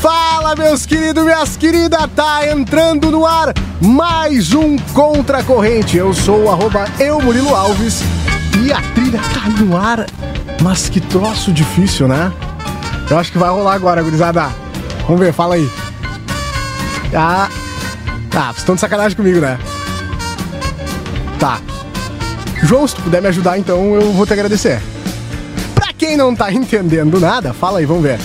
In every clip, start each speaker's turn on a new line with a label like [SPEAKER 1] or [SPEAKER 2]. [SPEAKER 1] Fala, meus queridos, minhas queridas, tá entrando no ar mais um Contra a Corrente. Eu sou o arroba eu, Murilo Alves, e a trilha tá no ar, mas que troço difícil, né? Eu acho que vai rolar agora, gurizada. Vamos ver, fala aí. Ah, tá, vocês estão de sacanagem comigo, né? Tá. João, se tu puder me ajudar, então eu vou te agradecer. Pra quem não tá entendendo nada, fala aí, vamos ver.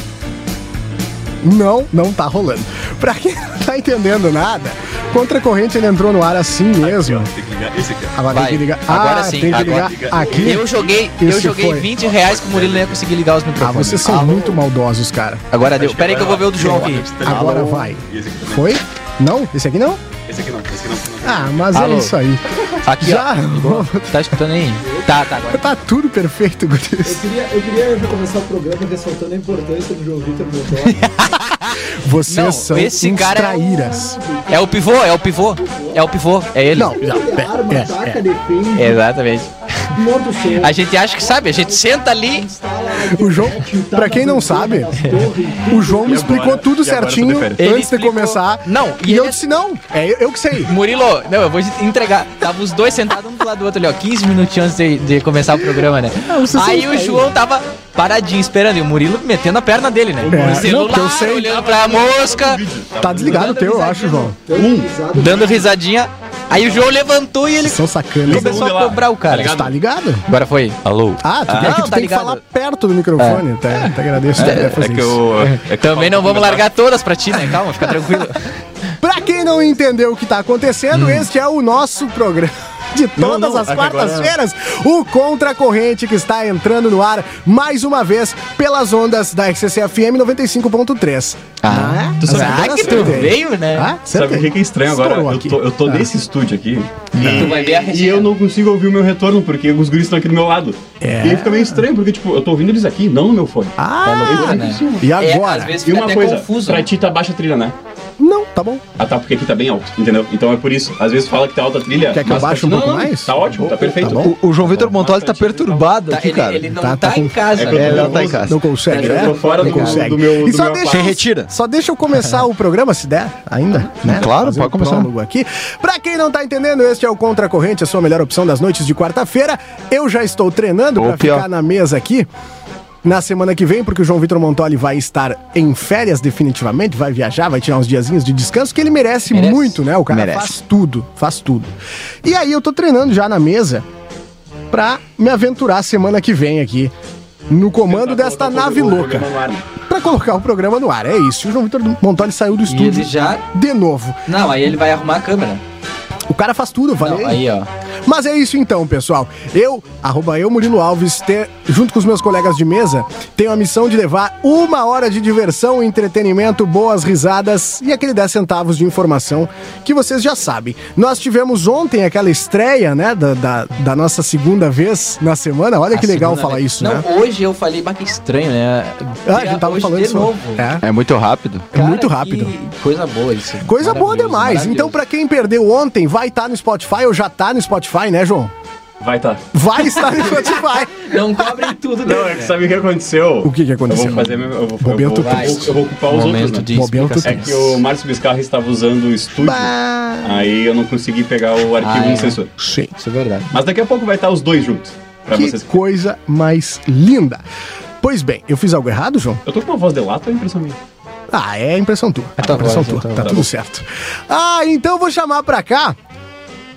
[SPEAKER 1] Não, não tá rolando. Pra quem não tá entendendo nada, Contra a Corrente ele entrou no ar assim mesmo.
[SPEAKER 2] Tem que ligar esse aqui. ó.
[SPEAKER 1] Agora
[SPEAKER 3] Vai,
[SPEAKER 1] tem que ligar.
[SPEAKER 3] agora
[SPEAKER 1] ah,
[SPEAKER 3] sim,
[SPEAKER 1] tem que
[SPEAKER 3] agora
[SPEAKER 1] ligar aqui.
[SPEAKER 3] Eu joguei, eu
[SPEAKER 1] Esse
[SPEAKER 3] joguei
[SPEAKER 1] foi.
[SPEAKER 3] 20 reais que o Murilo não ia conseguir ligar os
[SPEAKER 1] Ah,
[SPEAKER 3] microfones.
[SPEAKER 1] vocês são
[SPEAKER 3] Alô?
[SPEAKER 1] muito maldosos, cara.
[SPEAKER 3] Agora deu. Pera aí que eu vou ver o do João aqui.
[SPEAKER 1] Agora vai.
[SPEAKER 2] E esse aqui também.
[SPEAKER 1] Foi? Não? Esse aqui não?
[SPEAKER 2] Esse aqui não, esse aqui não. esse aqui não.
[SPEAKER 1] Ah, mas é
[SPEAKER 3] Alô.
[SPEAKER 1] isso aí.
[SPEAKER 3] Aqui,
[SPEAKER 1] Já.
[SPEAKER 3] ó. Tá escutando aí? Tá, tá, agora.
[SPEAKER 1] Tá tudo perfeito, guris.
[SPEAKER 4] Eu queria, eu queria começar o programa ressaltando a importância do João Vitor Belfort.
[SPEAKER 1] Vocês
[SPEAKER 3] Não,
[SPEAKER 1] são
[SPEAKER 3] esse
[SPEAKER 1] uns
[SPEAKER 3] cara é um-
[SPEAKER 1] traíras.
[SPEAKER 3] É o pivô, é o pivô. É o pivô, é ele.
[SPEAKER 1] Não, não.
[SPEAKER 4] Ele arma,
[SPEAKER 1] É,
[SPEAKER 4] ataca,
[SPEAKER 1] é.
[SPEAKER 4] defende,
[SPEAKER 3] Exatamente.
[SPEAKER 4] monta o som.
[SPEAKER 3] A gente acha que sabe, a gente senta ali.
[SPEAKER 4] instala a
[SPEAKER 1] O João,
[SPEAKER 4] internet,
[SPEAKER 1] pra quem não sabe,
[SPEAKER 4] as torres,
[SPEAKER 1] o João me
[SPEAKER 2] E agora?
[SPEAKER 1] explicou tudo
[SPEAKER 2] E agora tu
[SPEAKER 1] certinho
[SPEAKER 2] defere.
[SPEAKER 3] Ele
[SPEAKER 1] antes de
[SPEAKER 3] explicou-
[SPEAKER 1] começar.
[SPEAKER 3] Não,
[SPEAKER 1] e
[SPEAKER 3] e
[SPEAKER 1] eu
[SPEAKER 3] ele-
[SPEAKER 1] disse não. É eu eu que sei.
[SPEAKER 3] Murilo, não, eu vou te entregar. Tava os dois sentados um do lado do outro ali, ó. 15 minutinhos antes de, de começar o programa, né? Aí o João tava paradinho esperando e o Murilo metendo a perna dele, né?
[SPEAKER 1] É,
[SPEAKER 3] O
[SPEAKER 1] não, que eu sei.
[SPEAKER 3] olhando pra mosca.
[SPEAKER 1] Tá desligado o teu, eu acho, João.
[SPEAKER 4] Um.
[SPEAKER 3] dando risadinha. Aí o João levantou e ele
[SPEAKER 1] Vocês são sacanas.
[SPEAKER 3] começou a cobrar o cara.
[SPEAKER 1] Você tá ligado?
[SPEAKER 3] Agora foi. Alô?
[SPEAKER 1] Ah, tu quer
[SPEAKER 3] não,
[SPEAKER 1] que tu
[SPEAKER 3] tá
[SPEAKER 1] tem
[SPEAKER 3] ligado. É.
[SPEAKER 1] que falar perto do microfone. Tá, tá agradeço. tu puder fazer
[SPEAKER 2] É que
[SPEAKER 1] isso.
[SPEAKER 2] eu. é que
[SPEAKER 3] Também
[SPEAKER 2] eu falo
[SPEAKER 3] não vamos
[SPEAKER 1] Tá
[SPEAKER 2] comentário.
[SPEAKER 3] largar todas pra ti, né? Calma, fica tranquilo.
[SPEAKER 1] Pra quem não entendeu o que tá acontecendo,
[SPEAKER 3] Hum.
[SPEAKER 1] este é o nosso programa. De todas
[SPEAKER 2] não,
[SPEAKER 1] as
[SPEAKER 2] é que agora-
[SPEAKER 1] quartas-feiras, o Contra a Corrente que está entrando no ar mais uma vez pelas ondas da RCCFM 95.3.
[SPEAKER 3] Ah, tu
[SPEAKER 1] é? As
[SPEAKER 3] sabe
[SPEAKER 1] antenas
[SPEAKER 3] que
[SPEAKER 1] têm.
[SPEAKER 3] tu veio, né?
[SPEAKER 1] Ah,
[SPEAKER 2] Sabe o que que é estranho agora?
[SPEAKER 1] Estourou
[SPEAKER 2] Eu
[SPEAKER 1] aqui. Ah.
[SPEAKER 2] tô, eu tô nesse estúdio aqui
[SPEAKER 3] Tu vai ver a
[SPEAKER 2] e, e eu não consigo ouvir o meu retorno porque os guris estão aqui do meu lado.
[SPEAKER 1] É.
[SPEAKER 2] E aí fica meio estranho porque, tipo, eu tô ouvindo eles aqui, não no meu fone.
[SPEAKER 1] Ah,
[SPEAKER 3] loucura, né?
[SPEAKER 1] e
[SPEAKER 3] É,
[SPEAKER 1] agora?
[SPEAKER 3] às vezes
[SPEAKER 2] E
[SPEAKER 3] fica
[SPEAKER 2] uma
[SPEAKER 3] até
[SPEAKER 2] coisa,
[SPEAKER 3] confuso.
[SPEAKER 2] pra
[SPEAKER 3] né?
[SPEAKER 2] ti tá baixa a trilha, né?
[SPEAKER 1] Não, tá bom.
[SPEAKER 2] Ah tá, porque aqui tá bem alto, entendeu? Então é por isso. Às vezes fala que tá alta a trilha.
[SPEAKER 1] Quer que eu
[SPEAKER 2] mas
[SPEAKER 1] baixe um
[SPEAKER 2] não,
[SPEAKER 1] pouco
[SPEAKER 2] não,
[SPEAKER 1] mais?
[SPEAKER 2] Tá ótimo, tá perfeito.
[SPEAKER 1] Tá bom.
[SPEAKER 5] O, o João Vitor Montoli tá perturbado
[SPEAKER 3] Tá,
[SPEAKER 5] aqui,
[SPEAKER 3] ele,
[SPEAKER 5] cara.
[SPEAKER 3] ele não
[SPEAKER 1] Tá,
[SPEAKER 3] tá,
[SPEAKER 1] tá com-
[SPEAKER 3] em casa.
[SPEAKER 2] É que eu
[SPEAKER 3] né?
[SPEAKER 5] É,
[SPEAKER 2] tô
[SPEAKER 5] não tá em
[SPEAKER 2] nervoso.
[SPEAKER 5] casa.
[SPEAKER 1] Não consegue,
[SPEAKER 2] Eu
[SPEAKER 1] né?
[SPEAKER 2] tô fora
[SPEAKER 1] não
[SPEAKER 2] do-
[SPEAKER 1] consegue.
[SPEAKER 2] do meu-
[SPEAKER 1] e
[SPEAKER 2] do
[SPEAKER 1] só
[SPEAKER 2] meu
[SPEAKER 1] deixa,
[SPEAKER 5] Se retira.
[SPEAKER 1] Só deixa eu começar o programa, se der, ainda, né?
[SPEAKER 5] Uhum. Claro,
[SPEAKER 1] Fazer
[SPEAKER 5] pode
[SPEAKER 1] um
[SPEAKER 5] começar.
[SPEAKER 1] prólogo aqui. Pra quem não tá entendendo, este é o Contra a Corrente, a sua melhor opção das noites de quarta-feira. Eu já estou treinando pra
[SPEAKER 5] Ô, pior.
[SPEAKER 1] ficar na mesa aqui. Na semana que vem, porque o João Vitor Montoli vai estar em férias definitivamente, vai viajar, vai tirar uns diazinhos de descanso, que ele merece,
[SPEAKER 3] Merece.
[SPEAKER 1] muito, né? O cara
[SPEAKER 5] Merece.
[SPEAKER 1] faz tudo, faz tudo. E aí eu tô treinando já na mesa pra me aventurar semana que vem aqui no comando desta nave louca pra colocar o programa no ar. É isso. E O João Vitor Montoli saiu do
[SPEAKER 3] E ele
[SPEAKER 1] estúdio
[SPEAKER 3] já.
[SPEAKER 1] de novo.
[SPEAKER 3] Não, aí ele vai arrumar a câmera.
[SPEAKER 1] O cara faz tudo, valeu.
[SPEAKER 3] Não, aí, ó.
[SPEAKER 1] Mas é isso então, pessoal. Eu, arroba eu, Murilo Alves, te- junto com os meus colegas de mesa, tenho a missão de levar uma hora de diversão, entretenimento, boas risadas e aquele 10 centavos de informação que vocês já sabem. Nós tivemos ontem aquela estreia, né, da, da, da nossa segunda vez na semana. Olha que
[SPEAKER 3] A
[SPEAKER 1] legal
[SPEAKER 3] segunda
[SPEAKER 1] falar
[SPEAKER 3] vez.
[SPEAKER 1] isso,
[SPEAKER 3] Não,
[SPEAKER 1] né?
[SPEAKER 3] hoje eu falei, bah, que estranho, né?
[SPEAKER 1] Ah, a gente tava
[SPEAKER 3] Hoje
[SPEAKER 1] falando
[SPEAKER 3] de
[SPEAKER 1] isso.
[SPEAKER 3] novo.
[SPEAKER 1] É.
[SPEAKER 5] É muito rápido.
[SPEAKER 1] É muito
[SPEAKER 3] que
[SPEAKER 1] rápido.
[SPEAKER 3] Coisa boa isso.
[SPEAKER 1] Coisa boa
[SPEAKER 3] Maravilhoso,
[SPEAKER 1] demais. Então,
[SPEAKER 3] maravilhoso.
[SPEAKER 1] pra quem perdeu ontem, vai estar no Spotify ou já tá no Spotify, né, João?
[SPEAKER 2] Vai tá.
[SPEAKER 1] Vai estar no Spotify.
[SPEAKER 3] Não cobrem tudo, né?
[SPEAKER 2] Não, é que sabe o que aconteceu?
[SPEAKER 1] O que que aconteceu?
[SPEAKER 2] Eu vou fazer meu- eu vou, eu
[SPEAKER 1] Momento
[SPEAKER 2] vou, eu
[SPEAKER 1] triste.
[SPEAKER 2] vou, eu vou culpar os
[SPEAKER 3] Momento
[SPEAKER 2] outros, né?
[SPEAKER 3] de
[SPEAKER 1] Momento
[SPEAKER 2] É
[SPEAKER 3] explicação.
[SPEAKER 2] que o Márcio Biscarro estava usando o estúdio, aí eu não consegui pegar o arquivo
[SPEAKER 3] Ah, é.
[SPEAKER 2] de censura.
[SPEAKER 1] Sim.
[SPEAKER 3] Isso é verdade.
[SPEAKER 2] Mas daqui a pouco vai estar os dois juntos, pra
[SPEAKER 1] Que
[SPEAKER 2] vocês.
[SPEAKER 1] coisa mais linda. Pois bem, eu fiz algo errado, João?
[SPEAKER 2] Eu tô com uma voz de lata, é impressão minha.
[SPEAKER 1] Ah, é impressão tua.
[SPEAKER 3] É tua
[SPEAKER 1] impressão
[SPEAKER 3] voz, é
[SPEAKER 1] tua.
[SPEAKER 3] tua
[SPEAKER 1] Tá
[SPEAKER 3] voz.
[SPEAKER 1] tudo então certo. Ah, então eu vou chamar pra cá.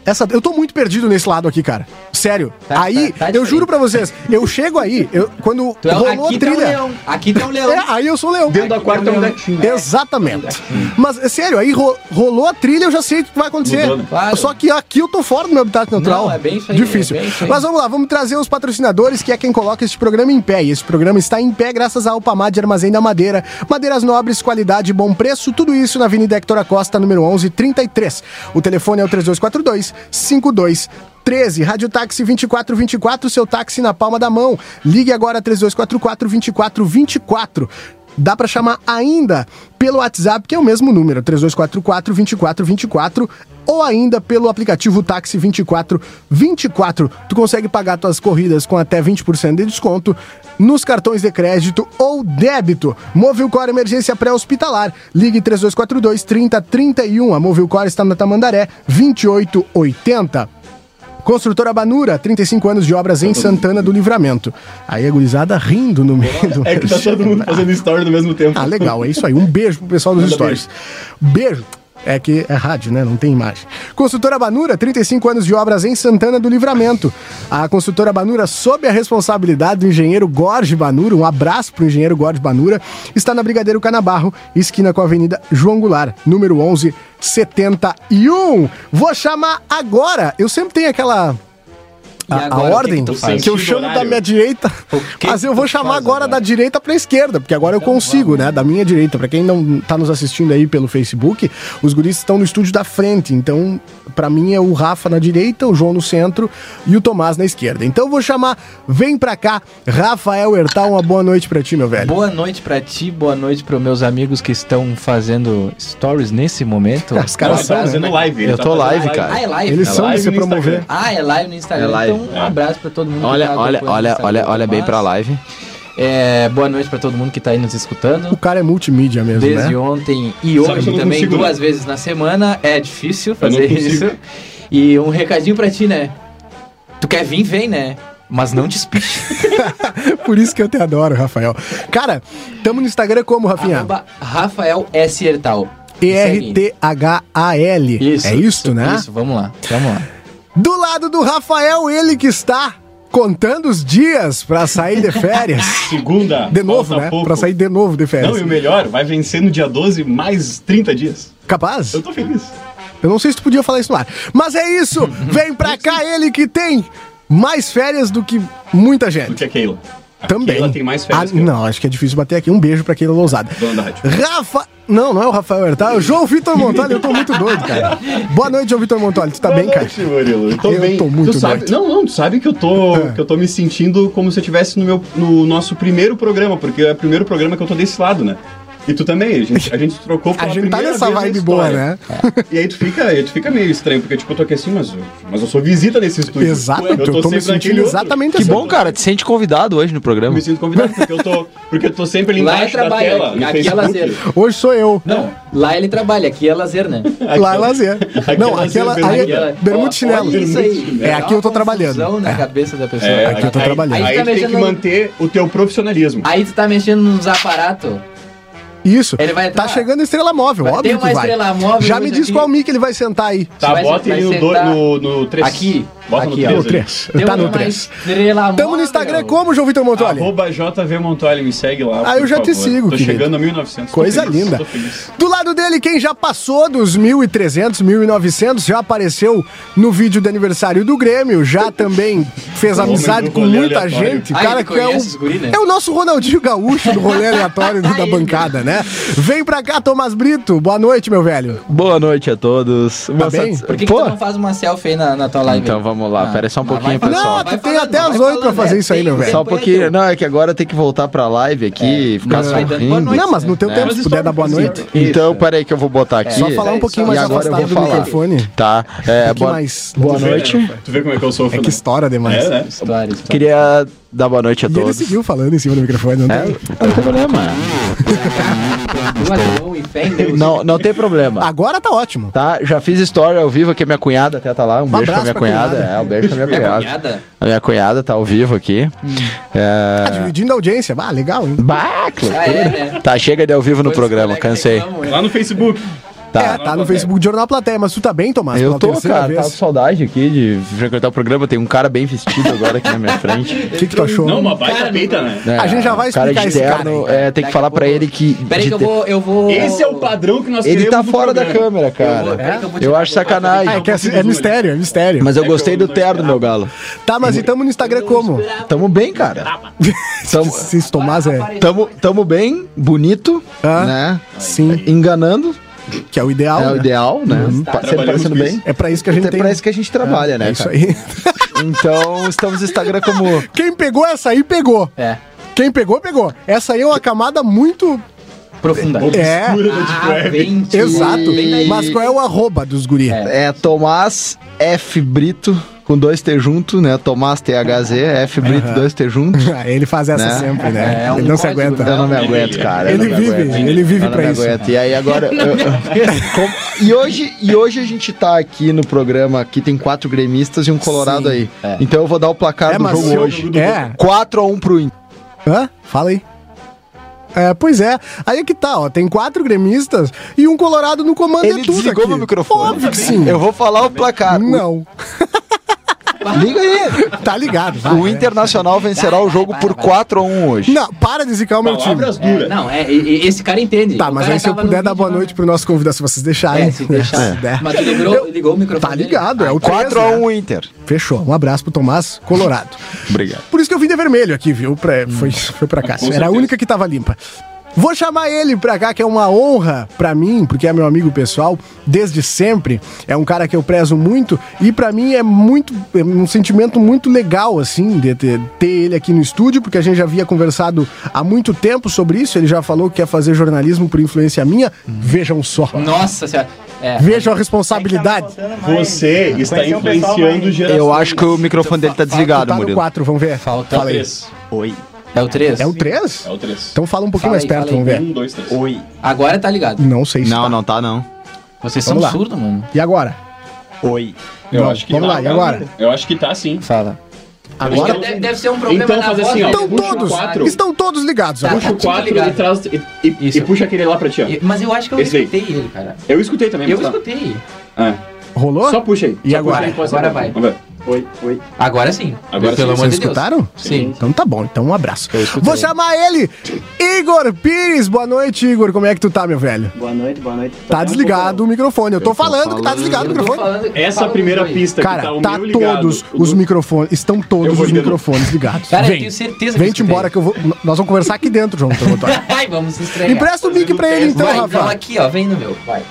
[SPEAKER 1] Essa, eu tô muito perdido nesse lado aqui, cara. Sério.
[SPEAKER 3] Tá-
[SPEAKER 1] aí,
[SPEAKER 3] tá- tá
[SPEAKER 1] eu
[SPEAKER 3] diferente.
[SPEAKER 1] juro pra vocês, eu chego aí, eu, quando
[SPEAKER 3] Tu é,
[SPEAKER 1] rolou
[SPEAKER 3] aqui
[SPEAKER 1] a
[SPEAKER 3] tem um
[SPEAKER 1] trilha.
[SPEAKER 3] leão. Aqui tem um leão.
[SPEAKER 1] É, aí eu sou leão.
[SPEAKER 2] Dentro da quarta é um gatinho.
[SPEAKER 1] Exatamente. Mas, é sério, aí ro- rolou a trilha, eu já sei o que vai acontecer.
[SPEAKER 2] Mudou, né?
[SPEAKER 3] Claro.
[SPEAKER 1] Só que aqui eu tô fora do meu habitat natural.
[SPEAKER 3] Não, é bem isso aí,
[SPEAKER 1] Difícil.
[SPEAKER 3] é bem isso aí.
[SPEAKER 1] Mas vamos lá, vamos trazer os patrocinadores, que é quem coloca este programa em pé. E esse programa está em pé graças à Alpamad Armazém da Madeira. Madeiras nobres, qualidade e bom preço, tudo isso na Avenida Hector Costa, número 1133. O telefone é o 3242 52 13, Rádio Táxi 2424, seu táxi na palma da mão. Ligue agora 3244 2424. Dá pra chamar ainda pelo WhatsApp, que é o mesmo número, 3244 2424, ou ainda pelo aplicativo Táxi 2424. Tu consegue pagar tuas corridas com até 20% de desconto nos cartões de crédito ou débito. Movilcore Emergência Pré-Hospitalar. Ligue 3242 3031. A Movilcore está na Tamandaré 2880. Construtora Banura, 35 anos de obras em Santana do Livramento. Aí a gurizada rindo no meio do...
[SPEAKER 2] É que tá todo mundo fazendo story no mesmo tempo.
[SPEAKER 1] Ah, legal, é isso aí. Um beijo pro pessoal dos
[SPEAKER 2] Manda
[SPEAKER 1] stories. Beijo. É que é rádio, né? Não tem imagem. Construtora Banura, 35 anos de obras em Santana do Livramento. A construtora Banura, sob a responsabilidade do engenheiro Gorge Banura, um abraço pro engenheiro Gorge Banura, está na Brigadeiro Canabarro, esquina com a Avenida João Goulart, número 1171. Vou chamar agora. Eu sempre tenho aquela
[SPEAKER 3] E
[SPEAKER 1] a, a
[SPEAKER 3] agora, o que
[SPEAKER 1] ordem
[SPEAKER 3] que tu
[SPEAKER 1] que,
[SPEAKER 3] faz?
[SPEAKER 1] eu
[SPEAKER 2] Sentido
[SPEAKER 1] chamo da
[SPEAKER 2] horário.
[SPEAKER 1] minha direita,
[SPEAKER 3] que
[SPEAKER 1] mas
[SPEAKER 3] que
[SPEAKER 1] eu vou
[SPEAKER 3] tu
[SPEAKER 1] chamar
[SPEAKER 3] faz
[SPEAKER 1] agora da
[SPEAKER 3] agora? Então
[SPEAKER 1] direita pra esquerda, porque agora eu consigo, né? Da minha direita. Pra quem não tá nos assistindo aí pelo Facebook, os guris estão no estúdio da frente. Então, pra mim é o Rafa na direita, o João no centro e o Tomás na esquerda. Então eu vou chamar, vem pra cá, Rafael Hertal, uma boa noite pra ti, meu velho.
[SPEAKER 3] Boa noite pra ti, boa noite pros meus amigos que estão fazendo stories nesse momento.
[SPEAKER 1] Os
[SPEAKER 2] Não,
[SPEAKER 1] caras
[SPEAKER 2] ele
[SPEAKER 1] são,
[SPEAKER 2] tá
[SPEAKER 1] né?
[SPEAKER 2] fazendo live. ele
[SPEAKER 5] Eu
[SPEAKER 2] tá
[SPEAKER 5] tô
[SPEAKER 2] fazendo
[SPEAKER 5] live, cara.
[SPEAKER 3] Ah, é live.
[SPEAKER 1] Eles
[SPEAKER 3] É
[SPEAKER 1] são
[SPEAKER 3] live.
[SPEAKER 1] de se
[SPEAKER 2] no
[SPEAKER 1] promover.
[SPEAKER 2] Instagram.
[SPEAKER 3] Ah, é live no Instagram.
[SPEAKER 5] É live.
[SPEAKER 3] Então, um abraço pra todo mundo. que
[SPEAKER 5] Olha,
[SPEAKER 3] tá
[SPEAKER 5] olha,
[SPEAKER 3] acompanhando o
[SPEAKER 5] olha,
[SPEAKER 3] Instagram
[SPEAKER 5] olha,
[SPEAKER 3] do
[SPEAKER 5] olha bem
[SPEAKER 3] Tomás.
[SPEAKER 5] pra live.
[SPEAKER 3] É, boa noite pra todo mundo que tá aí nos
[SPEAKER 1] O
[SPEAKER 3] escutando.
[SPEAKER 1] cara é multimídia mesmo,
[SPEAKER 3] Desde
[SPEAKER 1] né?
[SPEAKER 3] ontem
[SPEAKER 2] Sabe
[SPEAKER 3] e
[SPEAKER 2] que
[SPEAKER 3] hoje
[SPEAKER 2] eu não
[SPEAKER 3] também,
[SPEAKER 2] consigo, né?
[SPEAKER 3] duas vezes na semana. É difícil
[SPEAKER 2] não
[SPEAKER 3] fazer isso.
[SPEAKER 2] consigo.
[SPEAKER 3] E um recadinho pra ti, né? Tu quer vir, vem, né? Mas não te espiche.
[SPEAKER 1] Por isso que eu te adoro, Rafael. Cara, tamo no Instagram como,
[SPEAKER 5] é.
[SPEAKER 1] Rafinha?
[SPEAKER 3] Arroba Rafael S. Hertal.
[SPEAKER 1] E-R-T-H-A-L.
[SPEAKER 3] Isso.
[SPEAKER 1] É isto, né?
[SPEAKER 3] Isso, vamos lá, vamos lá.
[SPEAKER 1] Do lado do Rafael, ele que está contando os dias pra sair de férias.
[SPEAKER 2] Segunda.
[SPEAKER 1] De novo,
[SPEAKER 2] falta
[SPEAKER 1] né?
[SPEAKER 2] pouco.
[SPEAKER 1] Pra sair de novo de férias.
[SPEAKER 2] Não, e o melhor, vai vencer no dia 12 mais 30 dias.
[SPEAKER 1] Capaz?
[SPEAKER 2] Eu tô feliz.
[SPEAKER 1] Eu não sei se tu podia falar isso no ar. Mas é isso! Vem pra cá ele que tem mais férias do que muita
[SPEAKER 2] Do
[SPEAKER 1] gente.
[SPEAKER 2] que a Keila. A
[SPEAKER 1] Também.
[SPEAKER 2] Keila tem mais férias.
[SPEAKER 1] Ah,
[SPEAKER 2] que eu.
[SPEAKER 1] não, acho que é difícil bater aqui. Um beijo pra Keila Lousada.
[SPEAKER 2] Dona da rádio.
[SPEAKER 1] Rafa. Não, não é o Rafael Hertal, é o João Vitor Montoli. Eu tô muito doido, cara. Boa noite, João Vitor Montoli. Tu tá bem, cara?
[SPEAKER 2] Boa noite, Murilo. Eu tô
[SPEAKER 1] Eu
[SPEAKER 2] bem.
[SPEAKER 1] tô muito
[SPEAKER 2] tu sabe,
[SPEAKER 1] doido.
[SPEAKER 2] Não, não, tu sabe que eu tô,
[SPEAKER 1] Ah.
[SPEAKER 2] que eu tô me sentindo como se eu estivesse no, meu- no nosso primeiro programa, porque é o primeiro programa que eu tô desse lado, né? E tu também, a gente, a gente trocou
[SPEAKER 1] A
[SPEAKER 2] pela
[SPEAKER 1] gente tá
[SPEAKER 2] primeira
[SPEAKER 1] nessa
[SPEAKER 2] vez na
[SPEAKER 1] vibe boa,
[SPEAKER 2] história.
[SPEAKER 1] né?
[SPEAKER 2] E aí tu fica, aí tu fica meio estranho, porque tipo, eu tô aqui assim, mas eu, mas eu sou visita nesse estúdio.
[SPEAKER 1] Exatamente, eu tô me
[SPEAKER 2] sempre naquele
[SPEAKER 1] sentindo
[SPEAKER 2] outro.
[SPEAKER 1] exatamente assim.
[SPEAKER 5] Que bom, cara. Te sente convidado hoje no
[SPEAKER 2] Eu
[SPEAKER 5] programa.
[SPEAKER 2] me sinto convidado, porque eu tô, porque eu tô sempre ali
[SPEAKER 3] Lá é
[SPEAKER 2] embaixo da
[SPEAKER 3] trabalho,
[SPEAKER 2] tela.
[SPEAKER 3] aqui-
[SPEAKER 2] no
[SPEAKER 3] aqui é
[SPEAKER 2] Facebook.
[SPEAKER 3] lazer.
[SPEAKER 1] Hoje sou eu.
[SPEAKER 3] Não, lá ele trabalha, aqui é lazer, né?
[SPEAKER 1] Lá é lazer.
[SPEAKER 2] Aqui é
[SPEAKER 1] Não,
[SPEAKER 2] lazer,
[SPEAKER 1] aquela.
[SPEAKER 2] bermuda.
[SPEAKER 1] Aí,
[SPEAKER 2] Aqui é-
[SPEAKER 1] bermuda e chinelo.
[SPEAKER 3] Olha isso aí.
[SPEAKER 1] É, aqui eu tô trabalhando.
[SPEAKER 3] Dá uma confusão na
[SPEAKER 1] É.
[SPEAKER 3] cabeça da pessoa.
[SPEAKER 2] É,
[SPEAKER 1] Aqui eu tô
[SPEAKER 2] aí-
[SPEAKER 1] trabalhando.
[SPEAKER 2] Aí,
[SPEAKER 3] Aí tá
[SPEAKER 2] tu tem que
[SPEAKER 3] mexendo-
[SPEAKER 2] manter o teu profissionalismo.
[SPEAKER 3] Aí tu tá mexendo nos aparatos.
[SPEAKER 1] Isso.
[SPEAKER 3] Ele vai
[SPEAKER 1] tá
[SPEAKER 3] entrar?
[SPEAKER 1] chegando estrela móvel,
[SPEAKER 3] Vai-
[SPEAKER 1] óbvio
[SPEAKER 3] tem
[SPEAKER 1] que
[SPEAKER 3] uma
[SPEAKER 1] vai.
[SPEAKER 3] estrela móvel
[SPEAKER 1] Já me
[SPEAKER 3] hoje
[SPEAKER 1] diz
[SPEAKER 3] aqui.
[SPEAKER 1] qual mic ele vai sentar aí.
[SPEAKER 2] Tá,
[SPEAKER 3] Vai-
[SPEAKER 2] bota ele
[SPEAKER 3] vai
[SPEAKER 2] no dois-
[SPEAKER 3] sentar-
[SPEAKER 2] no- no 3.
[SPEAKER 3] Aqui,
[SPEAKER 2] Bota
[SPEAKER 3] aqui, ó.
[SPEAKER 1] No
[SPEAKER 2] no 3.
[SPEAKER 1] 3.
[SPEAKER 3] Tem
[SPEAKER 1] Tá no
[SPEAKER 3] uma
[SPEAKER 1] 3.
[SPEAKER 3] Estrela
[SPEAKER 1] Tamo no
[SPEAKER 3] móvel.
[SPEAKER 1] Instagram como, João Vitor Montoli?
[SPEAKER 2] Arroba JV Montoli, me segue lá.
[SPEAKER 1] Ah, eu
[SPEAKER 2] por
[SPEAKER 1] já te
[SPEAKER 2] favor.
[SPEAKER 1] sigo,
[SPEAKER 2] Tô
[SPEAKER 1] querido.
[SPEAKER 2] chegando a 1900. tô
[SPEAKER 1] Coisa
[SPEAKER 2] feliz,
[SPEAKER 1] linda.
[SPEAKER 2] Tô feliz.
[SPEAKER 1] Do lado dele, quem já passou dos 1.300, 1.900, já apareceu no vídeo de aniversário do Grêmio, já também fez
[SPEAKER 2] homem
[SPEAKER 1] amizade
[SPEAKER 2] do
[SPEAKER 1] com
[SPEAKER 2] rolê
[SPEAKER 1] muita
[SPEAKER 2] aleatório.
[SPEAKER 1] gente.
[SPEAKER 3] Ah,
[SPEAKER 1] cara,
[SPEAKER 3] ele
[SPEAKER 1] que é
[SPEAKER 3] conhece os
[SPEAKER 1] o,
[SPEAKER 3] guri, né?
[SPEAKER 1] é o nosso Ronaldinho Gaúcho do rolê aleatório da
[SPEAKER 3] Ele.
[SPEAKER 1] bancada, né? Vem pra cá, Tomás Brito. Boa noite, meu velho.
[SPEAKER 5] Boa noite a todos. Uma
[SPEAKER 1] bem?
[SPEAKER 5] satis-
[SPEAKER 3] Por que, que
[SPEAKER 5] Pô,
[SPEAKER 3] tu não faz uma selfie aí na, na tua live?
[SPEAKER 5] Então vamos lá, pera aí só um
[SPEAKER 3] mas
[SPEAKER 5] pouquinho,
[SPEAKER 3] vai
[SPEAKER 5] pessoal.
[SPEAKER 3] falando,
[SPEAKER 1] Não,
[SPEAKER 3] vai
[SPEAKER 1] tu tem
[SPEAKER 3] falando,
[SPEAKER 1] até
[SPEAKER 3] vai
[SPEAKER 1] as oito pra
[SPEAKER 3] falando,
[SPEAKER 1] fazer
[SPEAKER 3] é,
[SPEAKER 1] isso aí,
[SPEAKER 3] tem
[SPEAKER 1] meu velho.
[SPEAKER 5] só um
[SPEAKER 3] tempo, é
[SPEAKER 5] pouquinho.
[SPEAKER 3] teu.
[SPEAKER 5] Não, é que agora tem que voltar pra live aqui e ficar
[SPEAKER 3] Não, vai dando boa
[SPEAKER 5] sorrindo.
[SPEAKER 3] noite.
[SPEAKER 1] Não, mas no teu
[SPEAKER 5] né?
[SPEAKER 1] tempo, se puder dar boa noite.
[SPEAKER 5] Então, peraí que eu vou botar aqui.
[SPEAKER 1] Só falar um pouquinho
[SPEAKER 5] e
[SPEAKER 1] mais
[SPEAKER 5] agora eu
[SPEAKER 1] afastado
[SPEAKER 5] vou
[SPEAKER 1] do
[SPEAKER 5] falar.
[SPEAKER 1] microfone.
[SPEAKER 5] Tá. É,
[SPEAKER 1] Um pouquinho
[SPEAKER 5] boa,
[SPEAKER 1] mais-
[SPEAKER 5] boa
[SPEAKER 2] Tu vê,
[SPEAKER 5] noite.
[SPEAKER 2] né? Tu vê como é que eu sou,
[SPEAKER 1] É
[SPEAKER 2] Fernando?
[SPEAKER 1] que estoura demais.
[SPEAKER 2] É, né?
[SPEAKER 3] História, história.
[SPEAKER 5] Queria dar boa noite a
[SPEAKER 1] E ele
[SPEAKER 5] todos.
[SPEAKER 1] seguiu falando em cima do microfone, não
[SPEAKER 5] É,
[SPEAKER 1] tem?
[SPEAKER 5] não tem problema.
[SPEAKER 3] Duas mãos e fé em Deus.
[SPEAKER 5] Não, não tem problema.
[SPEAKER 1] Agora tá ótimo.
[SPEAKER 5] Tá, já fiz história ao vivo aqui, minha cunhada até tá lá. Um, beijo pra
[SPEAKER 1] abraço
[SPEAKER 5] minha
[SPEAKER 1] pra
[SPEAKER 5] cunhada.
[SPEAKER 1] cunhada.
[SPEAKER 5] É, um beijo pra minha
[SPEAKER 3] É
[SPEAKER 5] cunhada.
[SPEAKER 3] cunhada?
[SPEAKER 5] A minha cunhada tá ao vivo aqui.
[SPEAKER 3] Hum.
[SPEAKER 5] É...
[SPEAKER 1] Tá dividindo a audiência. Ah, legal, hein?
[SPEAKER 5] Bah, que
[SPEAKER 3] Ah,
[SPEAKER 5] loucura.
[SPEAKER 3] é, né?
[SPEAKER 5] Tá, chega de ao vivo no
[SPEAKER 3] Coisas
[SPEAKER 5] programa,
[SPEAKER 3] que moleque
[SPEAKER 5] cansei.
[SPEAKER 3] reclamam, né?
[SPEAKER 2] Lá no Facebook.
[SPEAKER 5] Ah,
[SPEAKER 1] é, tá no
[SPEAKER 2] Plateia.
[SPEAKER 1] Facebook do Jornal Plateia, mas tu tá bem, Tomás?
[SPEAKER 5] Eu
[SPEAKER 1] Pela
[SPEAKER 5] tô,
[SPEAKER 1] terceira
[SPEAKER 5] cara, tá
[SPEAKER 1] vez.
[SPEAKER 5] tava com saudade aqui de frequentar o programa. Tem um cara bem vestido agora aqui na minha frente.
[SPEAKER 1] O que, que tu achou?
[SPEAKER 2] Não, uma baita peita, né?
[SPEAKER 5] É,
[SPEAKER 1] A gente já vai
[SPEAKER 5] o cara
[SPEAKER 1] explicar
[SPEAKER 5] de
[SPEAKER 1] esse cara
[SPEAKER 5] terno,
[SPEAKER 1] aí, cara.
[SPEAKER 5] é, tem que
[SPEAKER 3] Daqui
[SPEAKER 5] falar
[SPEAKER 3] a
[SPEAKER 5] pra
[SPEAKER 3] pouco-
[SPEAKER 5] ele que.
[SPEAKER 3] Peraí
[SPEAKER 5] de
[SPEAKER 3] que eu
[SPEAKER 5] ter-
[SPEAKER 3] vou, eu vou...
[SPEAKER 2] Esse é o padrão que nós
[SPEAKER 5] Ele
[SPEAKER 2] queremos
[SPEAKER 5] tá
[SPEAKER 2] no
[SPEAKER 5] fora da
[SPEAKER 2] programa.
[SPEAKER 5] câmera,
[SPEAKER 3] peraí
[SPEAKER 5] cara.
[SPEAKER 3] que eu vou tirar
[SPEAKER 5] Eu acho
[SPEAKER 3] meu óculos
[SPEAKER 5] sacanagem.
[SPEAKER 1] Ah, é, que é, é mistério, é mistério.
[SPEAKER 5] Mas eu
[SPEAKER 2] É que
[SPEAKER 5] gostei
[SPEAKER 2] eu
[SPEAKER 5] do
[SPEAKER 2] não
[SPEAKER 5] terno, meu galo.
[SPEAKER 1] Tá, mas e tamo no Instagram como?
[SPEAKER 5] Tamo bem, cara. Tamo,
[SPEAKER 1] Se esse Tomás é.
[SPEAKER 5] tamo, tamo bem, bonito,
[SPEAKER 1] Ah.
[SPEAKER 5] né?
[SPEAKER 1] Sim,
[SPEAKER 5] Enganando,
[SPEAKER 1] que é o ideal.
[SPEAKER 5] é o
[SPEAKER 1] né?
[SPEAKER 5] ideal, né?
[SPEAKER 3] Uhum.
[SPEAKER 5] Pa- Sempre
[SPEAKER 2] Trabalhamos
[SPEAKER 5] parecendo
[SPEAKER 2] com
[SPEAKER 5] bem.
[SPEAKER 2] isso.
[SPEAKER 1] É pra isso que a gente
[SPEAKER 5] Até
[SPEAKER 1] tem.
[SPEAKER 5] parece que a gente trabalha, né?
[SPEAKER 1] É isso
[SPEAKER 5] cara?
[SPEAKER 1] aí.
[SPEAKER 5] Então, estamos no Instagram como.
[SPEAKER 1] Quem pegou essa aí, pegou.
[SPEAKER 3] É,
[SPEAKER 1] Quem pegou, pegou. Essa aí é uma camada muito.
[SPEAKER 3] profunda.
[SPEAKER 1] É,
[SPEAKER 2] Obscura da
[SPEAKER 3] Ah,
[SPEAKER 2] Deep Web.
[SPEAKER 3] vem-
[SPEAKER 1] exato.
[SPEAKER 3] vem daí.
[SPEAKER 1] Mas qual é o arroba dos guri?
[SPEAKER 5] É Tomás F. Brito, com dois T junto, né? Tomás THZ, F. Brito, dois T junto.
[SPEAKER 1] Ah, Ele faz essa
[SPEAKER 5] Né?
[SPEAKER 1] sempre, né?
[SPEAKER 3] É um
[SPEAKER 1] ele não se
[SPEAKER 3] código,
[SPEAKER 1] aguenta.
[SPEAKER 5] Eu não me
[SPEAKER 2] Ele-
[SPEAKER 5] aguento, cara. eu
[SPEAKER 1] ele
[SPEAKER 5] não me
[SPEAKER 1] vive,
[SPEAKER 5] aguento.
[SPEAKER 1] ele vive
[SPEAKER 5] Eu não
[SPEAKER 1] pra
[SPEAKER 5] me
[SPEAKER 1] isso.
[SPEAKER 5] aguento. E aí agora. eu- como- e, hoje, e hoje a gente tá aqui no programa que tem quatro gremistas e um colorado
[SPEAKER 1] Sim,
[SPEAKER 5] aí. Então eu vou dar o placar
[SPEAKER 1] É,
[SPEAKER 5] do
[SPEAKER 1] mas
[SPEAKER 5] jogo
[SPEAKER 1] se eu-
[SPEAKER 5] hoje.
[SPEAKER 1] é.
[SPEAKER 5] 4x1 pro Inter.
[SPEAKER 1] Hã? Fala aí. É, pois é. Aí que tá, ó. Tem quatro gremistas e um colorado no comando
[SPEAKER 5] Ele
[SPEAKER 1] é tudo
[SPEAKER 5] desligou
[SPEAKER 1] aqui.
[SPEAKER 5] meu microfone.
[SPEAKER 1] Óbvio que sim.
[SPEAKER 5] Eu vou falar o placar. O-
[SPEAKER 1] Não.
[SPEAKER 5] Liga aí.
[SPEAKER 1] Tá ligado. vai,
[SPEAKER 5] O
[SPEAKER 1] né?
[SPEAKER 5] Internacional vencerá o jogo por 4x1 hoje.
[SPEAKER 1] Não, para de zicar o meu time.
[SPEAKER 2] Palavras
[SPEAKER 3] É,
[SPEAKER 2] duras.
[SPEAKER 3] não, é, e- e- esse cara entende.
[SPEAKER 1] Tá,
[SPEAKER 3] O
[SPEAKER 1] mas
[SPEAKER 3] cara
[SPEAKER 1] aí se eu
[SPEAKER 3] tava no
[SPEAKER 1] puder dar
[SPEAKER 3] vídeo
[SPEAKER 1] boa
[SPEAKER 3] lá,
[SPEAKER 1] noite pro nosso convidado, se vocês deixarem.
[SPEAKER 3] É, se deixar.
[SPEAKER 1] É.
[SPEAKER 3] Mas tu ligou, ligou o microfone.
[SPEAKER 1] Tá
[SPEAKER 3] dele?
[SPEAKER 1] ligado, é o 4 a 1
[SPEAKER 5] 4x1 Inter.
[SPEAKER 1] Fechou. Um abraço pro Tomás Colorado.
[SPEAKER 5] Obrigado.
[SPEAKER 1] Por isso que eu vim de vermelho aqui, viu? Pra, foi, foi pra cá.
[SPEAKER 2] Hum. Com
[SPEAKER 1] Era a
[SPEAKER 2] certeza.
[SPEAKER 1] única que tava limpa. Vou chamar ele pra cá, que é uma honra pra mim, porque é meu amigo pessoal desde sempre. É um cara que eu prezo muito e pra mim é muito é um sentimento muito legal assim de ter, ter ele aqui no estúdio, porque a gente já havia conversado há muito tempo sobre isso. Ele já falou que quer fazer jornalismo por influência minha. Vejam só,
[SPEAKER 3] Nossa senhora. É.
[SPEAKER 1] vejam a responsabilidade.
[SPEAKER 3] um
[SPEAKER 2] Você está
[SPEAKER 6] Conhecer o pessoal
[SPEAKER 2] influenciando
[SPEAKER 6] mais.
[SPEAKER 2] gerações.
[SPEAKER 5] Eu acho que o microfone dele tá desligado,
[SPEAKER 1] tá no
[SPEAKER 5] Murilo.
[SPEAKER 1] 4, vamos ver.
[SPEAKER 3] Falta
[SPEAKER 1] Fala aí.
[SPEAKER 2] Três.
[SPEAKER 5] Oi.
[SPEAKER 3] É o 3?
[SPEAKER 1] É o 3?
[SPEAKER 2] É o três.
[SPEAKER 1] Então fala um pouquinho mais
[SPEAKER 3] Fala aí,
[SPEAKER 1] perto,
[SPEAKER 3] fala aí.
[SPEAKER 1] vamos ver.
[SPEAKER 2] Um, dois, três.
[SPEAKER 5] Oi.
[SPEAKER 3] Agora tá ligado.
[SPEAKER 1] Não sei se
[SPEAKER 5] Não,
[SPEAKER 1] tá.
[SPEAKER 5] não tá não.
[SPEAKER 3] Vocês
[SPEAKER 1] Vamos lá.
[SPEAKER 3] são surdos, mano.
[SPEAKER 1] E agora?
[SPEAKER 5] Oi.
[SPEAKER 2] Eu
[SPEAKER 1] Não,
[SPEAKER 2] acho que
[SPEAKER 1] vamos
[SPEAKER 2] tá,
[SPEAKER 1] lá, e
[SPEAKER 2] cara.
[SPEAKER 1] agora?
[SPEAKER 2] Eu acho que tá sim.
[SPEAKER 3] Fala.
[SPEAKER 1] Agora
[SPEAKER 2] tá.
[SPEAKER 3] Deve, deve ser um problema
[SPEAKER 2] Então
[SPEAKER 3] na
[SPEAKER 2] faz
[SPEAKER 3] voz
[SPEAKER 2] assim, ó.
[SPEAKER 3] dele.
[SPEAKER 1] estão
[SPEAKER 2] puxa o
[SPEAKER 1] todos,
[SPEAKER 2] quatro.
[SPEAKER 1] estão todos ligados.
[SPEAKER 3] Tá.
[SPEAKER 1] agora.
[SPEAKER 2] Puxa o quatro
[SPEAKER 3] ligado.
[SPEAKER 2] e traz e, e-
[SPEAKER 3] Isso.
[SPEAKER 2] e puxa aquele lá pra ti, ó.
[SPEAKER 3] E- Mas eu acho que eu
[SPEAKER 2] Esse daí.
[SPEAKER 3] escutei ele, cara.
[SPEAKER 2] Eu escutei também,
[SPEAKER 3] Eu
[SPEAKER 2] mas tá.
[SPEAKER 3] escutei.
[SPEAKER 2] É.
[SPEAKER 1] Rolou?
[SPEAKER 2] Só puxa aí.
[SPEAKER 1] E
[SPEAKER 2] Só
[SPEAKER 1] agora?
[SPEAKER 2] puxa aí, pode ser.
[SPEAKER 3] Agora vai.
[SPEAKER 2] Vamos ver. Oi, oi.
[SPEAKER 3] Agora sim.
[SPEAKER 2] Agora
[SPEAKER 3] Pelo
[SPEAKER 2] sim.
[SPEAKER 3] amor
[SPEAKER 1] Vocês
[SPEAKER 3] de Deus.
[SPEAKER 1] escutaram?
[SPEAKER 3] Sim.
[SPEAKER 1] Então tá bom, então um abraço. Vou chamar ele, Igor Pires. Boa noite, Igor. Como é que tu tá, meu velho?
[SPEAKER 6] Boa noite, boa noite. um
[SPEAKER 1] Tá desligado o microfone. Eu tô falando que tá desligado o
[SPEAKER 3] Eu tô
[SPEAKER 1] microfone.
[SPEAKER 3] falando-
[SPEAKER 2] Essa é
[SPEAKER 3] fala
[SPEAKER 2] primeira
[SPEAKER 3] os dois.
[SPEAKER 2] pista que tá
[SPEAKER 1] Cara,
[SPEAKER 2] o
[SPEAKER 1] tá
[SPEAKER 2] meu ligado.
[SPEAKER 1] todos
[SPEAKER 2] o
[SPEAKER 1] os
[SPEAKER 2] do-
[SPEAKER 1] microfones, estão
[SPEAKER 2] Eu
[SPEAKER 1] todos
[SPEAKER 2] vou
[SPEAKER 1] os
[SPEAKER 2] de novo.
[SPEAKER 1] microfones ligados.
[SPEAKER 3] Cara, eu
[SPEAKER 1] Vem,
[SPEAKER 3] tenho certeza que eu
[SPEAKER 1] vem-te
[SPEAKER 3] escutei.
[SPEAKER 1] embora que eu vou, nós vamos conversar aqui dentro, João. Então, Antônio.
[SPEAKER 3] Ai, vamos se estrear.
[SPEAKER 1] Empresta o mic pra ele então,
[SPEAKER 3] Vai, então
[SPEAKER 1] Rafa.
[SPEAKER 3] aqui, ó. Vem no meu. Vai.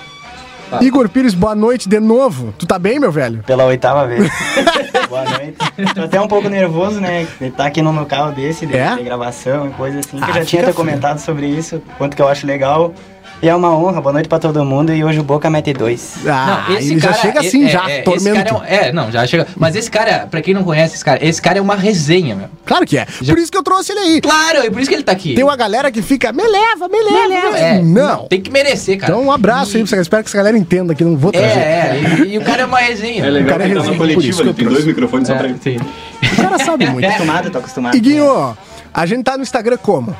[SPEAKER 1] Igor Pires, boa noite de novo. Tu tá bem, meu velho?
[SPEAKER 6] Pela oitava vez. boa noite. Tô até um pouco nervoso, né? De tá aqui num local desse, de,
[SPEAKER 1] É?
[SPEAKER 6] de gravação e coisa assim. que
[SPEAKER 1] Ah,
[SPEAKER 6] eu já tinha
[SPEAKER 1] fica
[SPEAKER 6] até comentado sobre isso, quanto que eu acho legal. E é uma honra, boa noite pra todo mundo. E hoje o Boca mete dois.
[SPEAKER 1] Ah, ele já chega assim,
[SPEAKER 3] é-
[SPEAKER 1] já,
[SPEAKER 3] é, esse
[SPEAKER 1] tormento.
[SPEAKER 3] cara é, um- é, não, já chega. Mas esse cara, pra quem não conhece esse cara, esse cara é uma resenha, meu.
[SPEAKER 1] Claro que é. Por isso que eu trouxe ele aí.
[SPEAKER 3] Claro, é por isso que ele tá aqui.
[SPEAKER 1] Tem uma galera que fica, me leva, me leva.
[SPEAKER 3] É,
[SPEAKER 1] não.
[SPEAKER 3] Tem que merecer, cara.
[SPEAKER 1] Então um abraço aí pra você. Espero que essa galera entenda que não vou
[SPEAKER 3] É,
[SPEAKER 1] trazer.
[SPEAKER 3] é. E, e o cara é uma resenha. É,
[SPEAKER 2] É legal
[SPEAKER 1] cara é
[SPEAKER 2] que tá
[SPEAKER 1] resenha,
[SPEAKER 2] na
[SPEAKER 1] por isso
[SPEAKER 2] coletiva,
[SPEAKER 1] que
[SPEAKER 2] ele
[SPEAKER 1] eu É,
[SPEAKER 2] tem
[SPEAKER 1] trouxe.
[SPEAKER 2] dois microfones só pra ele.
[SPEAKER 3] Sim.
[SPEAKER 1] O cara sabe
[SPEAKER 3] É.
[SPEAKER 1] muito.
[SPEAKER 6] Tô acostumado, tô acostumado.
[SPEAKER 1] Iguinho, ó, a gente tá no Instagram como?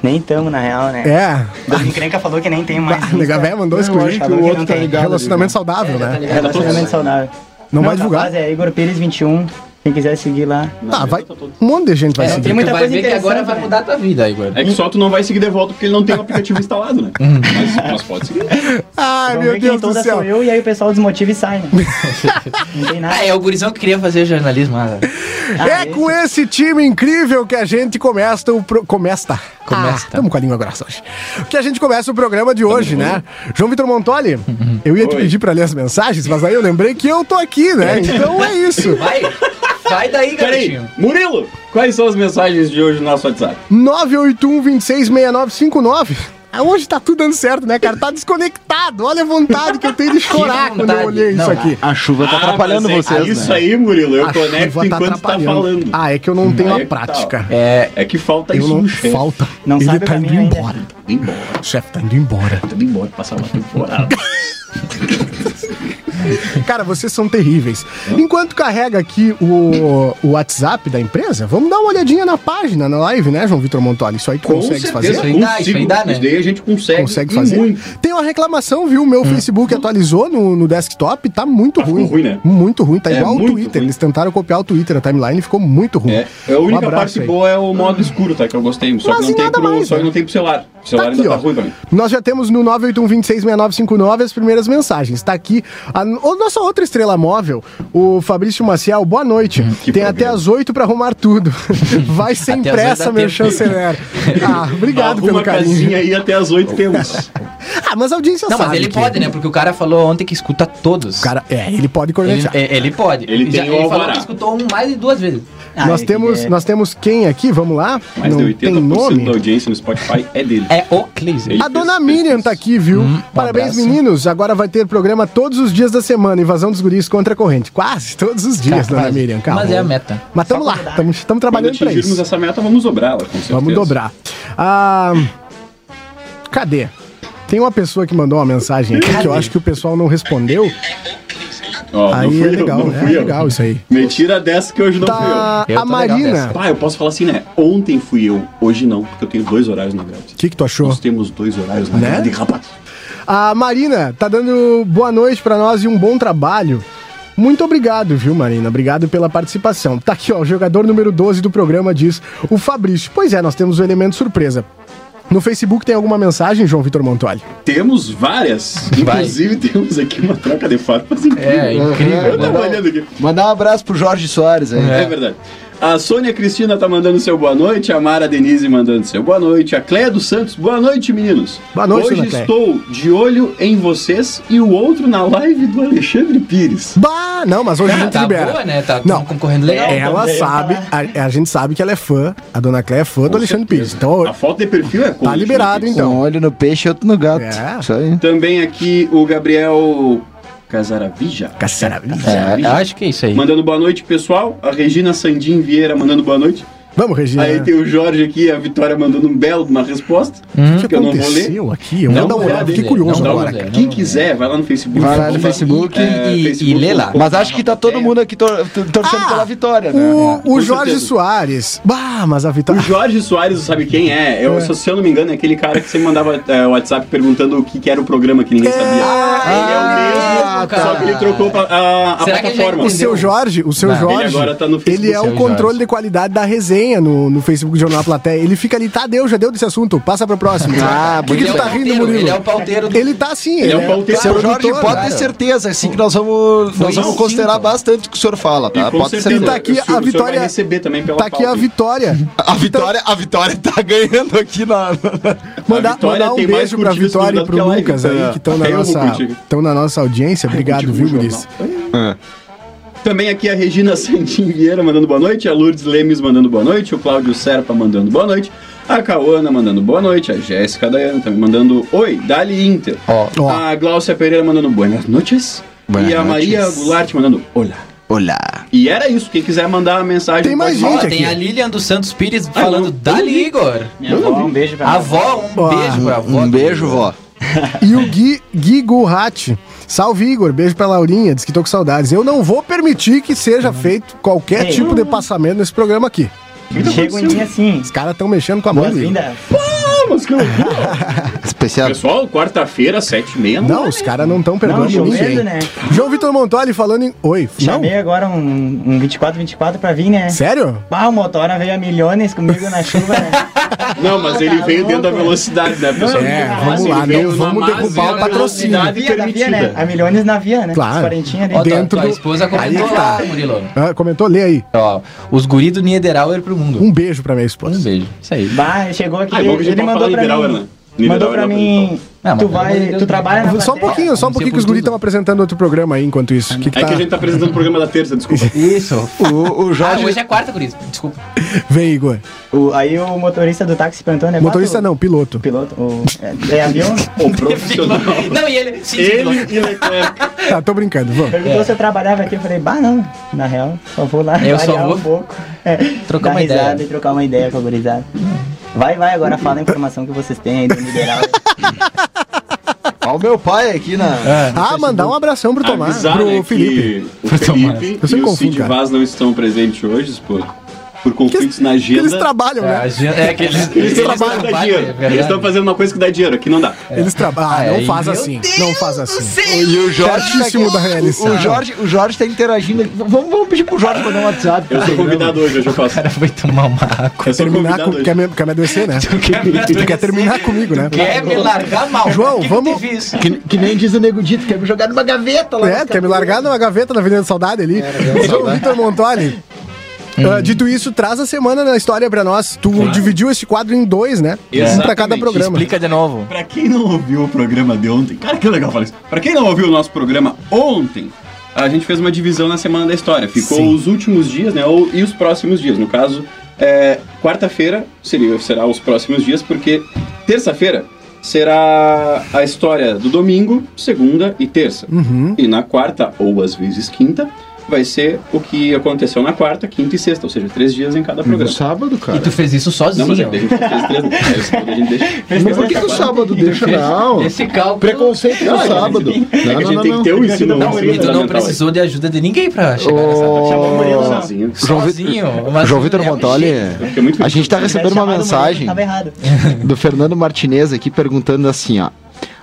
[SPEAKER 6] Nem tamo, na real, né?
[SPEAKER 1] É.
[SPEAKER 6] O encrenca falou que nem tem mais.
[SPEAKER 1] A nega véia mandou excluir que
[SPEAKER 6] falou
[SPEAKER 1] o
[SPEAKER 6] que
[SPEAKER 1] outro
[SPEAKER 6] não
[SPEAKER 1] tá
[SPEAKER 6] tem.
[SPEAKER 1] ligado. Relacionamento saudável, né?
[SPEAKER 6] É relacionamento saudável.
[SPEAKER 1] Não vai
[SPEAKER 6] Meu
[SPEAKER 1] divulgar.
[SPEAKER 6] rapaz É Igor Pires 21. Quem quiser seguir lá.
[SPEAKER 1] Tá, vai. Um monte de gente vai
[SPEAKER 3] É,
[SPEAKER 1] seguir.
[SPEAKER 6] tem muita
[SPEAKER 3] tu vai
[SPEAKER 6] coisa
[SPEAKER 3] ver que agora
[SPEAKER 6] interessante,
[SPEAKER 3] vai
[SPEAKER 6] né?
[SPEAKER 3] mudar a tua vida, Igor.
[SPEAKER 2] É que só tu não vai seguir de volta porque ele não tem o aplicativo instalado, né?
[SPEAKER 1] Uhum.
[SPEAKER 2] mas, mas pode seguir.
[SPEAKER 1] Ai,
[SPEAKER 6] Vão
[SPEAKER 1] meu
[SPEAKER 6] ver quem
[SPEAKER 1] Deus do
[SPEAKER 6] toda
[SPEAKER 1] céu.
[SPEAKER 6] sou eu e aí o pessoal desmotiva e sai, né? não tem nada. né?
[SPEAKER 3] Ah, é o gurizão que queria fazer jornalismo. ah,
[SPEAKER 1] é com esse time incrível que a gente começa o pro... começa.
[SPEAKER 3] Começa.
[SPEAKER 1] Ah, tamo com a língua grossa hoje. Que a gente começa o programa de hoje, né? João Vitor Montoli, eu ia te
[SPEAKER 2] Oi.
[SPEAKER 1] pedir pra ler as mensagens, mas aí eu lembrei que eu tô aqui, né? Então é isso.
[SPEAKER 3] Vai, vai daí,
[SPEAKER 2] Peraí,
[SPEAKER 3] garotinho.
[SPEAKER 2] Murilo, quais são as mensagens de hoje no nosso WhatsApp?
[SPEAKER 1] 981 266959. Ah, Hoje tá tudo dando certo, né, cara? Tá desconectado. Olha a vontade que eu tenho de chorar quando eu
[SPEAKER 3] vontade.
[SPEAKER 1] olhei isso
[SPEAKER 3] Não,
[SPEAKER 1] aqui.
[SPEAKER 5] A chuva tá
[SPEAKER 2] Ah,
[SPEAKER 5] atrapalhando
[SPEAKER 2] mas é-
[SPEAKER 5] vocês,
[SPEAKER 2] é Isso
[SPEAKER 5] né?
[SPEAKER 2] aí, Murilo, eu
[SPEAKER 1] A
[SPEAKER 2] conecto
[SPEAKER 1] chuva
[SPEAKER 2] enquanto tá
[SPEAKER 1] atrapalhando.
[SPEAKER 2] falando.
[SPEAKER 1] Ah, é que eu não tenho
[SPEAKER 2] Aí
[SPEAKER 1] a
[SPEAKER 2] é que tá, ó.
[SPEAKER 1] prática.
[SPEAKER 3] É,
[SPEAKER 2] É que falta
[SPEAKER 1] Eu
[SPEAKER 2] isso
[SPEAKER 1] não
[SPEAKER 2] no chefe.
[SPEAKER 1] falta.
[SPEAKER 6] Não
[SPEAKER 1] Ele
[SPEAKER 6] sabe o
[SPEAKER 1] tá indo
[SPEAKER 6] caminho ainda.
[SPEAKER 1] embora.
[SPEAKER 2] Indo embora,
[SPEAKER 1] O chefe tá indo embora.
[SPEAKER 2] indo embora, passar uma temporada.
[SPEAKER 1] Cara, vocês são terríveis. Enquanto carrega aqui o, o WhatsApp da empresa, vamos dar uma olhadinha na página, na live, né, João Vitor Montoli? Isso aí tu consegue fazer?
[SPEAKER 3] Isso aí dá, isso aí dá, né?
[SPEAKER 2] Isso daí a gente consegue.
[SPEAKER 1] Consegue
[SPEAKER 2] e
[SPEAKER 1] fazer?
[SPEAKER 2] muito. Hum.
[SPEAKER 1] Tem uma reclamação, viu? O meu Facebook atualizou no, no desktop, tá muito
[SPEAKER 2] Tá
[SPEAKER 1] ruim.
[SPEAKER 2] ficando ruim, né?
[SPEAKER 1] Muito ruim, tá
[SPEAKER 2] É,
[SPEAKER 1] igual o
[SPEAKER 2] muito
[SPEAKER 1] Twitter.
[SPEAKER 2] ruim.
[SPEAKER 1] Eles tentaram copiar o Twitter, a timeline ficou muito ruim.
[SPEAKER 2] É, a
[SPEAKER 1] Um
[SPEAKER 2] única
[SPEAKER 1] abraço
[SPEAKER 2] parte
[SPEAKER 1] aí.
[SPEAKER 2] boa é o modo escuro, tá? Que eu gostei. Só
[SPEAKER 1] Mas
[SPEAKER 2] que
[SPEAKER 1] e
[SPEAKER 2] não tem
[SPEAKER 1] nada
[SPEAKER 2] pro,
[SPEAKER 1] mais,
[SPEAKER 2] só que
[SPEAKER 1] né?
[SPEAKER 2] não tem pro celular. O celular
[SPEAKER 1] Tá aqui,
[SPEAKER 2] ainda
[SPEAKER 1] ó.
[SPEAKER 2] tá ruim pra mim.
[SPEAKER 1] Nós já temos no 981266959 as primeiras mensagens. Tá aqui a, o- nossa outra estrela móvel, o Fabrício Maciel. Boa noite.
[SPEAKER 2] que
[SPEAKER 1] Tem até
[SPEAKER 2] programa.
[SPEAKER 1] às 8 pra arrumar tudo. Vai sem
[SPEAKER 3] Até às
[SPEAKER 1] pressa,
[SPEAKER 3] oito dá
[SPEAKER 1] meu
[SPEAKER 3] tempo.
[SPEAKER 1] chanceler. Ah, obrigado
[SPEAKER 2] Arruma
[SPEAKER 1] pelo
[SPEAKER 2] a
[SPEAKER 1] carinho.
[SPEAKER 2] casinha aí até as 8 temos.
[SPEAKER 1] Ah, mas a audiência
[SPEAKER 3] Não,
[SPEAKER 1] sabe.
[SPEAKER 3] mas ele
[SPEAKER 1] que-
[SPEAKER 3] pode, né? Porque o cara falou ontem que escuta todos.
[SPEAKER 1] O cara, é, ele pode
[SPEAKER 3] ele,
[SPEAKER 1] cornetear.
[SPEAKER 3] é- ele pode.
[SPEAKER 2] Ele tem o
[SPEAKER 3] ele falou
[SPEAKER 2] alvará.
[SPEAKER 3] que escutou um mais de duas vezes.
[SPEAKER 1] nós,
[SPEAKER 3] Ah,
[SPEAKER 1] temos,
[SPEAKER 3] é-
[SPEAKER 1] nós temos quem aqui? Vamos lá?
[SPEAKER 2] Mais
[SPEAKER 1] Não
[SPEAKER 2] de
[SPEAKER 1] tem
[SPEAKER 2] 80% da
[SPEAKER 1] nome.
[SPEAKER 2] audiência no Spotify é dele.
[SPEAKER 3] É o Cleise.
[SPEAKER 2] Ele
[SPEAKER 1] A dona
[SPEAKER 2] fez-
[SPEAKER 1] Miriam
[SPEAKER 2] fez-
[SPEAKER 1] tá aqui, viu? Parabéns,
[SPEAKER 3] Hum, um abraço.
[SPEAKER 1] meninos. Agora vai ter programa todos os dias da semana. Invasão dos guris contra a corrente. Quase todos os dias, dona Miriam. Calma.
[SPEAKER 3] Mas é a meta.
[SPEAKER 1] Mas estamos lá, estamos
[SPEAKER 2] Quando
[SPEAKER 1] trabalhando pra
[SPEAKER 2] atingirmos
[SPEAKER 1] isso.
[SPEAKER 2] essa meta, vamos dobrar ela, com certeza.
[SPEAKER 1] Vamos dobrar. Ah, cadê? Tem uma pessoa que mandou uma mensagem aqui que eu acho que o pessoal não respondeu.
[SPEAKER 2] Ó, não
[SPEAKER 1] Aí
[SPEAKER 2] fui
[SPEAKER 1] é
[SPEAKER 2] eu,
[SPEAKER 1] legal,
[SPEAKER 2] não
[SPEAKER 1] é
[SPEAKER 2] fui eu.
[SPEAKER 1] legal isso aí.
[SPEAKER 2] Me tira dessa que hoje não fui eu.
[SPEAKER 1] Tá,
[SPEAKER 3] Eu
[SPEAKER 1] a
[SPEAKER 3] tô legal
[SPEAKER 1] Marina.
[SPEAKER 3] dessa.
[SPEAKER 2] Pá, eu posso falar assim, né? Ontem fui eu, hoje não, porque eu tenho dois horários na grade.
[SPEAKER 1] O que, que tu achou?
[SPEAKER 2] Nós temos dois horários na
[SPEAKER 1] Né?
[SPEAKER 2] grade, rapaz.
[SPEAKER 1] A Marina tá dando boa noite pra nós e um bom trabalho. Muito obrigado, viu, Marina? Obrigado pela participação. Tá aqui, ó, o jogador número 12 do programa diz o Fabrício. Pois é, nós temos um elemento surpresa. No Facebook tem alguma mensagem, João Vitor Montoli?
[SPEAKER 2] Temos várias.
[SPEAKER 3] Vai.
[SPEAKER 2] Inclusive, temos aqui uma troca de farpas incrível.
[SPEAKER 3] É, incrível.
[SPEAKER 2] Eu tava olhando aqui.
[SPEAKER 5] Mandar um abraço pro Jorge Soares aí.
[SPEAKER 2] É. verdade. A Sônia Cristina tá mandando seu boa noite, a Mara Denise mandando seu boa noite, a Cléia dos Santos, boa noite, meninos.
[SPEAKER 1] Boa noite,
[SPEAKER 2] Hoje
[SPEAKER 1] dona Cléia.
[SPEAKER 2] estou de olho em vocês e o outro na live do Alexandre Pires.
[SPEAKER 1] Bah, não, mas hoje a gente
[SPEAKER 3] tá
[SPEAKER 1] libera.
[SPEAKER 3] boa, né? Tá
[SPEAKER 1] Não. É,
[SPEAKER 3] não. concorrendo legal.
[SPEAKER 1] Ela sabe, a, a gente sabe que ela é fã, a dona Cléia é fã do Alexandre Pires. Então,
[SPEAKER 2] A foto de perfil é com o
[SPEAKER 1] tá
[SPEAKER 2] Alexandre
[SPEAKER 1] liberado,
[SPEAKER 2] Pires.
[SPEAKER 5] Um
[SPEAKER 1] então.
[SPEAKER 5] olho no peixe e outro no gato.
[SPEAKER 1] É.
[SPEAKER 5] Isso aí.
[SPEAKER 2] Também aqui o Gabriel Casaravija.
[SPEAKER 1] Caçaravija.
[SPEAKER 3] É, eu acho que é isso aí.
[SPEAKER 2] Mandando boa noite, pessoal. A Regina Sandim Vieira mandando boa noite.
[SPEAKER 1] Vamos, Regina.
[SPEAKER 2] Aí tem o Jorge aqui, a Vitória mandando um belo de uma resposta.
[SPEAKER 1] o
[SPEAKER 2] que
[SPEAKER 3] Hum.
[SPEAKER 1] que
[SPEAKER 2] eu não vou ler.
[SPEAKER 1] aconteceu aqui? Eu vou
[SPEAKER 2] Dá
[SPEAKER 1] dar uma
[SPEAKER 2] uma
[SPEAKER 1] olhada,
[SPEAKER 2] olhada,
[SPEAKER 1] fiquei
[SPEAKER 3] né?
[SPEAKER 1] curioso
[SPEAKER 3] Dá uma
[SPEAKER 1] agora.
[SPEAKER 3] olhada.
[SPEAKER 1] cara.
[SPEAKER 2] Quem quiser, vai lá no é, Facebook.
[SPEAKER 5] Vai lá no
[SPEAKER 2] Arroba-
[SPEAKER 5] Facebook
[SPEAKER 3] e- e lê lá.
[SPEAKER 5] Mas acho que tá todo mundo aqui tor- tor- torcendo
[SPEAKER 1] Ah,
[SPEAKER 5] pela vitória, né?
[SPEAKER 1] O, o
[SPEAKER 2] É, com
[SPEAKER 1] Jorge
[SPEAKER 2] certeza.
[SPEAKER 1] Soares. Bah, mas a
[SPEAKER 2] O
[SPEAKER 1] vitória.
[SPEAKER 2] Jorge Soares, sabe quem é? Eu, Se eu não me engano, é aquele cara que você mandava é, WhatsApp perguntando o que, que era o programa que
[SPEAKER 1] É.
[SPEAKER 2] ninguém sabia. ele é o mesmo,
[SPEAKER 1] tá.
[SPEAKER 3] ah,
[SPEAKER 2] só
[SPEAKER 3] cara.
[SPEAKER 2] que ele trocou pra- a, a
[SPEAKER 3] Será que ele já
[SPEAKER 2] plataforma.
[SPEAKER 1] O
[SPEAKER 3] entendeu?
[SPEAKER 1] seu Jorge, o seu
[SPEAKER 3] Não, ele
[SPEAKER 1] Jorge, ele,
[SPEAKER 2] agora tá no Facebook,
[SPEAKER 1] é
[SPEAKER 3] seu
[SPEAKER 1] o
[SPEAKER 3] Jorge.
[SPEAKER 1] controle de qualidade da resenha no, no Facebook do Jornal da Plateia. Ele fica ali, tá, deu, já deu desse assunto, passa pro próximo. Ah, por que
[SPEAKER 3] Ele
[SPEAKER 1] tu
[SPEAKER 3] é o
[SPEAKER 1] tá rindo,
[SPEAKER 3] pauteiro,
[SPEAKER 1] Murilo?
[SPEAKER 3] Ele é o pauteiro do
[SPEAKER 1] Ele tá assim,
[SPEAKER 2] Ele é o pauteiro.
[SPEAKER 5] Seu Jorge,
[SPEAKER 1] produtor,
[SPEAKER 5] pode
[SPEAKER 1] cara.
[SPEAKER 5] ter certeza, assim que nós vamos, nós
[SPEAKER 3] Foi
[SPEAKER 5] vamos
[SPEAKER 3] instinto.
[SPEAKER 5] considerar bastante o que o senhor fala,
[SPEAKER 2] E
[SPEAKER 3] Ah,
[SPEAKER 5] tá?
[SPEAKER 2] com
[SPEAKER 5] Pode ter
[SPEAKER 2] certeza.
[SPEAKER 5] certeza.
[SPEAKER 1] E tá aqui
[SPEAKER 2] o senhor-
[SPEAKER 1] a
[SPEAKER 2] o senhor
[SPEAKER 1] Vitória-
[SPEAKER 2] vai receber também pela
[SPEAKER 1] Tá aqui a
[SPEAKER 2] pauta.
[SPEAKER 1] Vitória.
[SPEAKER 5] A vitória, a vitória tá ganhando aqui na.
[SPEAKER 1] Mandar,
[SPEAKER 2] Vitória
[SPEAKER 1] mandar um
[SPEAKER 2] tem mais
[SPEAKER 1] beijo pra
[SPEAKER 2] curtidas
[SPEAKER 1] Vitória e
[SPEAKER 2] do que
[SPEAKER 1] pro
[SPEAKER 2] a live,
[SPEAKER 1] Lucas
[SPEAKER 2] tá?
[SPEAKER 1] aí, que estão na,
[SPEAKER 2] Até eu vou
[SPEAKER 1] nossa-
[SPEAKER 2] contigo.
[SPEAKER 1] tão na nossa audiência. Obrigado, viu, Maurício?
[SPEAKER 2] É. Também aqui a Regina Santin Vieira mandando boa noite, a Lourdes Lemes mandando boa noite, o Cláudio Serpa mandando boa noite, a Cauana mandando boa noite, a Jéssica Dayana também mandando oi, Dali Inter.
[SPEAKER 1] Ó.
[SPEAKER 2] A Glaucia Pereira mandando buenas noches.
[SPEAKER 5] Buenas
[SPEAKER 2] e a
[SPEAKER 5] noches.
[SPEAKER 2] Maria Goulart mandando olá.
[SPEAKER 5] Olá.
[SPEAKER 2] E era isso, quem quiser mandar a mensagem.
[SPEAKER 1] Tem mais
[SPEAKER 2] pode
[SPEAKER 3] Ó,
[SPEAKER 1] gente
[SPEAKER 2] falar.
[SPEAKER 1] aqui.
[SPEAKER 3] tem a Lilian dos Santos Pires falando Dali, Igor.
[SPEAKER 6] Minha
[SPEAKER 1] Hum?
[SPEAKER 6] avó, um beijo pra mim.
[SPEAKER 3] Avó, um
[SPEAKER 1] Ó,
[SPEAKER 3] beijo pra avó.
[SPEAKER 5] Um beijo, vó.
[SPEAKER 1] E o Gui, Gui Gurratti. Salve, Igor. Beijo pra Laurinha. Diz que tô com saudades. Eu não vou permitir que seja feito qualquer
[SPEAKER 6] Ei.
[SPEAKER 1] tipo de passamento nesse programa aqui.
[SPEAKER 6] Chega um dia assim.
[SPEAKER 1] Os caras estão mexendo com a mão. Igor.
[SPEAKER 6] Boas-vindas.
[SPEAKER 1] um?
[SPEAKER 2] Ah, mas que loucura.
[SPEAKER 5] Especial.
[SPEAKER 2] Pessoal, quarta-feira, sete e meia.
[SPEAKER 1] É. Não, os caras não estão
[SPEAKER 6] Não,
[SPEAKER 1] perdoando ninguém.
[SPEAKER 6] chovendo, né?
[SPEAKER 1] João Vitor Montoli falando em. Oi, não?
[SPEAKER 6] Chamei agora um, um 24-24 pra vir, né?
[SPEAKER 1] Sério?
[SPEAKER 6] Bah, o motora veio a milhões comigo na chuva, né?
[SPEAKER 2] Não, mas ele
[SPEAKER 6] Tá
[SPEAKER 2] veio
[SPEAKER 6] louco.
[SPEAKER 2] dentro da velocidade, né, pessoal?
[SPEAKER 1] É,
[SPEAKER 2] Mas
[SPEAKER 1] vamos
[SPEAKER 2] ele
[SPEAKER 1] lá,
[SPEAKER 2] veio
[SPEAKER 1] não
[SPEAKER 2] na
[SPEAKER 1] vamos
[SPEAKER 2] máxima
[SPEAKER 1] derrubar o patrocínio.
[SPEAKER 6] Na
[SPEAKER 2] velocidade
[SPEAKER 6] via, na via, né?
[SPEAKER 2] permitida.
[SPEAKER 6] A milhões na via, né?
[SPEAKER 1] Claro.
[SPEAKER 6] Os quarentinha ali.
[SPEAKER 3] Ó, tá. tua-
[SPEAKER 1] dentro
[SPEAKER 3] tua,
[SPEAKER 1] do-
[SPEAKER 3] esposa
[SPEAKER 1] Aí
[SPEAKER 3] comentou
[SPEAKER 1] que
[SPEAKER 3] lá,
[SPEAKER 1] tá.
[SPEAKER 3] Murilo.
[SPEAKER 1] Ah, comentou, lê aí.
[SPEAKER 3] Ó, os guri do Niederauer pro mundo.
[SPEAKER 1] Um beijo pra minha esposa.
[SPEAKER 3] Um beijo. Isso aí.
[SPEAKER 6] Bah, chegou aqui,
[SPEAKER 2] Ah, é bom que a
[SPEAKER 6] ele,
[SPEAKER 2] gente pode
[SPEAKER 6] mandou
[SPEAKER 2] falar
[SPEAKER 6] pra
[SPEAKER 2] liberal,
[SPEAKER 6] mim.
[SPEAKER 2] né? Liberal
[SPEAKER 6] mandou pra
[SPEAKER 2] era
[SPEAKER 6] mim.
[SPEAKER 3] Ah, mas
[SPEAKER 6] tu
[SPEAKER 3] pelo amor de
[SPEAKER 6] vai,
[SPEAKER 3] Deus,
[SPEAKER 6] tu
[SPEAKER 3] né?
[SPEAKER 6] trabalha na
[SPEAKER 1] Só um
[SPEAKER 6] plateia.
[SPEAKER 1] pouquinho, só um pouquinho que os guris estão apresentando outro programa aí enquanto isso. O que, que
[SPEAKER 2] É
[SPEAKER 1] tá.
[SPEAKER 2] que a gente tá apresentando o programa da terça, desculpa.
[SPEAKER 3] Isso.
[SPEAKER 5] O, o
[SPEAKER 3] Ah,
[SPEAKER 5] Jorge.
[SPEAKER 3] hoje é quarta, Guris. Desculpa.
[SPEAKER 1] Vem, Igor.
[SPEAKER 6] O- aí o motorista do táxi perguntou, né?
[SPEAKER 1] Motorista
[SPEAKER 6] "Bah, tu-
[SPEAKER 1] não, piloto.
[SPEAKER 6] O piloto, o, é, é avião,
[SPEAKER 2] O profissional.
[SPEAKER 3] Não, e ele. Sim,
[SPEAKER 2] Ele
[SPEAKER 3] sim,
[SPEAKER 2] e Leclerc.
[SPEAKER 1] Tá, tô brincando, vamos.
[SPEAKER 6] perguntou se eu trabalhava aqui, eu falei, bah, não, na real, só vou lá
[SPEAKER 3] É. Eu só
[SPEAKER 6] variar
[SPEAKER 3] vou
[SPEAKER 6] um pouco. É,
[SPEAKER 3] trocar
[SPEAKER 6] dar
[SPEAKER 3] uma
[SPEAKER 6] risada
[SPEAKER 3] ideia.
[SPEAKER 6] e trocar uma ideia com a gurizada. Vai, vai, agora fala a informação que vocês têm aí do liberal.
[SPEAKER 5] Olha o meu pai aqui na.
[SPEAKER 3] É.
[SPEAKER 1] Ah, mandar um abração pro Tomás,
[SPEAKER 2] Avisar,
[SPEAKER 1] pro
[SPEAKER 2] né,
[SPEAKER 1] Felipe.
[SPEAKER 2] Que o
[SPEAKER 3] Pro Tomás.
[SPEAKER 2] Felipe
[SPEAKER 1] Eu sempre
[SPEAKER 2] e o
[SPEAKER 1] confundo,
[SPEAKER 2] Cid
[SPEAKER 1] cara.
[SPEAKER 2] Vaz não estão presentes hoje, por, por
[SPEAKER 1] Que eles-
[SPEAKER 2] conflitos na
[SPEAKER 1] que eles
[SPEAKER 2] agenda.
[SPEAKER 1] trabalham,
[SPEAKER 3] É,
[SPEAKER 1] né?
[SPEAKER 3] a gente- é que eles,
[SPEAKER 2] Eles têm uma coisa que dá dinheiro.
[SPEAKER 3] é
[SPEAKER 2] Eles
[SPEAKER 3] verdade.
[SPEAKER 2] estão fazendo uma coisa que dá dinheiro, aqui não dá.
[SPEAKER 1] Eles trabalham. Ah,
[SPEAKER 3] Ah,
[SPEAKER 1] não
[SPEAKER 3] é,
[SPEAKER 1] faz
[SPEAKER 3] meu
[SPEAKER 1] assim. Não faz assim.
[SPEAKER 5] E o Jorge. tá aqui.
[SPEAKER 1] Pertíssimo da realização.
[SPEAKER 5] O Jorge, o Jorge tá interagindo. aqui. Vamos, vamos pedir pro Jorge mandar um WhatsApp.
[SPEAKER 2] Eu sou convidado hoje, hoje eu
[SPEAKER 3] O
[SPEAKER 2] faço.
[SPEAKER 3] cara foi tomar uma água.
[SPEAKER 2] Eu sou
[SPEAKER 1] Terminar
[SPEAKER 2] convidado
[SPEAKER 1] com. é
[SPEAKER 2] hoje.
[SPEAKER 1] Quer me, quer me adoecer, né? Tu quer, terminar comigo, né?
[SPEAKER 3] Quer me largar mal?
[SPEAKER 1] João,
[SPEAKER 3] Por que
[SPEAKER 1] vamos-
[SPEAKER 3] Que eu te fiz?
[SPEAKER 5] Que, que nem diz o Nego Dito, quer me jogar numa gaveta lá.
[SPEAKER 1] É, quer me largar numa gaveta na Avenida Saudade ali. João Vitor Montoli. ah, dito isso, traz a semana na história pra nós. Tu dividiu esse quadro em dois, né? Um pra cada
[SPEAKER 2] Exatamente.
[SPEAKER 1] programa.
[SPEAKER 3] Explica de novo.
[SPEAKER 2] Pra quem não ouviu o programa de ontem, cara, que legal falar isso. Pra quem não ouviu o nosso programa ontem, a gente fez uma divisão na semana da história. Ficou os últimos dias, né? Ou, e os próximos dias. No caso, é, quarta-feira seria, será os próximos dias, porque terça-feira será a história do domingo, segunda e terça. E na quarta, ou às vezes quinta, vai ser o que aconteceu na quarta, quinta e sexta, ou seja, três dias em cada
[SPEAKER 5] No
[SPEAKER 2] programa.
[SPEAKER 5] sábado,
[SPEAKER 3] E
[SPEAKER 5] cara.
[SPEAKER 3] tu fez isso
[SPEAKER 2] Não,
[SPEAKER 3] sozinho.
[SPEAKER 2] mas é que a gente fez três, né? Esse a gente deixa.
[SPEAKER 5] Mas por que, que o sábado deixa? Não.
[SPEAKER 3] Esse cálculo.
[SPEAKER 5] Preconceito no sábado.
[SPEAKER 2] É que a
[SPEAKER 5] Não,
[SPEAKER 2] gente tá
[SPEAKER 5] não,
[SPEAKER 2] tem
[SPEAKER 5] não,
[SPEAKER 2] que ter
[SPEAKER 5] não.
[SPEAKER 2] o ensino
[SPEAKER 3] E tu não
[SPEAKER 2] fundamental aí.
[SPEAKER 3] precisou de ajuda de ninguém pra chegar
[SPEAKER 5] Ô,
[SPEAKER 3] nessa.
[SPEAKER 2] sozinho.
[SPEAKER 5] João Vi-
[SPEAKER 3] Sozinho, mas-
[SPEAKER 5] João Vitor
[SPEAKER 3] é um
[SPEAKER 5] Montoli,
[SPEAKER 3] jeito.
[SPEAKER 2] Eu fiquei muito
[SPEAKER 5] a gente tá recebendo uma mensagem
[SPEAKER 6] Tava errado.
[SPEAKER 5] do Fernando Martinez aqui perguntando assim, ó.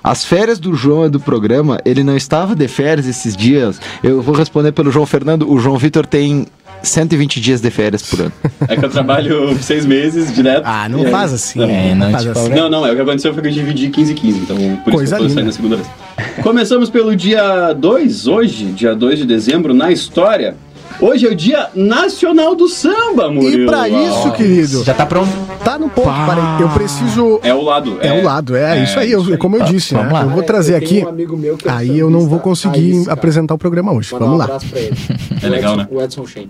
[SPEAKER 5] As férias do João é do programa, ele não estava de férias esses dias. Eu vou responder pelo João Fernando. O João Vitor tem 120 dias de férias por ano.
[SPEAKER 2] É que eu trabalho seis meses direto.
[SPEAKER 1] Ah, não
[SPEAKER 2] E aí-
[SPEAKER 1] faz assim.
[SPEAKER 2] Não.
[SPEAKER 3] É, não,
[SPEAKER 1] faz
[SPEAKER 3] tipo,
[SPEAKER 1] assim.
[SPEAKER 2] Não, não, é o que aconteceu foi que eu dividi 15 e 15, então por
[SPEAKER 1] Coisa
[SPEAKER 2] isso que eu tô
[SPEAKER 1] linda.
[SPEAKER 2] saindo na segunda vez. Começamos pelo dia 2, hoje, dia 2 de dezembro, na história. Hoje é o Dia Nacional do Samba, Murilo.
[SPEAKER 1] E pra isso,
[SPEAKER 2] Ó,
[SPEAKER 1] querido,
[SPEAKER 3] Já tá pronto.
[SPEAKER 1] tá no ponto.
[SPEAKER 5] Pá.
[SPEAKER 1] Peraí, eu preciso.
[SPEAKER 2] É o lado.
[SPEAKER 1] É, o lado, é, isso aí. eu- como eu disse, né?
[SPEAKER 3] vamos lá.
[SPEAKER 1] Eu vou
[SPEAKER 4] Cara,
[SPEAKER 1] trazer
[SPEAKER 4] eu tenho
[SPEAKER 1] aqui.
[SPEAKER 4] um amigo meu que é
[SPEAKER 1] Aí eu não vou
[SPEAKER 4] sambista,
[SPEAKER 1] conseguir
[SPEAKER 4] raiz, cara.
[SPEAKER 1] apresentar o programa hoje.
[SPEAKER 4] Mandar
[SPEAKER 1] Vamos
[SPEAKER 4] um
[SPEAKER 1] lá.
[SPEAKER 4] abraço pra ele.
[SPEAKER 2] É legal, né?
[SPEAKER 4] O Edson Shen.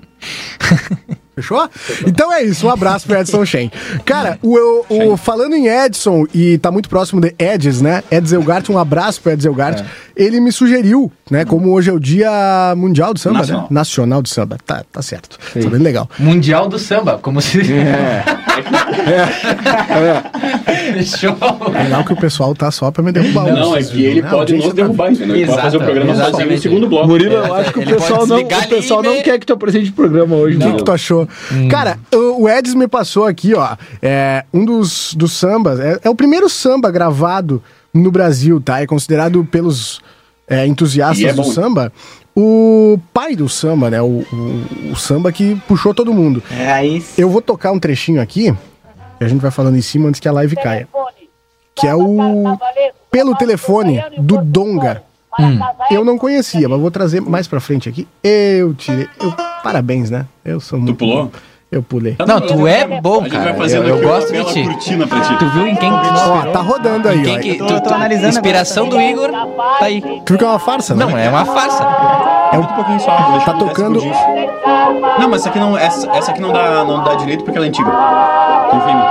[SPEAKER 1] Fechou? Então é isso, um abraço pro Edson Shen. Cara, o, o- o- falando em Edson, e tá muito próximo de Edis, né? Ed Zelgart, um abraço pro Ed Zelgart. Ele me sugeriu, né? Como hoje é o Dia Mundial do Samba, né?
[SPEAKER 2] Nacional.
[SPEAKER 1] Nacional do Samba. Tá, tá certo. Tá bem legal.
[SPEAKER 3] Mundial do samba, como se.
[SPEAKER 5] É.
[SPEAKER 3] Fechou.
[SPEAKER 1] Legal que o pessoal tá só pra me derrubar. hoje,
[SPEAKER 2] Não, é
[SPEAKER 1] vocês
[SPEAKER 2] que
[SPEAKER 1] viram,
[SPEAKER 2] ele
[SPEAKER 1] né? A
[SPEAKER 2] pode
[SPEAKER 1] audiência
[SPEAKER 2] nos
[SPEAKER 1] tá-
[SPEAKER 2] derrubar, entendeu? Ele pode
[SPEAKER 3] Exato,
[SPEAKER 2] fazer o programa sozinho no
[SPEAKER 3] exatamente.
[SPEAKER 2] segundo bloco. É.
[SPEAKER 4] É,
[SPEAKER 5] Murilo, eu acho que o
[SPEAKER 3] Ele pode
[SPEAKER 5] pessoal não, o
[SPEAKER 3] desligar ali né?
[SPEAKER 5] pessoal
[SPEAKER 3] e
[SPEAKER 5] não
[SPEAKER 3] ver-
[SPEAKER 5] quer que tu apresente o programa hoje,
[SPEAKER 1] O que, que
[SPEAKER 5] Murilo.
[SPEAKER 1] tu achou?
[SPEAKER 2] Hum.
[SPEAKER 1] Cara, o o Edis me passou aqui, ó. É, um dos, dos sambas. É, é o primeiro samba gravado no Brasil, tá? É considerado pelos é, entusiastas
[SPEAKER 2] E é
[SPEAKER 1] do
[SPEAKER 2] bom.
[SPEAKER 1] samba o pai do samba, né? O, o- o samba que puxou todo mundo.
[SPEAKER 6] É, aí sim.
[SPEAKER 1] Eu vou tocar um trechinho aqui. E a gente vai falando em cima antes que Hum. a live caia.
[SPEAKER 7] que é o pelo telefone do Donga.
[SPEAKER 1] Eu não conhecia, mas vou trazer mais pra frente aqui. Eu tirei. eu- parabéns, né? Eu sou muito.
[SPEAKER 2] pulou?
[SPEAKER 1] bom. Eu pulei.
[SPEAKER 3] Não, tu é bom,
[SPEAKER 2] A gente vai
[SPEAKER 3] cara.
[SPEAKER 2] fazendo
[SPEAKER 3] Eu, eu
[SPEAKER 2] aqui
[SPEAKER 3] gosto
[SPEAKER 2] uma
[SPEAKER 3] de
[SPEAKER 2] bela
[SPEAKER 3] ti.
[SPEAKER 2] cortina pra ti.
[SPEAKER 3] Tu viu em quem que tu
[SPEAKER 1] Ó, tá
[SPEAKER 3] inspirou?
[SPEAKER 1] rodando aí, ó.
[SPEAKER 3] Quem que, tu,
[SPEAKER 6] tô analisando
[SPEAKER 3] inspiração do Igor tá aí.
[SPEAKER 1] Tu viu que é uma farsa, né?
[SPEAKER 3] Não, é uma farsa.
[SPEAKER 2] É um pouquinho só. deixa
[SPEAKER 1] Tá
[SPEAKER 2] eu ver se
[SPEAKER 1] tocando-
[SPEAKER 2] pudim. Não, mas essa aqui não, essa, essa aqui não dá, não dá direito porque ela é antiga. Confia
[SPEAKER 1] É?
[SPEAKER 2] em mim.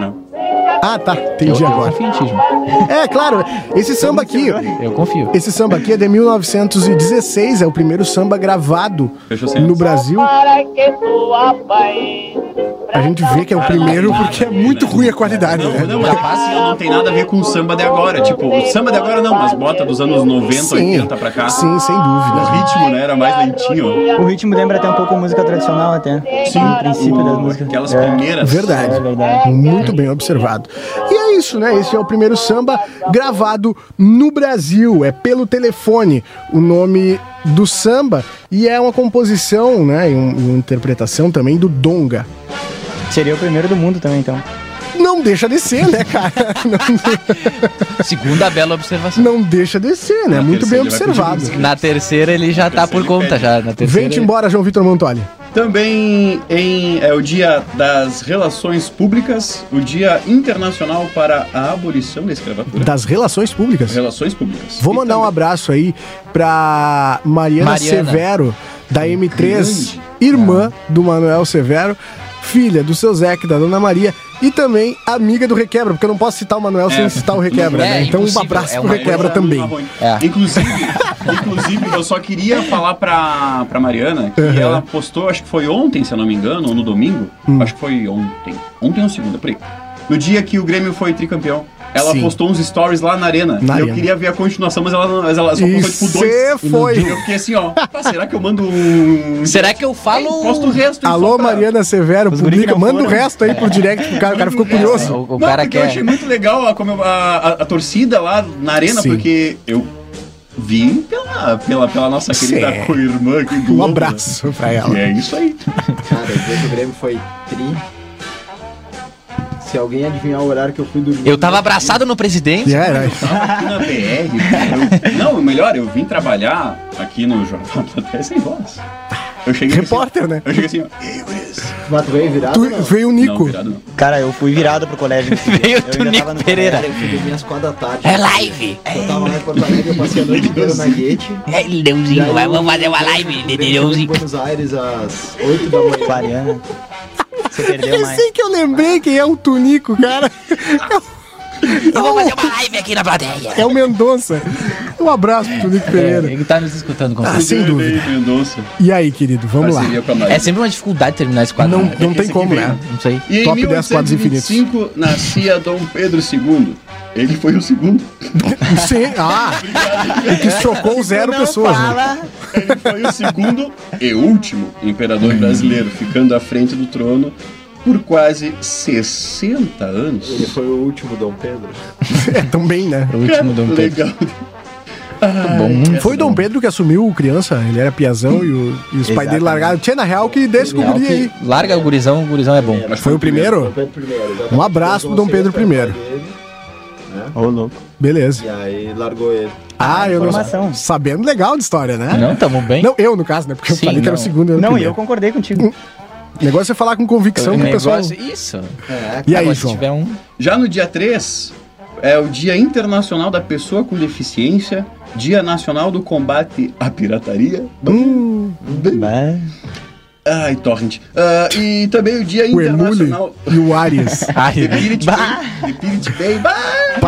[SPEAKER 2] Não.
[SPEAKER 1] Ah, tá. Entendi
[SPEAKER 3] eu
[SPEAKER 1] agora.
[SPEAKER 3] confio em ti, João.
[SPEAKER 1] É, claro. Esse samba aqui,
[SPEAKER 3] Eu confio.
[SPEAKER 1] esse samba aqui é de 1916, é o primeiro samba gravado
[SPEAKER 2] Fechou sem
[SPEAKER 1] no
[SPEAKER 2] essa.
[SPEAKER 1] Brasil. A gente vê que é o primeiro porque é muito ruim a qualidade,
[SPEAKER 2] Não, não,
[SPEAKER 1] né?
[SPEAKER 2] mas a passa não tem nada a ver com o samba de agora. Tipo, o samba de agora não, mas bota dos anos 90, 80 é pra cá.
[SPEAKER 1] Sim, sem
[SPEAKER 2] O
[SPEAKER 1] dúvida.
[SPEAKER 2] ritmo, né, era mais lentinho.
[SPEAKER 6] O ritmo lembra até um pouco música tradicional, até. né?
[SPEAKER 2] Sim,
[SPEAKER 6] O princípio das
[SPEAKER 2] o,
[SPEAKER 6] músicas.
[SPEAKER 2] aquelas
[SPEAKER 6] É.
[SPEAKER 2] primeiras.
[SPEAKER 1] Verdade.
[SPEAKER 6] É verdade.
[SPEAKER 1] Muito bem observado. E é isso, né? Esse é o primeiro samba gravado no Brasil. É pelo telefone o nome do samba. E é uma composição, né? E um- e uma interpretação também do Donga.
[SPEAKER 6] Seria o primeiro do mundo também, então.
[SPEAKER 1] Não deixa de ser, né, cara?
[SPEAKER 3] Segunda bela observação.
[SPEAKER 1] Não, não deixa de ser, né?
[SPEAKER 2] Na
[SPEAKER 1] Muito bem
[SPEAKER 2] terceira ele vai pedir
[SPEAKER 1] observado.
[SPEAKER 2] música.
[SPEAKER 3] Na terceira ele já tá por conta, já. Na
[SPEAKER 1] Vem
[SPEAKER 3] terceira.
[SPEAKER 1] te embora, João Vitor Montoli.
[SPEAKER 2] Também em, é o Dia das Relações Públicas, o Dia Internacional para a Abolição da Escravatura.
[SPEAKER 1] Das relações públicas.
[SPEAKER 2] Relações Públicas. Então,
[SPEAKER 1] Vou mandar um abraço aí pra Mariana,
[SPEAKER 3] Mariana. Ah.
[SPEAKER 1] Severo, da M3, irmã do Manuel Severo, filha do seu Zeca, da Dona Maria, e também amiga do Requebra, porque eu não posso citar o Manuel sem citar o Requebra,
[SPEAKER 3] é
[SPEAKER 1] né? Então um
[SPEAKER 3] impossível,
[SPEAKER 1] abraço
[SPEAKER 3] é
[SPEAKER 1] pro
[SPEAKER 3] uma
[SPEAKER 1] Requebra também.
[SPEAKER 3] É.
[SPEAKER 2] Inclusive, inclusive, eu só queria falar pra, pra Mariana que
[SPEAKER 1] Uhum.
[SPEAKER 2] ela postou, acho que foi ontem, se eu não me engano,
[SPEAKER 1] Hum.
[SPEAKER 2] ou no domingo. Acho que foi ontem. Ontem ou segunda, peraí. No dia que o Grêmio foi tricampeão. Ela
[SPEAKER 1] Sim.
[SPEAKER 2] postou uns stories lá na arena.
[SPEAKER 1] Na
[SPEAKER 2] eu
[SPEAKER 1] arena. é
[SPEAKER 2] queria ver a continuação, mas ela, não- mas ela só
[SPEAKER 1] E
[SPEAKER 2] postou tipo dois.
[SPEAKER 1] cê foi.
[SPEAKER 2] E Eu fiquei assim, ó. "Tá, será que eu mando um.
[SPEAKER 3] Será que eu falo.
[SPEAKER 2] Eu posto o resto?
[SPEAKER 1] Alô,
[SPEAKER 2] só pra-
[SPEAKER 1] Mariana Severo,
[SPEAKER 6] Os guri que
[SPEAKER 1] publica,
[SPEAKER 6] não
[SPEAKER 1] manda o
[SPEAKER 6] foram.
[SPEAKER 1] resto aí pro direct pro cara, o cara ficou curioso.
[SPEAKER 3] né? É,
[SPEAKER 1] Um
[SPEAKER 3] O,
[SPEAKER 2] Não,
[SPEAKER 3] o cara
[SPEAKER 2] porque eu achei
[SPEAKER 3] quer.
[SPEAKER 2] muito legal a, como- a- a- a torcida lá na arena,
[SPEAKER 1] Sim.
[SPEAKER 2] porque eu vim pela, pela, pela nossa querida
[SPEAKER 1] Sim.
[SPEAKER 2] co-irmã aqui do
[SPEAKER 1] Um
[SPEAKER 2] Globo,
[SPEAKER 1] abraço pra
[SPEAKER 2] né?
[SPEAKER 1] ela.
[SPEAKER 2] E é isso aí.
[SPEAKER 5] Cara, o dia do Grêmio foi tri.
[SPEAKER 4] Se alguém adivinhar o horário que eu fui dormir.
[SPEAKER 3] Eu tá- tava abraçado no presidente.
[SPEAKER 1] Yeah, right.
[SPEAKER 2] Aqui na BR. eu- não, melhor, eu vim trabalhar aqui no Jornal da Terra sem voz. Eu cheguei
[SPEAKER 1] Repórter, né?
[SPEAKER 2] Assim, eu cheguei assim, ó. "Ei, guris."
[SPEAKER 4] Mas tu veio virado?
[SPEAKER 1] Tu, veio o
[SPEAKER 2] Não,
[SPEAKER 1] Nico.
[SPEAKER 2] virado não.
[SPEAKER 6] Cara, eu fui virado pro colégio. nesse dia.
[SPEAKER 3] Veio
[SPEAKER 6] Eu ainda
[SPEAKER 3] do Nico
[SPEAKER 6] tava no
[SPEAKER 3] Pereira.
[SPEAKER 6] colégio.
[SPEAKER 4] Eu fui dormir às quatro da tarde.
[SPEAKER 3] É live.
[SPEAKER 4] Eu tava lá em Porto Alegre, eu passei a noite inteira na Guete.
[SPEAKER 3] É, Leãozinho, vai, vamos fazer uma live. um
[SPEAKER 4] Eu fui em
[SPEAKER 3] Leãozinho.
[SPEAKER 4] Buenos Aires às 8 da manhã.
[SPEAKER 6] Clariana. Você perdeu
[SPEAKER 1] Eu
[SPEAKER 6] mais.
[SPEAKER 1] sei que eu lembrei quem é o Tunico, cara.
[SPEAKER 3] Eu vou fazer uma live aqui na plateia.
[SPEAKER 1] É o Mendonça. Um abraço pro Tunico Pereira.
[SPEAKER 3] ele tá nos escutando, com
[SPEAKER 1] Ah, sem dúvida.
[SPEAKER 2] Ei, Mendonça,
[SPEAKER 1] E aí, querido, vamos lá.
[SPEAKER 2] parceria com a Maria.
[SPEAKER 3] É sempre uma dificuldade terminar esse quadro.
[SPEAKER 1] Não,
[SPEAKER 3] né?
[SPEAKER 1] não tem
[SPEAKER 2] aqui
[SPEAKER 1] como,
[SPEAKER 2] vem,
[SPEAKER 1] né?
[SPEAKER 2] né?
[SPEAKER 3] Não sei.
[SPEAKER 2] E em
[SPEAKER 1] Top 10 quadros infinitos.
[SPEAKER 2] 1925 nascia Dom Pedro II. Ele foi o segundo.
[SPEAKER 1] Sim, ah! O que chocou zero pessoas. né?
[SPEAKER 2] Ele foi o segundo e último imperador brasileiro, ficando à frente do trono por quase 60
[SPEAKER 4] Ele
[SPEAKER 2] anos.
[SPEAKER 4] foi o último Dom Pedro.
[SPEAKER 1] É, também, né?
[SPEAKER 3] O último Dom Pedro.
[SPEAKER 2] Legal. Ah, essa
[SPEAKER 1] Foi o Dom Pedro que assumiu o criança, ele era piazão e, o- e os pais dele
[SPEAKER 6] Exatamente.
[SPEAKER 1] largaram. Tinha na real que deixa com o
[SPEAKER 3] Legal
[SPEAKER 1] guri aí.
[SPEAKER 3] É que larga o gurizão, o gurizão é bom.
[SPEAKER 2] Acho que
[SPEAKER 1] Foi o
[SPEAKER 4] Dom
[SPEAKER 1] primeiro?
[SPEAKER 4] Pedro I. exatamente.
[SPEAKER 1] Um abraço pro Dom Pedro I.
[SPEAKER 6] Ô, louco.
[SPEAKER 1] Beleza.
[SPEAKER 4] E aí largou ele.
[SPEAKER 1] Ah, eu não.
[SPEAKER 6] Informação.
[SPEAKER 1] Sabendo legal de história, né?
[SPEAKER 3] Não, tamo bem.
[SPEAKER 1] Não, eu no caso, né? Porque eu
[SPEAKER 3] Sim,
[SPEAKER 1] falei que era o
[SPEAKER 3] não.
[SPEAKER 1] segundo. era o
[SPEAKER 6] Não, e
[SPEAKER 1] primeiro.
[SPEAKER 6] eu concordei contigo.
[SPEAKER 1] O negócio é falar com convicção
[SPEAKER 3] O
[SPEAKER 1] que o pessoal.
[SPEAKER 3] negócio- Isso.
[SPEAKER 1] E aí,
[SPEAKER 3] Agora, se
[SPEAKER 1] João?
[SPEAKER 3] tiver um-
[SPEAKER 2] Já no dia 3 é o Dia Internacional da Pessoa com Deficiência, Dia Nacional do Combate à Pirataria.
[SPEAKER 1] Hum,
[SPEAKER 6] Mas-
[SPEAKER 2] Ai, torrent. Ah, e também o Dia
[SPEAKER 1] o Emule
[SPEAKER 2] Internacional.
[SPEAKER 1] e o Arias.
[SPEAKER 2] The
[SPEAKER 3] Ai,
[SPEAKER 2] Pirate Bay. The Pirate Bay. Bah!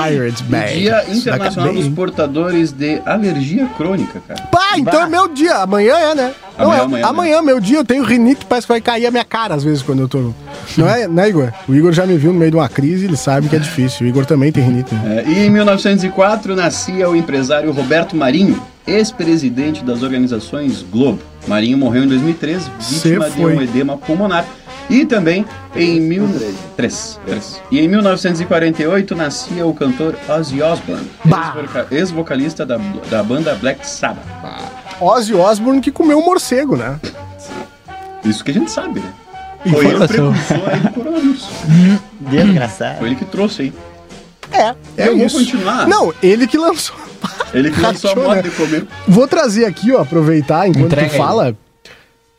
[SPEAKER 1] Pirate Bay.
[SPEAKER 2] Dia
[SPEAKER 1] Isso daqui é
[SPEAKER 2] Internacional
[SPEAKER 1] bem-
[SPEAKER 2] dos Portadores de Alergia Crônica, cara.
[SPEAKER 1] Pá, então é meu dia. Amanhã é, né? Não
[SPEAKER 2] Amanhã,
[SPEAKER 1] é.
[SPEAKER 2] amanhã,
[SPEAKER 1] Amanhã, meu dia, eu tenho rinite, parece que vai cair a minha cara às vezes quando eu tô. Não é, né, Igor? O Igor já me viu no meio de uma crise, ele sabe que é difícil. O Igor também tem rinite. Né?
[SPEAKER 2] É, e em 1904 nascia o empresário Roberto Marinho, ex-presidente das organizações Globo. Marinho morreu em 2013, vítima
[SPEAKER 1] Cê
[SPEAKER 2] de
[SPEAKER 1] foi.
[SPEAKER 2] um edema pulmonar. E também em mil... três, três. E em 1948 nascia o cantor Ozzy Osbourne,
[SPEAKER 1] Bah!
[SPEAKER 2] ex-voca- ex-vocalista da, da banda Black Sabbath.
[SPEAKER 1] Ozzy Osbourne que comeu um morcego, né?
[SPEAKER 2] Isso que a gente sabe, né? Foi ele o precursor aí do coronavírus.
[SPEAKER 6] Desgraçado.
[SPEAKER 2] Foi ele que trouxe, hein?
[SPEAKER 1] É
[SPEAKER 2] Eu vou
[SPEAKER 1] isso.
[SPEAKER 2] continuar.
[SPEAKER 1] Não, ele que lançou.
[SPEAKER 2] Ele que lançou a
[SPEAKER 1] Rachou,
[SPEAKER 2] moda
[SPEAKER 1] né?
[SPEAKER 2] de comer.
[SPEAKER 1] Vou trazer aqui, ó, aproveitar enquanto
[SPEAKER 3] Entrega
[SPEAKER 1] tu
[SPEAKER 3] aí.
[SPEAKER 1] fala,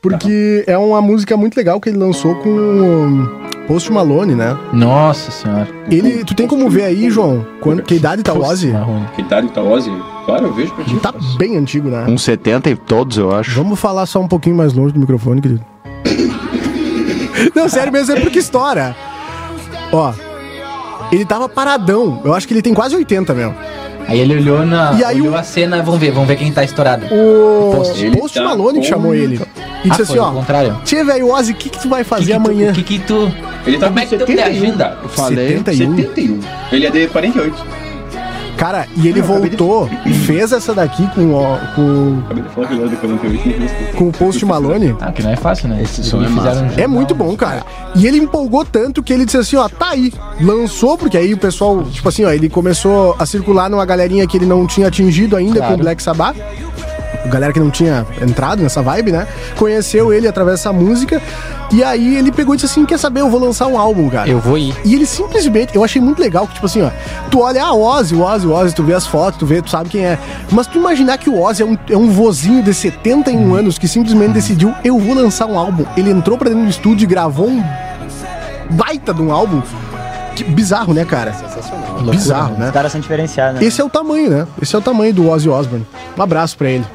[SPEAKER 1] porque é uma música muito legal que ele lançou com o Post Malone, né?
[SPEAKER 3] Nossa senhora.
[SPEAKER 1] Ele, tu tem como ver aí, João, quando, que idade tá o Ozzy?
[SPEAKER 3] Marrone.
[SPEAKER 2] Que tá Itaose? Claro, eu vejo pra ti.
[SPEAKER 1] Tá bem antigo, né?
[SPEAKER 5] Uns 70 Um e todos, eu acho.
[SPEAKER 1] Vamos falar só um pouquinho mais longe do microfone, querido. Não, sério mesmo, é porque estoura. Ó, ele tava paradão. Eu acho que ele tem quase 80 mesmo.
[SPEAKER 3] Aí ele olhou na.
[SPEAKER 1] E aí
[SPEAKER 3] olhou
[SPEAKER 1] o-
[SPEAKER 3] a cena, vamos ver, vamos ver quem tá estourado.
[SPEAKER 1] O
[SPEAKER 3] Post.
[SPEAKER 1] Post,
[SPEAKER 2] Ele tá
[SPEAKER 1] Malone que
[SPEAKER 2] com-
[SPEAKER 1] chamou ele. E disse
[SPEAKER 3] um Ah,
[SPEAKER 1] assim,
[SPEAKER 3] foi o
[SPEAKER 1] ó.
[SPEAKER 3] contrário.
[SPEAKER 1] Tchê, velho, Ozzy, o que, que tu vai
[SPEAKER 3] Que
[SPEAKER 1] fazer
[SPEAKER 3] que tu-
[SPEAKER 1] amanhã?
[SPEAKER 3] Que que tu.
[SPEAKER 2] Ele tá
[SPEAKER 3] Como
[SPEAKER 2] com
[SPEAKER 3] é que tu tem
[SPEAKER 2] 71,
[SPEAKER 3] agenda?
[SPEAKER 2] cara.
[SPEAKER 5] Falei.
[SPEAKER 1] 71.
[SPEAKER 2] 71. Ele é de 48.
[SPEAKER 1] Cara, e ele voltou, fez essa daqui com, o- com,
[SPEAKER 2] Acabei de falar que ele é de 48. não sei.
[SPEAKER 1] com o Post Malone.
[SPEAKER 3] Ah, que não é fácil, né? Esse
[SPEAKER 5] som é massa.
[SPEAKER 1] É muito bom, cara. E ele empolgou tanto que ele disse assim, ó, tá aí. Lançou, porque aí o pessoal, tipo assim, ó, ele começou a circular numa galerinha que ele não tinha atingido ainda
[SPEAKER 3] Claro.
[SPEAKER 1] com o Black Sabbath. Galera que não tinha entrado nessa vibe, né? Conheceu ele através dessa música. E aí ele pegou e disse assim: quer saber? Eu vou lançar um álbum, cara.
[SPEAKER 3] Eu vou ir.
[SPEAKER 1] E ele simplesmente, eu achei muito legal que, tipo assim, ó, tu olha, ah, Ozzy, Ozzy, Ozzy, tu vê as fotos, tu vê, tu sabe quem é. Mas tu imaginar que o Ozzy é um, é um vozinho de 71 anos que simplesmente decidiu, eu vou lançar um álbum. Ele entrou pra dentro do estúdio e gravou um baita de um álbum. Que bizarro, né, cara?
[SPEAKER 3] Loucura,
[SPEAKER 1] bizarro, né?
[SPEAKER 6] Os caras são diferenciados, né?
[SPEAKER 1] Esse é o tamanho, né? Esse é o tamanho do Ozzy Osbourne. Um abraço pra ele.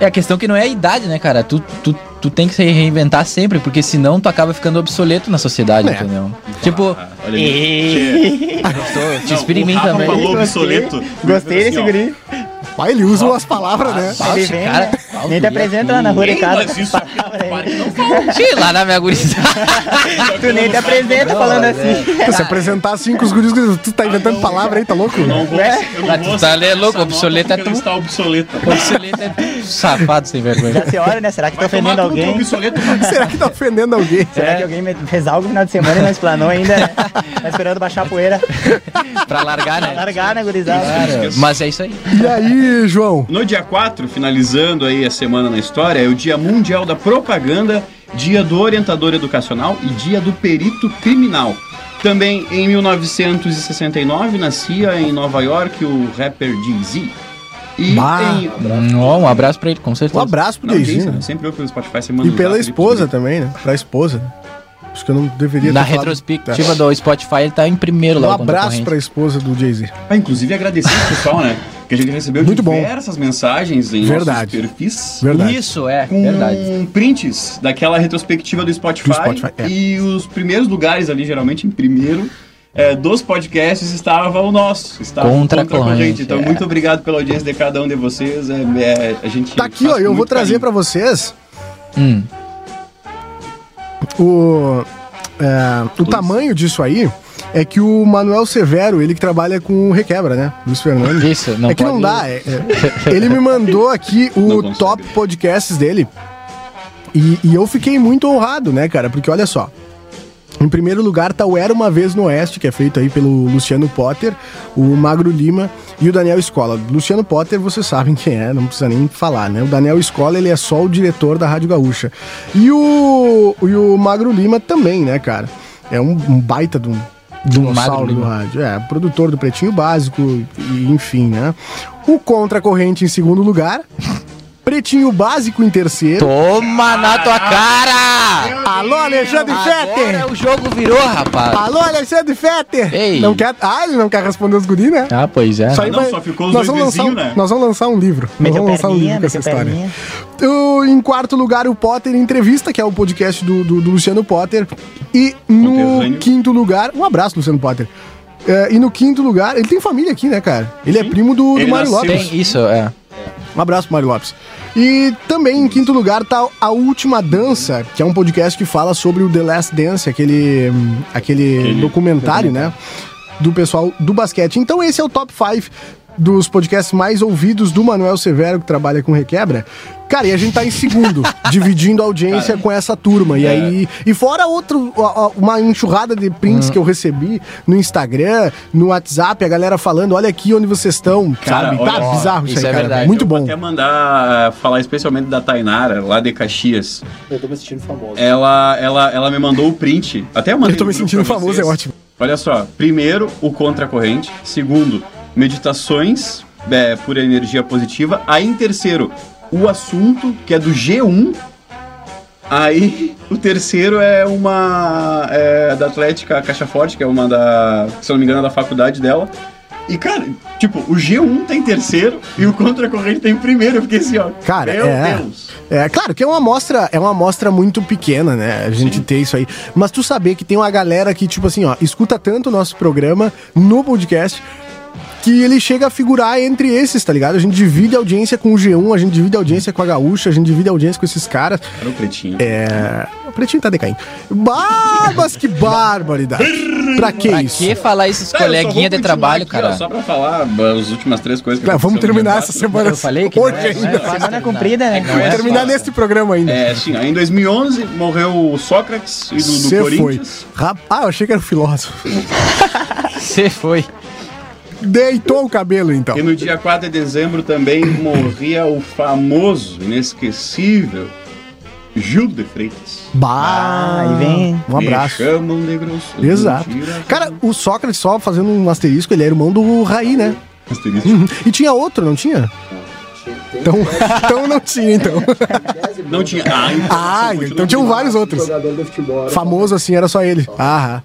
[SPEAKER 3] É a questão que não é a idade, né, cara? Tu, tu, tu tem que se reinventar sempre, porque senão tu acaba ficando obsoleto na sociedade,
[SPEAKER 1] É.
[SPEAKER 3] entendeu? Tipo,
[SPEAKER 2] Ah, Olha aí.
[SPEAKER 3] te inspira em mim
[SPEAKER 2] o Rafa
[SPEAKER 3] também.
[SPEAKER 2] falou
[SPEAKER 6] Gostei,
[SPEAKER 2] obsoleto.
[SPEAKER 6] Gostei desse
[SPEAKER 2] Assim, ó.
[SPEAKER 6] guri.
[SPEAKER 1] Pai, ele usa umas palavras, né?
[SPEAKER 3] Nossa,
[SPEAKER 6] Ele vem,
[SPEAKER 3] é cara, Paulo.
[SPEAKER 6] Nem te apresenta lá na rua de casa.
[SPEAKER 3] Sei lá na minha gurizada.
[SPEAKER 6] Tu nem te apresenta falando assim.
[SPEAKER 1] Se apresentar assim com os guris, tu tá inventando palavra aí, tá louco?
[SPEAKER 8] Não vou, eu não
[SPEAKER 3] Ah,
[SPEAKER 8] vou
[SPEAKER 3] tu tá
[SPEAKER 8] aceitar
[SPEAKER 3] é louco,
[SPEAKER 8] essa nota
[SPEAKER 3] obsoleta é
[SPEAKER 8] porque ela
[SPEAKER 3] tu.
[SPEAKER 8] está obsoleta.
[SPEAKER 3] Obsoleto é tudo safado sem vergonha.
[SPEAKER 6] Já se olha, né? Será que tá
[SPEAKER 8] Vai tomar
[SPEAKER 6] ofendendo
[SPEAKER 8] tudo que é
[SPEAKER 6] alguém?
[SPEAKER 8] obsoleto.
[SPEAKER 1] Será que tá ofendendo alguém?
[SPEAKER 6] Será que alguém me- fez algo no final de semana e não explanou ainda? né? Tá esperando baixar a poeira.
[SPEAKER 3] Pra largar, né?
[SPEAKER 6] Largar, né, gurizada?
[SPEAKER 3] Mas é isso aí.
[SPEAKER 1] E aí, João?
[SPEAKER 2] No dia 4, finalizando aí a semana na história, é o Dia Mundial da Propaganda, Dia do Orientador Educacional e Dia do Perito Criminal. Também em 1969 nascia em Nova York o rapper Jay-Z. E
[SPEAKER 1] Bah,
[SPEAKER 2] em-
[SPEAKER 3] Ó, um abraço pra ele, com
[SPEAKER 1] Um
[SPEAKER 3] certeza.
[SPEAKER 1] abraço pro
[SPEAKER 2] Não, quem
[SPEAKER 1] Jay-Z, né?
[SPEAKER 2] sabe? sempre eu pelo Spotify você manda
[SPEAKER 1] E
[SPEAKER 2] um
[SPEAKER 1] pela
[SPEAKER 2] zap ali pro
[SPEAKER 1] esposa
[SPEAKER 2] Jay-Z.
[SPEAKER 1] também, né? Pra esposa. Acho que eu não deveria
[SPEAKER 3] Na
[SPEAKER 1] ter falado.
[SPEAKER 3] retrospectiva do Spotify, ele tá em primeiro
[SPEAKER 1] Um
[SPEAKER 3] lá. o
[SPEAKER 1] abraço
[SPEAKER 3] concorrente.
[SPEAKER 1] pra esposa do Jay-Z.
[SPEAKER 2] Ah, inclusive agradecer o pessoal, né? Que a gente recebeu
[SPEAKER 1] Muito bom.
[SPEAKER 2] diversas mensagens em
[SPEAKER 1] Verdade.
[SPEAKER 2] nossos perfis.
[SPEAKER 1] Verdade.
[SPEAKER 3] Isso, é,
[SPEAKER 2] com
[SPEAKER 3] verdade.
[SPEAKER 2] prints daquela retrospectiva do Spotify,
[SPEAKER 1] Do Spotify, é.
[SPEAKER 2] e os primeiros lugares ali, geralmente em primeiro, é, dos podcasts estava o nosso, estava o
[SPEAKER 3] Contra
[SPEAKER 2] a
[SPEAKER 3] Corrente,
[SPEAKER 2] Corrente. Então,
[SPEAKER 3] é.
[SPEAKER 2] muito obrigado pela audiência de cada um de vocês. É, é, a gente
[SPEAKER 1] Tá aqui,
[SPEAKER 2] faz
[SPEAKER 1] ó.
[SPEAKER 2] com
[SPEAKER 1] Eu vou
[SPEAKER 2] muito
[SPEAKER 1] trazer
[SPEAKER 2] carinho.
[SPEAKER 1] pra vocês
[SPEAKER 3] Hum.
[SPEAKER 1] o. é, o tamanho disso aí é que o Manuel Severo, ele que trabalha com requebra, né? Luiz Fernando.
[SPEAKER 3] Isso, não
[SPEAKER 1] é que
[SPEAKER 3] pode...
[SPEAKER 1] não dá. é- é. Ele me mandou aqui
[SPEAKER 2] Não
[SPEAKER 1] o
[SPEAKER 2] consegue.
[SPEAKER 1] top podcasts dele. E, e eu fiquei muito honrado, né, cara? Porque olha só. Em primeiro lugar tá o Era Uma Vez no Oeste, que é feito aí pelo Luciano Potter, o Magro Lima e o Daniel Escola. Luciano Potter, vocês sabem quem é, não precisa nem falar, né? O Daniel Escola, ele é só o diretor da Rádio Gaúcha. E o, e o Magro Lima também, né, cara? É um, um baita de um dinossauro
[SPEAKER 3] Magro
[SPEAKER 1] do
[SPEAKER 3] Lima.
[SPEAKER 1] rádio. É, produtor do Pretinho Básico, e, enfim, né? O Contra Corrente em segundo lugar, Pretinho Básico em terceiro.
[SPEAKER 3] Toma na tua cara!
[SPEAKER 1] Alô, Alexandre Fetter!
[SPEAKER 3] Agora é o jogo virou, rapaz.
[SPEAKER 1] Alô, Alexandre Fetter!
[SPEAKER 3] Ei.
[SPEAKER 1] Não quer... Ah, ele não quer responder os guri, né?
[SPEAKER 3] Ah, pois é.
[SPEAKER 1] Isso aí
[SPEAKER 2] não, só ficou os
[SPEAKER 1] nós
[SPEAKER 2] dois
[SPEAKER 1] vamos lançar,
[SPEAKER 2] vizinhos, né?
[SPEAKER 1] Nós vamos lançar um livro. Nós
[SPEAKER 6] Meteu
[SPEAKER 1] vamos lançar um
[SPEAKER 6] perninha,
[SPEAKER 1] livro com essa
[SPEAKER 6] meteu
[SPEAKER 1] história.
[SPEAKER 6] perninha.
[SPEAKER 1] O- em quarto lugar, o Potter Entrevista, que é o podcast do, do- do Luciano Potter. E no
[SPEAKER 2] Conterrâneo.
[SPEAKER 1] quinto lugar, um abraço, Luciano Potter. É, e no quinto lugar, ele tem família aqui, né, cara? Ele é primo do, do
[SPEAKER 2] Ele
[SPEAKER 1] Mário
[SPEAKER 2] nasceu-
[SPEAKER 1] Lopes.
[SPEAKER 3] Tem isso, é.
[SPEAKER 1] Um abraço pro Mário Lopes. E também em quinto lugar tá A Última Dança, que é um podcast que fala sobre o The Last Dance, aquele, hum, aquele, documentário, né? Do pessoal do basquete. Então esse é o top 5 dos podcasts mais ouvidos do Manuel Severo, que trabalha com requebra. Cara, e a gente tá em segundo, dividindo a audiência com essa turma. E aí. E fora outro, ó, ó, uma enxurrada de prints que eu recebi no Instagram, no WhatsApp, a galera falando: olha aqui onde vocês estão,
[SPEAKER 2] Cara,
[SPEAKER 1] sabe? Tá
[SPEAKER 2] olha,
[SPEAKER 1] bizarro isso,
[SPEAKER 3] isso
[SPEAKER 1] aí,
[SPEAKER 3] é
[SPEAKER 1] cara.
[SPEAKER 3] verdade.
[SPEAKER 1] Muito
[SPEAKER 2] Eu vou
[SPEAKER 1] bom.
[SPEAKER 2] até mandar falar especialmente da Tainara, lá de Caxias.
[SPEAKER 4] Eu tô me sentindo famoso.
[SPEAKER 2] Ela, ela, ela me mandou o print. Até eu mandei
[SPEAKER 1] Eu tô me
[SPEAKER 2] no grupo
[SPEAKER 1] sentindo
[SPEAKER 2] pra
[SPEAKER 1] famoso,
[SPEAKER 2] vocês.
[SPEAKER 1] é ótimo.
[SPEAKER 2] Olha só, primeiro, o Contra a Corrente. Segundo, meditações é, por energia positiva. Aí, em terceiro, o assunto, que é do G1. Aí, o terceiro é uma é, da Atlética Caixa Forte, que é uma da, se eu não me engano, é da faculdade dela. E, cara, tipo, o G1 tá em terceiro e o Contra a Corrente tá em primeiro. Eu fiquei assim, ó.
[SPEAKER 1] Cara,
[SPEAKER 2] meu
[SPEAKER 1] é.
[SPEAKER 2] Deus.
[SPEAKER 1] É, claro que é uma amostra, é uma amostra muito pequena, né? A gente ter isso aí. Mas tu saber que tem uma galera que, tipo assim, ó, escuta tanto o nosso programa no podcast que ele chega a figurar entre esses, tá ligado? A gente divide a audiência com o G1, a gente divide a audiência com a Gaúcha, a gente divide a audiência com esses caras.
[SPEAKER 2] Era o pretinho.
[SPEAKER 1] É. O pretinho tá decaindo. Barbas, que barbaridade! Pra que
[SPEAKER 3] Pra
[SPEAKER 1] isso?
[SPEAKER 3] que falar esses
[SPEAKER 2] Tá, eu só vou
[SPEAKER 3] coleguinha de
[SPEAKER 2] continuar
[SPEAKER 3] trabalho,
[SPEAKER 2] aqui,
[SPEAKER 3] cara?
[SPEAKER 2] ó, só pra falar bah, as últimas três coisas que
[SPEAKER 1] Ah, vamos
[SPEAKER 2] aconteceram no
[SPEAKER 1] terminar
[SPEAKER 2] dia
[SPEAKER 1] essa
[SPEAKER 2] quatro.
[SPEAKER 1] semana.
[SPEAKER 3] Eu falei é um que não
[SPEAKER 1] hoje
[SPEAKER 3] é- não é
[SPEAKER 1] ainda.
[SPEAKER 3] fácil
[SPEAKER 6] Semana
[SPEAKER 3] terminar.
[SPEAKER 6] comprida, né?
[SPEAKER 3] É, não é
[SPEAKER 1] terminar
[SPEAKER 3] fácil.
[SPEAKER 1] neste programa ainda.
[SPEAKER 2] É, sim, aí em 2011 morreu o Sócrates e do, do
[SPEAKER 1] Você foi.
[SPEAKER 2] Corinthians.
[SPEAKER 1] Rap- Ah, eu achei que era o filósofo.
[SPEAKER 3] Você foi.
[SPEAKER 1] Deitou o cabelo, então.
[SPEAKER 2] E no dia 4 de dezembro também morria o famoso, inesquecível Gil de Freitas.
[SPEAKER 1] Bah,
[SPEAKER 6] Ah, e vem.
[SPEAKER 1] Um abraço.
[SPEAKER 2] Me chamam de grosso.
[SPEAKER 1] Exato. Cara, o Sócrates, só fazendo um asterisco, ele era irmão do Raí, né? E tinha outro, não tinha? Então, então não tinha, então.
[SPEAKER 2] não tinha. Ah, então,
[SPEAKER 1] Ah,
[SPEAKER 2] continua
[SPEAKER 1] então tinham
[SPEAKER 2] com-
[SPEAKER 1] vários outros.
[SPEAKER 4] Jogador de futebol. né?
[SPEAKER 1] Famoso assim, era só ele. Aham.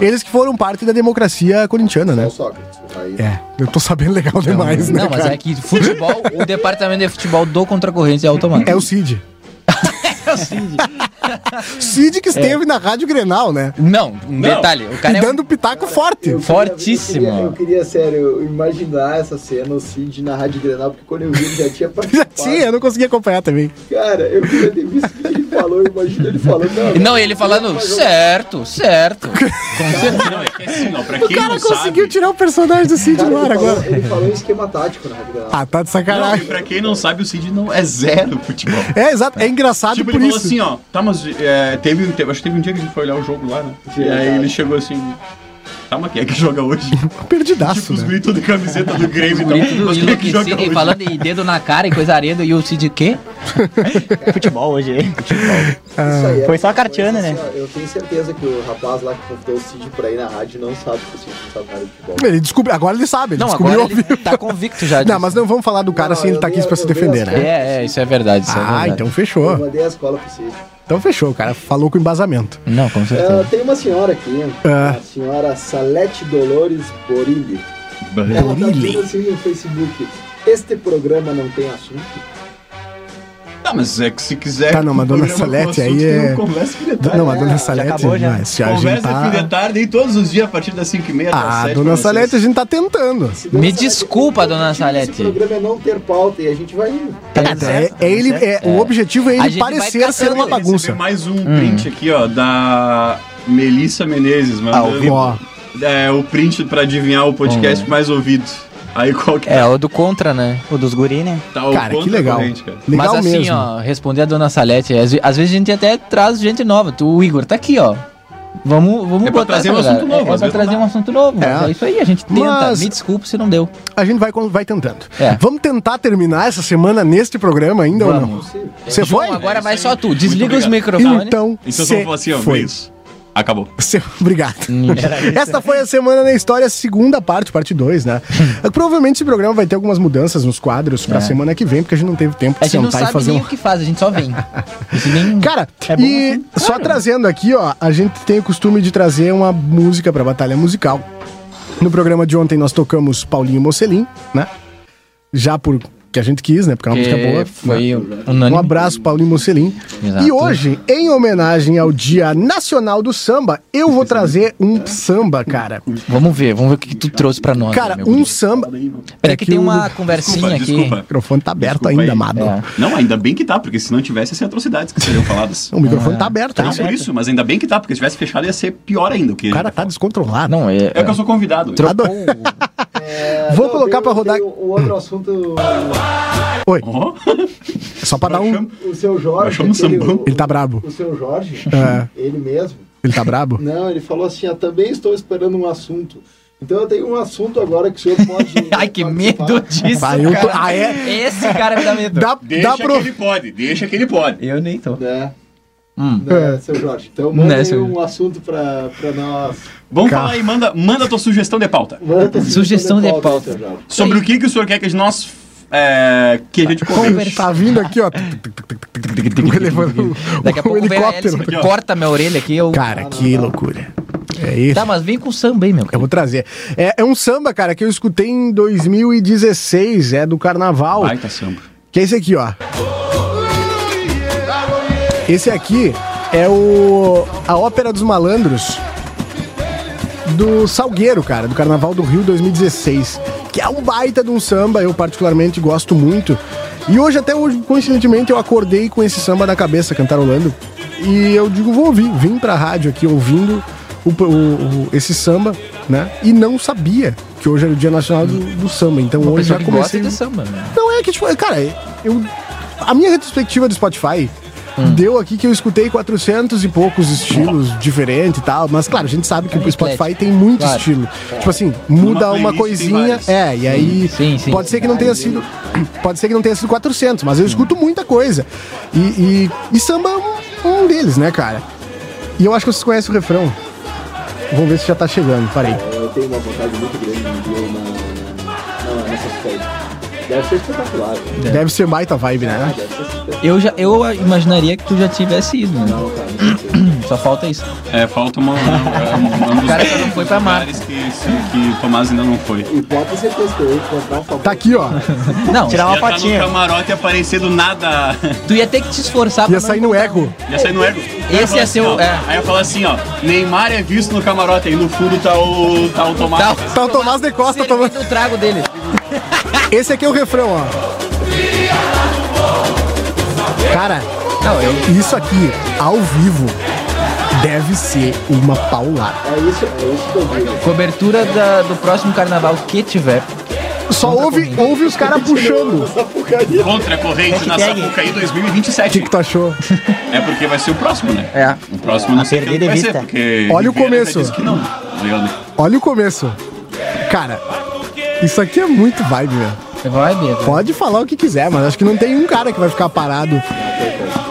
[SPEAKER 1] Eles que foram parte da democracia corintiana, né?
[SPEAKER 4] O Sócrates. Aí,
[SPEAKER 1] É, eu tô sabendo legal demais, né?
[SPEAKER 3] Não, mas
[SPEAKER 1] cara?
[SPEAKER 3] é que futebol, o departamento de futebol do Contracorrente é automático.
[SPEAKER 1] É o Cid.
[SPEAKER 3] É o Cid. É.
[SPEAKER 1] Cid que esteve na Rádio Grenal, né?
[SPEAKER 3] Não, um detalhe. O cara
[SPEAKER 1] e
[SPEAKER 3] é um
[SPEAKER 1] dando pitaco forte.
[SPEAKER 4] Eu queria-
[SPEAKER 3] Fortíssimo.
[SPEAKER 4] Eu queria, eu queria, sério, imaginar essa cena, o Cid na Rádio Grenal, porque quando eu vi ele já tinha
[SPEAKER 1] Já
[SPEAKER 4] participado.
[SPEAKER 1] tinha, né? eu não conseguia acompanhar também.
[SPEAKER 4] Cara, eu queria ter visto o que ele falou, eu imagino ele falando.
[SPEAKER 3] Não, ele falando, certo, certo.
[SPEAKER 2] Não, é que assim, ó, pra quem
[SPEAKER 1] O cara
[SPEAKER 2] não
[SPEAKER 1] conseguiu
[SPEAKER 2] sabe...
[SPEAKER 1] tirar o personagem do Cid
[SPEAKER 4] Cara,
[SPEAKER 1] no ar
[SPEAKER 4] ele, falou,
[SPEAKER 1] é agora.
[SPEAKER 4] ele falou esquema tático na Rádio Grenal.
[SPEAKER 1] Ah, tá de
[SPEAKER 2] Não, e
[SPEAKER 1] sacanagem.
[SPEAKER 2] pra quem não sabe, o Cid não é zero futebol.
[SPEAKER 1] É, exato, é engraçado
[SPEAKER 2] Tipo,
[SPEAKER 1] por
[SPEAKER 2] ele falou
[SPEAKER 1] isso.
[SPEAKER 2] assim, ó, tá, mas é, teve, teve, acho que teve um dia que a gente foi olhar o jogo lá, né? E aí ele chegou assim, tá, mas quem é que joga hoje? tipo,
[SPEAKER 1] Perdidaço,
[SPEAKER 2] os
[SPEAKER 1] né?
[SPEAKER 2] gritos de camiseta do Grêmio e
[SPEAKER 3] Bonito
[SPEAKER 2] tal,
[SPEAKER 3] do
[SPEAKER 2] mas quem é que joga
[SPEAKER 3] enlouquecido
[SPEAKER 2] hoje?
[SPEAKER 3] e falando e dedo na cara e coisa arenda. E o Cid o quê?
[SPEAKER 6] Futebol hoje, hein?
[SPEAKER 4] Isso
[SPEAKER 1] Ah.
[SPEAKER 4] aí é
[SPEAKER 6] Foi só a
[SPEAKER 4] uma
[SPEAKER 6] Cartiana,
[SPEAKER 4] coisa,
[SPEAKER 6] né?
[SPEAKER 4] assim, ó, Eu tenho certeza que o rapaz lá que convidou o Cid pra ir na rádio não sabe que o Cid não sabe nada de futebol.
[SPEAKER 1] Ele descobriu, agora ele sabe, ele
[SPEAKER 3] Não,
[SPEAKER 1] descobriu
[SPEAKER 3] agora
[SPEAKER 1] ao
[SPEAKER 3] ele
[SPEAKER 1] vivo.
[SPEAKER 3] tá convicto já disso.
[SPEAKER 1] Não, mas não vamos falar do cara
[SPEAKER 4] Não,
[SPEAKER 1] assim, ele
[SPEAKER 4] eu
[SPEAKER 1] tá aqui
[SPEAKER 4] vi-
[SPEAKER 1] pra se
[SPEAKER 4] eu vi
[SPEAKER 1] defender,
[SPEAKER 4] as
[SPEAKER 1] né?
[SPEAKER 3] É, é, isso é verdade. Isso é
[SPEAKER 1] Ah,
[SPEAKER 3] verdade.
[SPEAKER 1] então
[SPEAKER 4] Eu
[SPEAKER 1] fechou.
[SPEAKER 4] mandei a escola pro Cid.
[SPEAKER 1] Então fechou, o cara falou com embasamento.
[SPEAKER 3] Não, com certeza.
[SPEAKER 4] Ah, tem uma senhora aqui,
[SPEAKER 1] Ah.
[SPEAKER 4] a senhora Salete Dolores Borilli. Ela tá dizendo assim no Facebook, este programa não tem assunto.
[SPEAKER 2] Tá, mas é que se quiser...
[SPEAKER 1] Tá, não, mas dona
[SPEAKER 2] programa com
[SPEAKER 1] Salete aí
[SPEAKER 2] assunto,
[SPEAKER 1] é-
[SPEAKER 2] tem um Conversa Fim de
[SPEAKER 3] Então,
[SPEAKER 2] Tarde.
[SPEAKER 1] Não, a dona
[SPEAKER 6] já
[SPEAKER 1] Salete,
[SPEAKER 6] acabou, já.
[SPEAKER 1] mas já a gente
[SPEAKER 2] Conversa é
[SPEAKER 1] tá...
[SPEAKER 2] Fim de Tarde, e todos os dias, a partir das 5h30
[SPEAKER 3] tá
[SPEAKER 2] até as
[SPEAKER 1] Ah,
[SPEAKER 2] 7
[SPEAKER 1] dona Salete, a gente tá tentando.
[SPEAKER 4] Se dona
[SPEAKER 3] Me
[SPEAKER 4] Salete-
[SPEAKER 3] desculpa,
[SPEAKER 4] o
[SPEAKER 3] dona
[SPEAKER 4] objetivo desse
[SPEAKER 3] Salete.
[SPEAKER 4] programa é não ter pauta e a gente vai indo.
[SPEAKER 3] Tá
[SPEAKER 1] É, é ele, é, o objetivo é
[SPEAKER 3] A
[SPEAKER 1] ele
[SPEAKER 3] gente vai
[SPEAKER 1] parecer ser
[SPEAKER 3] caçando
[SPEAKER 1] uma
[SPEAKER 3] ele,
[SPEAKER 1] é bagunça.
[SPEAKER 2] mais um
[SPEAKER 3] Hum.
[SPEAKER 2] print aqui, ó, da Melissa
[SPEAKER 1] Ah,
[SPEAKER 2] Menezes, mandando
[SPEAKER 1] Ó,
[SPEAKER 2] é, o print pra adivinhar o podcast mais ouvido. Aí qual que
[SPEAKER 3] É, o do contra, né?
[SPEAKER 6] O dos guri, né?
[SPEAKER 2] tá o
[SPEAKER 1] cara, que
[SPEAKER 2] contra
[SPEAKER 1] legal.
[SPEAKER 2] corrente, cara.
[SPEAKER 1] Legal
[SPEAKER 3] Mas assim,
[SPEAKER 1] mesmo.
[SPEAKER 3] ó, responder a dona Salete, às, ve- às vezes a gente até traz gente nova. Tu, o Igor tá aqui, ó. Vamos, vamos
[SPEAKER 2] É pra
[SPEAKER 3] botar
[SPEAKER 2] trazer
[SPEAKER 3] essa
[SPEAKER 2] um
[SPEAKER 3] galera.
[SPEAKER 2] assunto novo,
[SPEAKER 3] É, é
[SPEAKER 2] às
[SPEAKER 3] pra
[SPEAKER 2] vezes
[SPEAKER 3] trazer
[SPEAKER 2] não
[SPEAKER 3] um assunto novo. mas
[SPEAKER 1] É.
[SPEAKER 3] É. isso aí, a gente tenta.
[SPEAKER 1] Mas-
[SPEAKER 3] Me desculpa se não deu.
[SPEAKER 1] A gente vai, com- vai tentando.
[SPEAKER 3] É.
[SPEAKER 1] Vamos tentar terminar essa semana neste programa ainda ou não?
[SPEAKER 3] Vamos.
[SPEAKER 1] Você foi?
[SPEAKER 3] João, Então agora é
[SPEAKER 2] É,
[SPEAKER 3] vai
[SPEAKER 2] isso aí.
[SPEAKER 3] só tu. Desliga os
[SPEAKER 2] Muito obrigado.
[SPEAKER 3] microfones.
[SPEAKER 1] Então,
[SPEAKER 2] Então
[SPEAKER 1] cê
[SPEAKER 2] só falar assim, ó,
[SPEAKER 1] foi.
[SPEAKER 2] foi isso. Acabou.
[SPEAKER 1] Seu- Obrigado.
[SPEAKER 3] né?
[SPEAKER 1] Esta foi a Semana na História, segunda parte, parte 2, né? Provavelmente esse programa vai ter algumas mudanças nos quadros pra
[SPEAKER 3] É.
[SPEAKER 1] semana que vem, porque a gente não teve tempo
[SPEAKER 3] a
[SPEAKER 1] de
[SPEAKER 3] gente não
[SPEAKER 1] sentar e
[SPEAKER 3] sabe
[SPEAKER 1] fazer
[SPEAKER 3] nem
[SPEAKER 1] um.
[SPEAKER 3] o que faz, a gente só vem. Isso nem-
[SPEAKER 1] Cara,
[SPEAKER 6] É bom
[SPEAKER 1] e só trazendo aqui, ó, a gente tem o costume de trazer uma música pra batalha musical. No programa de ontem nós tocamos Paulinho Mocelin, né? Já por que a gente quis, né? Porque é uma música boa.
[SPEAKER 3] Porque
[SPEAKER 1] né?
[SPEAKER 3] foi
[SPEAKER 1] Um
[SPEAKER 3] unânime.
[SPEAKER 1] abraço, Paulinho Mocelin.
[SPEAKER 3] Exato.
[SPEAKER 1] E hoje, em homenagem ao Dia Nacional do Samba, eu vou trazer um samba, cara.
[SPEAKER 3] Vamos ver, vamos ver o que tu trouxe pra nós.
[SPEAKER 1] Cara,
[SPEAKER 3] meu
[SPEAKER 1] um
[SPEAKER 3] guri.
[SPEAKER 1] samba. O
[SPEAKER 3] Peraí que
[SPEAKER 1] é que
[SPEAKER 3] tem
[SPEAKER 1] o-
[SPEAKER 3] uma conversinha
[SPEAKER 2] Desculpa,
[SPEAKER 3] aqui.
[SPEAKER 2] desculpa.
[SPEAKER 1] microfone tá aberto
[SPEAKER 2] Desculpa
[SPEAKER 1] ainda,
[SPEAKER 2] aí.
[SPEAKER 1] amado.
[SPEAKER 3] É.
[SPEAKER 2] Não, ainda bem que tá, porque se não tivesse, ia ser atrocidades que seriam faladas.
[SPEAKER 1] O microfone tá aberto,
[SPEAKER 3] é
[SPEAKER 2] Não
[SPEAKER 1] né?
[SPEAKER 2] por isso, mas ainda bem que tá, porque se tivesse fechado ia ser pior ainda o que
[SPEAKER 1] O cara tá
[SPEAKER 3] Ah,
[SPEAKER 1] descontrolado. Tá
[SPEAKER 3] Não, é.
[SPEAKER 2] É que eu sou convidado.
[SPEAKER 3] Trocou.
[SPEAKER 4] É,
[SPEAKER 1] Vou colocar
[SPEAKER 4] tem-
[SPEAKER 1] pra rodar-
[SPEAKER 4] tem O outro assunto,
[SPEAKER 2] Ó,
[SPEAKER 1] Só pra dar um.
[SPEAKER 4] o seu Jorge.
[SPEAKER 2] Baixamos o
[SPEAKER 4] aquele-
[SPEAKER 2] sambão.
[SPEAKER 4] o-
[SPEAKER 1] Ele tá brabo.
[SPEAKER 4] O seu Jorge,
[SPEAKER 1] É.
[SPEAKER 4] ele mesmo.
[SPEAKER 1] Ele tá brabo?
[SPEAKER 4] Não, ele falou assim: eu também estou esperando um assunto. Então eu tenho um assunto agora que o senhor pode.
[SPEAKER 3] Ai, que
[SPEAKER 4] participar."
[SPEAKER 3] medo disso.
[SPEAKER 1] Vai, eu tô-
[SPEAKER 3] cara.
[SPEAKER 1] Ah, é?
[SPEAKER 3] Esse cara me dá medo.
[SPEAKER 1] Dá, dá
[SPEAKER 2] deixa
[SPEAKER 1] pro.
[SPEAKER 2] que ele pode, deixa que ele pode.
[SPEAKER 3] Eu nem tô.
[SPEAKER 4] Né?
[SPEAKER 3] Hum.
[SPEAKER 4] Né, seu Jorge? Então
[SPEAKER 3] Né,
[SPEAKER 4] manda aí
[SPEAKER 3] seu-
[SPEAKER 4] um assunto pra, pra nós.
[SPEAKER 2] Vamos
[SPEAKER 1] Cara.
[SPEAKER 2] falar aí, manda, manda tua sugestão de pauta.
[SPEAKER 4] Manda
[SPEAKER 3] Sugestão de pauta.
[SPEAKER 4] seu Jorge.
[SPEAKER 2] Sobre o que, que o senhor quer que nós. É, que a gente converse.
[SPEAKER 1] Tá vindo aqui, ó. Levando
[SPEAKER 3] Daqui
[SPEAKER 1] um
[SPEAKER 3] a pouco vem a hélice,
[SPEAKER 1] helicóptero.
[SPEAKER 3] corta minha orelha aqui. Eu...
[SPEAKER 1] Cara, que loucura. É isso.
[SPEAKER 3] Tá, mas vem com samba aí, meu.
[SPEAKER 1] Eu
[SPEAKER 3] cara.
[SPEAKER 1] vou trazer. É, é um samba, cara, que eu escutei em 2016, é do carnaval.
[SPEAKER 2] Baita tá samba.
[SPEAKER 1] Que é esse aqui, ó. Esse aqui é o a Ópera dos Malandros do Salgueiro, cara, do Carnaval do Rio 2016, que é um baita de um samba, eu particularmente gosto muito. E hoje até hoje, coincidentemente, eu acordei com esse samba na cabeça cantarolando. E eu digo, vou ouvir, vim pra rádio aqui ouvindo o, o- o- esse samba, né? E não sabia que hoje era o Dia Nacional do, do Samba. Então
[SPEAKER 3] Uma
[SPEAKER 1] hoje
[SPEAKER 3] pessoa
[SPEAKER 1] já
[SPEAKER 3] que gosta
[SPEAKER 1] comecei
[SPEAKER 3] de samba, né?
[SPEAKER 1] não é que, tipo, cara, eu. A minha retrospectiva do Spotify
[SPEAKER 3] Hum.
[SPEAKER 1] deu aqui que eu escutei 400 e poucos estilos diferentes e tal, mas claro, a gente sabe que
[SPEAKER 3] Cara,
[SPEAKER 1] o Spotify
[SPEAKER 3] eclético.
[SPEAKER 1] tem muito
[SPEAKER 3] Claro.
[SPEAKER 1] estilo. Tipo assim, muda
[SPEAKER 2] É. Numa
[SPEAKER 1] uma
[SPEAKER 2] playlist tem
[SPEAKER 1] coisinha,
[SPEAKER 2] vários.
[SPEAKER 1] é, e aí
[SPEAKER 3] sim, sim.
[SPEAKER 1] pode ser que não tenha sido pode ser que não tenha sido 400, mas eu escuto muita coisa. E, e, e samba é um, um deles, né, cara? E eu acho que vocês conhecem o refrão. Vamos ver se já tá
[SPEAKER 4] É,
[SPEAKER 1] chegando, parei.
[SPEAKER 4] Eu tenho uma vontade muito grande de ver na, na, na, nessas férias. Deve ser espetacular. É, velho.
[SPEAKER 1] Deve ser baita vibe, né?
[SPEAKER 4] Deve ser espetacular.
[SPEAKER 3] Eu, já, eu imaginaria que tu já tivesse ido, né? Só falta isso.
[SPEAKER 2] É, falta uma. um, um dos
[SPEAKER 3] cara só não foi pra mar.
[SPEAKER 2] lugares que, que o Tomás ainda não foi.
[SPEAKER 4] E pode ser que eu encontrar um
[SPEAKER 1] Tá aqui, ó.
[SPEAKER 3] Não,
[SPEAKER 6] Tirar uma
[SPEAKER 2] Ia tá no
[SPEAKER 6] fotinha.
[SPEAKER 2] camarote e aparecer do nada.
[SPEAKER 3] tu ia ter que te esforçar
[SPEAKER 1] Ia
[SPEAKER 3] não
[SPEAKER 1] sair no
[SPEAKER 3] encontrar
[SPEAKER 1] ego.
[SPEAKER 2] Ia sair no ego.
[SPEAKER 3] Esse ia ser o-
[SPEAKER 2] seu.
[SPEAKER 3] é.
[SPEAKER 2] Aí eu falo assim, ó. Neymar é visto no camarote. Aí no fundo tá o. tá o Tomás.
[SPEAKER 3] Tá.
[SPEAKER 1] Tá o Tomás de
[SPEAKER 3] um- Se
[SPEAKER 1] Costa
[SPEAKER 3] ele
[SPEAKER 1] tomando.
[SPEAKER 3] vem no trago dele.
[SPEAKER 1] Esse aqui é o refrão, ó. Cara,
[SPEAKER 3] Não, eu.
[SPEAKER 1] isso aqui, ao vivo, deve ser uma paulada.
[SPEAKER 4] É isso, é isso que eu digo.
[SPEAKER 3] Cobertura da- do próximo carnaval que tiver.
[SPEAKER 1] Só ouve, ouve os caras puxando. O
[SPEAKER 2] Contra a corrente na
[SPEAKER 6] Hashtag.
[SPEAKER 2] Sapucaí
[SPEAKER 1] que,
[SPEAKER 2] 2027.
[SPEAKER 1] que tu achou?
[SPEAKER 2] É porque vai ser o próximo, né?
[SPEAKER 3] É.
[SPEAKER 2] O próximo não
[SPEAKER 6] A
[SPEAKER 2] sei
[SPEAKER 6] perder
[SPEAKER 2] quando
[SPEAKER 6] de
[SPEAKER 2] vai
[SPEAKER 6] vista.
[SPEAKER 2] ser, porque.
[SPEAKER 1] Olha o
[SPEAKER 2] Rivera já
[SPEAKER 1] começo.
[SPEAKER 2] disse que não. tá ligado?
[SPEAKER 1] Olha o começo. Cara, isso aqui é muito vibe, velho.
[SPEAKER 3] Vai, Bia.
[SPEAKER 1] Pode falar o que quiser, mas acho que não tem um cara que vai ficar parado.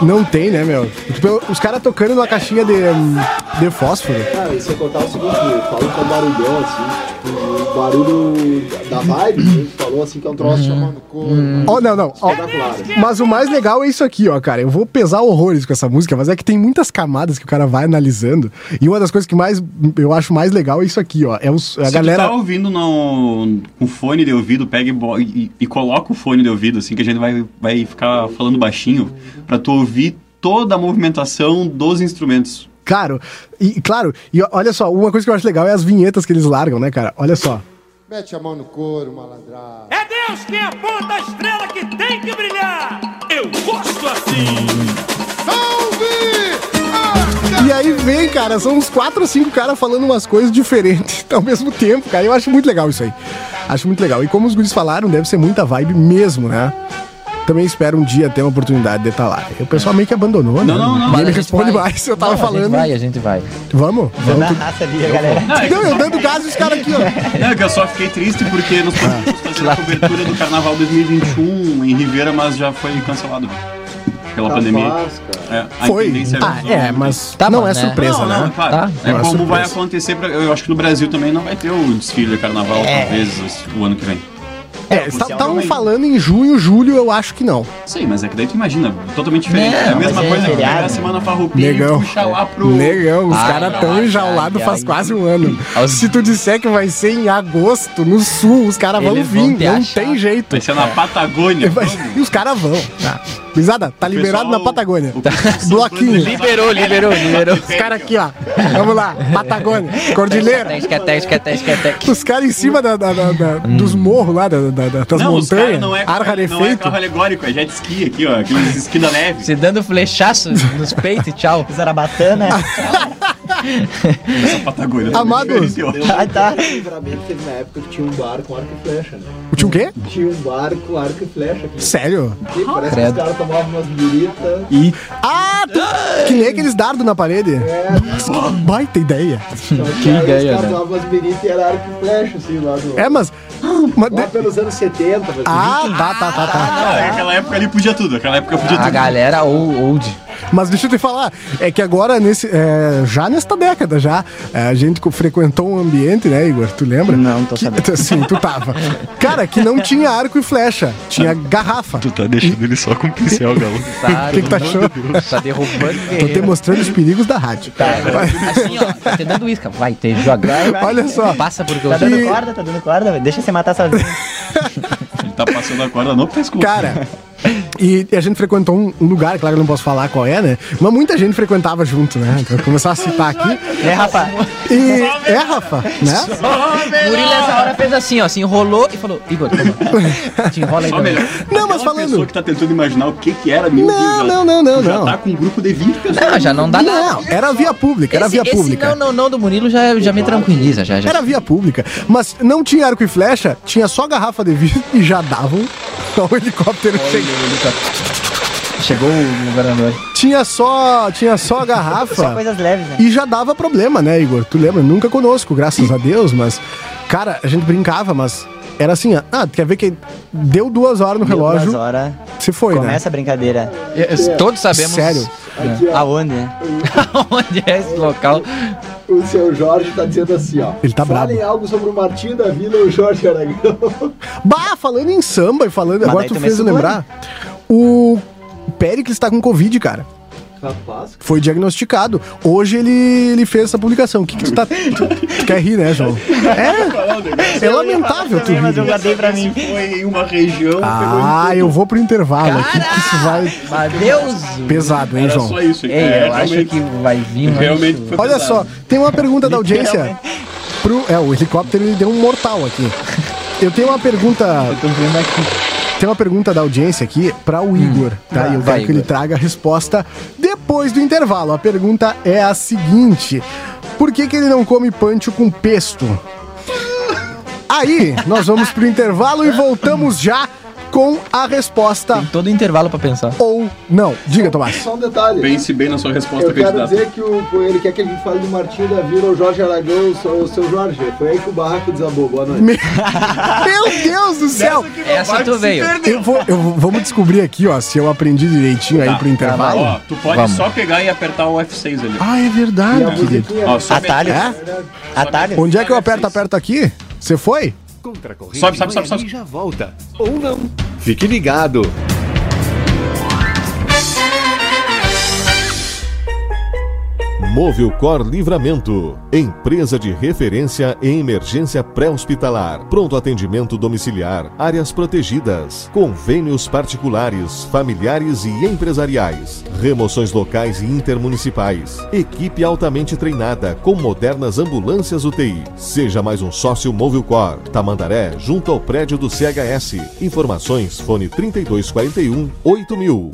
[SPEAKER 1] Não tem, né, meu? Tipo, os caras tocando numa caixinha de, hum, de fósforo.
[SPEAKER 4] Cara, e se eu contar o seguinte, eu falo que é um barulhão, assim, tipo, o barulho da- da vibe, a gente falou assim que é um troço
[SPEAKER 3] Uhum.
[SPEAKER 4] chamando cor.
[SPEAKER 1] Ó, não, não. ó.
[SPEAKER 4] Espetacular.
[SPEAKER 1] Mas o mais legal é isso aqui, ó, cara. Eu vou pesar horrores com essa música, mas é que tem muitas camadas que o cara vai analisando. E uma das coisas que mais eu acho mais legal é isso aqui, ó. É os, a
[SPEAKER 2] Se
[SPEAKER 1] galera.
[SPEAKER 2] tu tá ouvindo no, com fone de ouvido, pega e, bo- e- e coloca o fone de ouvido, assim, que a gente vai, vai ficar falando baixinho, pra tu ouvir toda a movimentação dos instrumentos.
[SPEAKER 1] Caro. E claro, e ó, olha só, uma coisa que eu acho legal é as vinhetas que eles largam, né, cara? Olha só.
[SPEAKER 8] Mete a mão no couro, malandrado.
[SPEAKER 9] É Deus que aponta a estrela que tem que brilhar. Eu gosto assim.
[SPEAKER 1] E aí vem, cara, são uns quatro ou cinco caras falando umas coisas diferentes ao mesmo tempo, cara. Eu acho muito legal isso aí. Acho muito legal. E como os guris falaram, deve ser muita vibe mesmo, né? Também espero um dia ter uma oportunidade de estar lá. E o pessoal meio que abandonou, né?
[SPEAKER 2] Não, não, não.
[SPEAKER 1] Ninguém
[SPEAKER 3] A
[SPEAKER 1] me
[SPEAKER 3] gente
[SPEAKER 1] responde
[SPEAKER 3] vai.
[SPEAKER 1] mais, eu tava
[SPEAKER 3] Não,
[SPEAKER 1] falando.
[SPEAKER 3] A gente vai, a gente vai.
[SPEAKER 1] Vamos?
[SPEAKER 6] Na raça ali, a galera.
[SPEAKER 2] é
[SPEAKER 1] Não, eu dando gás e os caras aqui, ó.
[SPEAKER 2] Não, é que eu só fiquei triste porque nós
[SPEAKER 1] Ah,
[SPEAKER 2] podíamos fazer a cobertura do Carnaval 2021 em Ribeira, mas já foi cancelado velho, pela pandemia.
[SPEAKER 4] Capaz, cara.
[SPEAKER 2] É, a
[SPEAKER 1] Foi.
[SPEAKER 2] intendência
[SPEAKER 1] Ah,
[SPEAKER 2] avisou,
[SPEAKER 1] é,
[SPEAKER 2] né?
[SPEAKER 1] mas
[SPEAKER 3] Tá
[SPEAKER 1] não
[SPEAKER 3] bom,
[SPEAKER 1] é
[SPEAKER 3] né?
[SPEAKER 1] surpresa,
[SPEAKER 2] não, não,
[SPEAKER 1] né?
[SPEAKER 2] claro.
[SPEAKER 3] Tá.
[SPEAKER 2] É
[SPEAKER 1] Não é
[SPEAKER 2] como vai
[SPEAKER 1] surpresa.
[SPEAKER 2] acontecer. Pra, eu acho que no Brasil também não vai ter o desfile de carnaval, talvez, esse- o ano que vem.
[SPEAKER 1] É, estavam
[SPEAKER 2] oficialmente.
[SPEAKER 1] falando em junho, julho, eu acho que não.
[SPEAKER 2] Sei, mas é que daí tu imagina, totalmente
[SPEAKER 1] Né,
[SPEAKER 2] diferente.
[SPEAKER 3] Não,
[SPEAKER 2] é a mesma
[SPEAKER 3] mas é
[SPEAKER 2] coisa que
[SPEAKER 6] feriado.
[SPEAKER 2] pegar a semana farroupilha
[SPEAKER 1] Negão.
[SPEAKER 2] e puxar lá pro...
[SPEAKER 1] Negão, os
[SPEAKER 3] Ai,
[SPEAKER 1] caras tão
[SPEAKER 3] ai,
[SPEAKER 1] enjaulados
[SPEAKER 3] ai,
[SPEAKER 1] faz
[SPEAKER 3] ai.
[SPEAKER 1] quase um ano.
[SPEAKER 3] Aos-
[SPEAKER 1] Se tu disser que vai ser em agosto, no sul, os caras vão
[SPEAKER 3] Eles
[SPEAKER 1] vir,
[SPEAKER 3] vão te
[SPEAKER 1] não
[SPEAKER 3] achar.
[SPEAKER 1] tem jeito.
[SPEAKER 2] Vai ser na Patagônia.
[SPEAKER 1] Vai-
[SPEAKER 2] vamos.
[SPEAKER 1] E os caras vão. Tá. Gurizada, tá liberado
[SPEAKER 2] Pessoal,
[SPEAKER 1] na Patagônia.
[SPEAKER 2] o pessoal sambando
[SPEAKER 1] Bloquinho.
[SPEAKER 2] ali.
[SPEAKER 3] Liberou, liberou, liberou.
[SPEAKER 1] Os caras aqui, ó. Vamos lá, Patagônia, Cordilheira.
[SPEAKER 3] Esquete, esquete, esquete.
[SPEAKER 1] Os caras em cima da, da- da- da- dos morros lá, da, da- da- das
[SPEAKER 2] Hum. Não, os caras
[SPEAKER 1] montanhas,
[SPEAKER 2] não é,
[SPEAKER 1] ar
[SPEAKER 2] não é
[SPEAKER 1] rarefeito.
[SPEAKER 2] carro alegórico, é jet ski aqui, ó. Aqueles esqui da neve.
[SPEAKER 3] Se dando flechaço nos peitos e tchau.
[SPEAKER 6] Zarabatana.
[SPEAKER 2] Essa Patagônia. tá
[SPEAKER 1] Amado.
[SPEAKER 2] bem diferente, ó.
[SPEAKER 6] Ah, tá.
[SPEAKER 4] Esse Livramento teve na época que tinha um bar com arco e flecha, né?
[SPEAKER 1] Tinha o quê?
[SPEAKER 4] Tinha um bar com arco e flecha aqui.
[SPEAKER 1] Sério?
[SPEAKER 4] E parece que os
[SPEAKER 3] credo.
[SPEAKER 4] caras tomavam umas biritas.
[SPEAKER 1] Ah, tu- que nem aqueles dardos na parede. Nossa, que baita ideia.
[SPEAKER 4] Que
[SPEAKER 3] ideia,
[SPEAKER 4] Os caras
[SPEAKER 3] né?
[SPEAKER 4] tomavam umas biritas e era arco e flecha, assim, lá no...
[SPEAKER 1] É, mas. mas
[SPEAKER 4] Lá pelos anos 70, mas...
[SPEAKER 1] Ah, tá, tá, tá, tá.
[SPEAKER 2] Ah, é, aquela época ali podia tudo, aquela época podia
[SPEAKER 3] A
[SPEAKER 2] tudo.
[SPEAKER 3] galera ou- old.
[SPEAKER 1] Mas deixa eu te falar, é que agora, nesse, é, já nesta década, já, é, a gente co- frequentou um ambiente, né, Igor? Tu lembra?
[SPEAKER 6] Não, tô
[SPEAKER 1] que,
[SPEAKER 6] sabendo.
[SPEAKER 1] Sim, tu tava. Cara, que não tinha arco e flecha, tinha garrafa. Tu
[SPEAKER 8] Tá deixando ele só com o pincel, galo.
[SPEAKER 3] Tá,
[SPEAKER 1] O que que tá achando?
[SPEAKER 3] Tá derrubando o
[SPEAKER 1] Tô te
[SPEAKER 3] guerreiro.
[SPEAKER 1] mostrando os perigos da rádio.
[SPEAKER 3] Assim, ó, tá te dando isca. Vai, te joga.
[SPEAKER 1] Olha só.
[SPEAKER 3] Passa porque
[SPEAKER 6] Tá
[SPEAKER 3] eu
[SPEAKER 6] dando corda, tá dando corda, velho. Deixa você matar sozinho.
[SPEAKER 2] Ele tá passando a corda no pescoço.
[SPEAKER 1] Cara, e a gente frequentou um um lugar, claro que eu não posso falar qual é, né? Mas muita gente frequentava junto, né? Então, eu vou começar a citar aqui.
[SPEAKER 6] É, rapaz.
[SPEAKER 1] E é, Rafa, né?
[SPEAKER 3] Murilo essa hora fez assim, ó, se enrolou e falou, Igor, toma. Te enrola aí.
[SPEAKER 2] Só
[SPEAKER 3] também.
[SPEAKER 2] melhor.
[SPEAKER 1] Não, mas
[SPEAKER 2] Aquela
[SPEAKER 1] falando-
[SPEAKER 2] pessoa que tá tentando imaginar o que que era, meu
[SPEAKER 1] Não,
[SPEAKER 2] Deus,
[SPEAKER 1] não,
[SPEAKER 2] ela-
[SPEAKER 1] não, não,
[SPEAKER 2] já
[SPEAKER 1] não.
[SPEAKER 2] tá com um grupo de 20 pessoas.
[SPEAKER 3] Não, já não dá nada.
[SPEAKER 1] Não, era via pública, era
[SPEAKER 3] Esse,
[SPEAKER 1] via
[SPEAKER 3] esse
[SPEAKER 1] pública.
[SPEAKER 3] não, não, não do Murilo já, já me tranquiliza, já, já.
[SPEAKER 1] Era via pública, mas não tinha arco e flecha, tinha só garrafa de vidro e já davam o helicóptero chegando.
[SPEAKER 3] Chegou o governador.
[SPEAKER 1] Tinha só, tinha só
[SPEAKER 6] Só
[SPEAKER 1] garrafa
[SPEAKER 6] coisas leves, né?
[SPEAKER 1] e já dava problema, né, Igor? Tu lembra? Nunca conosco, graças a Deus, mas cara, a gente brincava, mas era assim, ó, ah, quer ver que deu duas horas no relógio,
[SPEAKER 6] Duas horas.
[SPEAKER 1] se foi, né?
[SPEAKER 6] Começa a brincadeira.
[SPEAKER 3] Eu- eu- Todos sabemos
[SPEAKER 1] Sério.
[SPEAKER 6] Aonde, né?
[SPEAKER 3] onde é esse local.
[SPEAKER 4] o seu Jorge tá dizendo assim, ó.
[SPEAKER 1] Ele tá
[SPEAKER 4] Falem algo sobre o Martinho da Vila e o Jorge Aragão.
[SPEAKER 1] Bah, falando em samba e falando.
[SPEAKER 4] Mas
[SPEAKER 1] agora
[SPEAKER 4] daí
[SPEAKER 1] tu
[SPEAKER 4] também
[SPEAKER 1] fez eu
[SPEAKER 4] se
[SPEAKER 1] lembrar. O Péricles tá com Covid, cara.
[SPEAKER 4] Rapaz.
[SPEAKER 1] Foi diagnosticado. Hoje ele, ele fez essa publicação. O que, que tu tá. Tu, tu quer rir, né, João? É, é lamentável tu
[SPEAKER 6] Mas eu
[SPEAKER 1] rir.
[SPEAKER 6] guardei pra mim.
[SPEAKER 2] né? Foi em uma região.
[SPEAKER 1] Ah, eu vou pro intervalo aqui, que isso vai.
[SPEAKER 3] Mas Deus!
[SPEAKER 1] Pesado, hein,
[SPEAKER 3] Era
[SPEAKER 1] João?
[SPEAKER 3] só isso, Ei, é, eu realmente- acho que vai vir um Realmente
[SPEAKER 5] É
[SPEAKER 3] absurdo. foi
[SPEAKER 1] Olha
[SPEAKER 3] pesado.
[SPEAKER 1] só, tem uma pergunta da audiência. Pro, é, o helicóptero ele deu um mortal aqui. Eu tenho uma pergunta. Tem uma pergunta da audiência aqui para o Igor, tá?
[SPEAKER 5] Ah,
[SPEAKER 1] E eu
[SPEAKER 5] vai,
[SPEAKER 1] quero que ele
[SPEAKER 5] Igor.
[SPEAKER 1] traga a resposta depois do intervalo. A pergunta é a seguinte: Por que, que ele não come pancho com pesto? Aí, nós vamos pro intervalo e voltamos já com a resposta. Tem
[SPEAKER 3] todo intervalo para pensar.
[SPEAKER 1] Ou não. Diga, Tomás.
[SPEAKER 4] Só um detalhe.
[SPEAKER 2] Pense bem na sua resposta,
[SPEAKER 4] Eu quero
[SPEAKER 2] candidato.
[SPEAKER 4] dizer que o, ele quer que a gente fale do Martinho da Vila, o Jorge Aragão, o seu, o seu Jorge. Foi aí que o barraco desabou. Boa noite.
[SPEAKER 1] Meu, Deus do céu!
[SPEAKER 3] Essa É assim tu veio.
[SPEAKER 1] Eu vou, eu vou- vamos descobrir aqui, ó, se eu aprendi direitinho
[SPEAKER 3] Tá,
[SPEAKER 1] aí pro intervalo.
[SPEAKER 2] Ó, tu pode só pegar e apertar o F6 ali.
[SPEAKER 1] Ah, é verdade, querido.
[SPEAKER 2] Ó, só
[SPEAKER 6] Atalhos.
[SPEAKER 2] É?
[SPEAKER 6] Atalhos.
[SPEAKER 1] Onde é que eu aperto, aperto aqui? Você foi?
[SPEAKER 2] Sobe, sobe, sobe, sobe.
[SPEAKER 10] E já volta. Ou não. Fique ligado.
[SPEAKER 11] Móvel Cor Livramento, empresa de referência em emergência pré-hospitalar, pronto atendimento domiciliar, áreas protegidas, convênios particulares, familiares e empresariais, remoções locais e intermunicipais, equipe altamente treinada com modernas ambulâncias UTI. Seja mais um sócio Móvel Cor, Tamandaré, junto ao prédio do CHS. Informações, fone 3241 8000.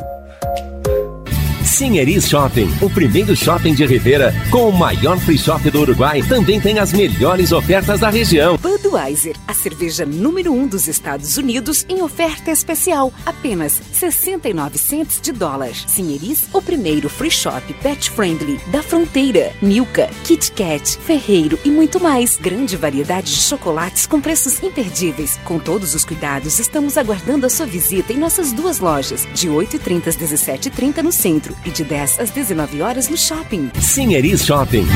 [SPEAKER 12] Sinheris é Shopping, o primeiro shopping de Ribeira, com o maior free shop do Uruguai, também tem as melhores ofertas da região.
[SPEAKER 13] Budweiser, a cerveja número 1 um dos Estados Unidos em oferta especial, apenas 69 cents de dólar. Sinheris, o primeiro free shop pet friendly da fronteira. Milka, Kit Kat, Ferreiro e muito mais. Grande variedade de chocolates com preços imperdíveis. Com todos os cuidados, estamos aguardando a sua visita em nossas duas lojas, de 8h30 às 17h30 no centro e de 10 às 19 horas no shopping.
[SPEAKER 12] Sinheris é Shopping.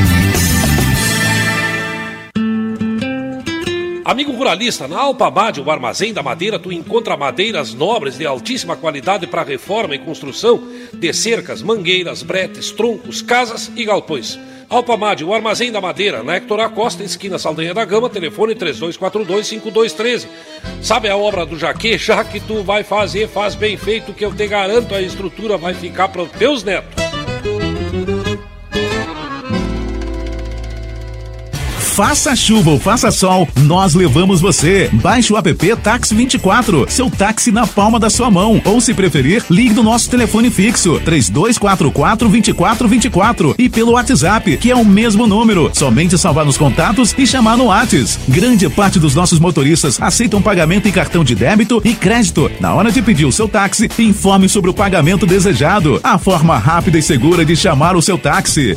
[SPEAKER 14] Amigo ruralista, na Alpamad, o armazém da madeira, tu encontra madeiras nobres de altíssima qualidade para reforma e construção de cercas, mangueiras, bretes, troncos, casas e galpões. Alpamad, o armazém da madeira, na Hector Acosta, esquina Saldanha da Gama, telefone 3242-5213. Sabe a obra do Jaque? Já
[SPEAKER 2] É?
[SPEAKER 14] que tu vai fazer, faz bem feito, que eu te garanto, a estrutura vai ficar para os teus netos.
[SPEAKER 15] Faça chuva ou faça sol, nós levamos você. Baixe o app Táxi 24, seu táxi na palma da sua mão. Ou se preferir, ligue no nosso telefone fixo 3244 2424 e pelo WhatsApp, que é o mesmo número. Somente salvar nos contatos e chamar no WhatsApp. Grande parte dos nossos motoristas aceitam pagamento em cartão de débito e crédito. Na hora de pedir o seu táxi, informe sobre o pagamento desejado. A forma rápida e segura de chamar o seu táxi.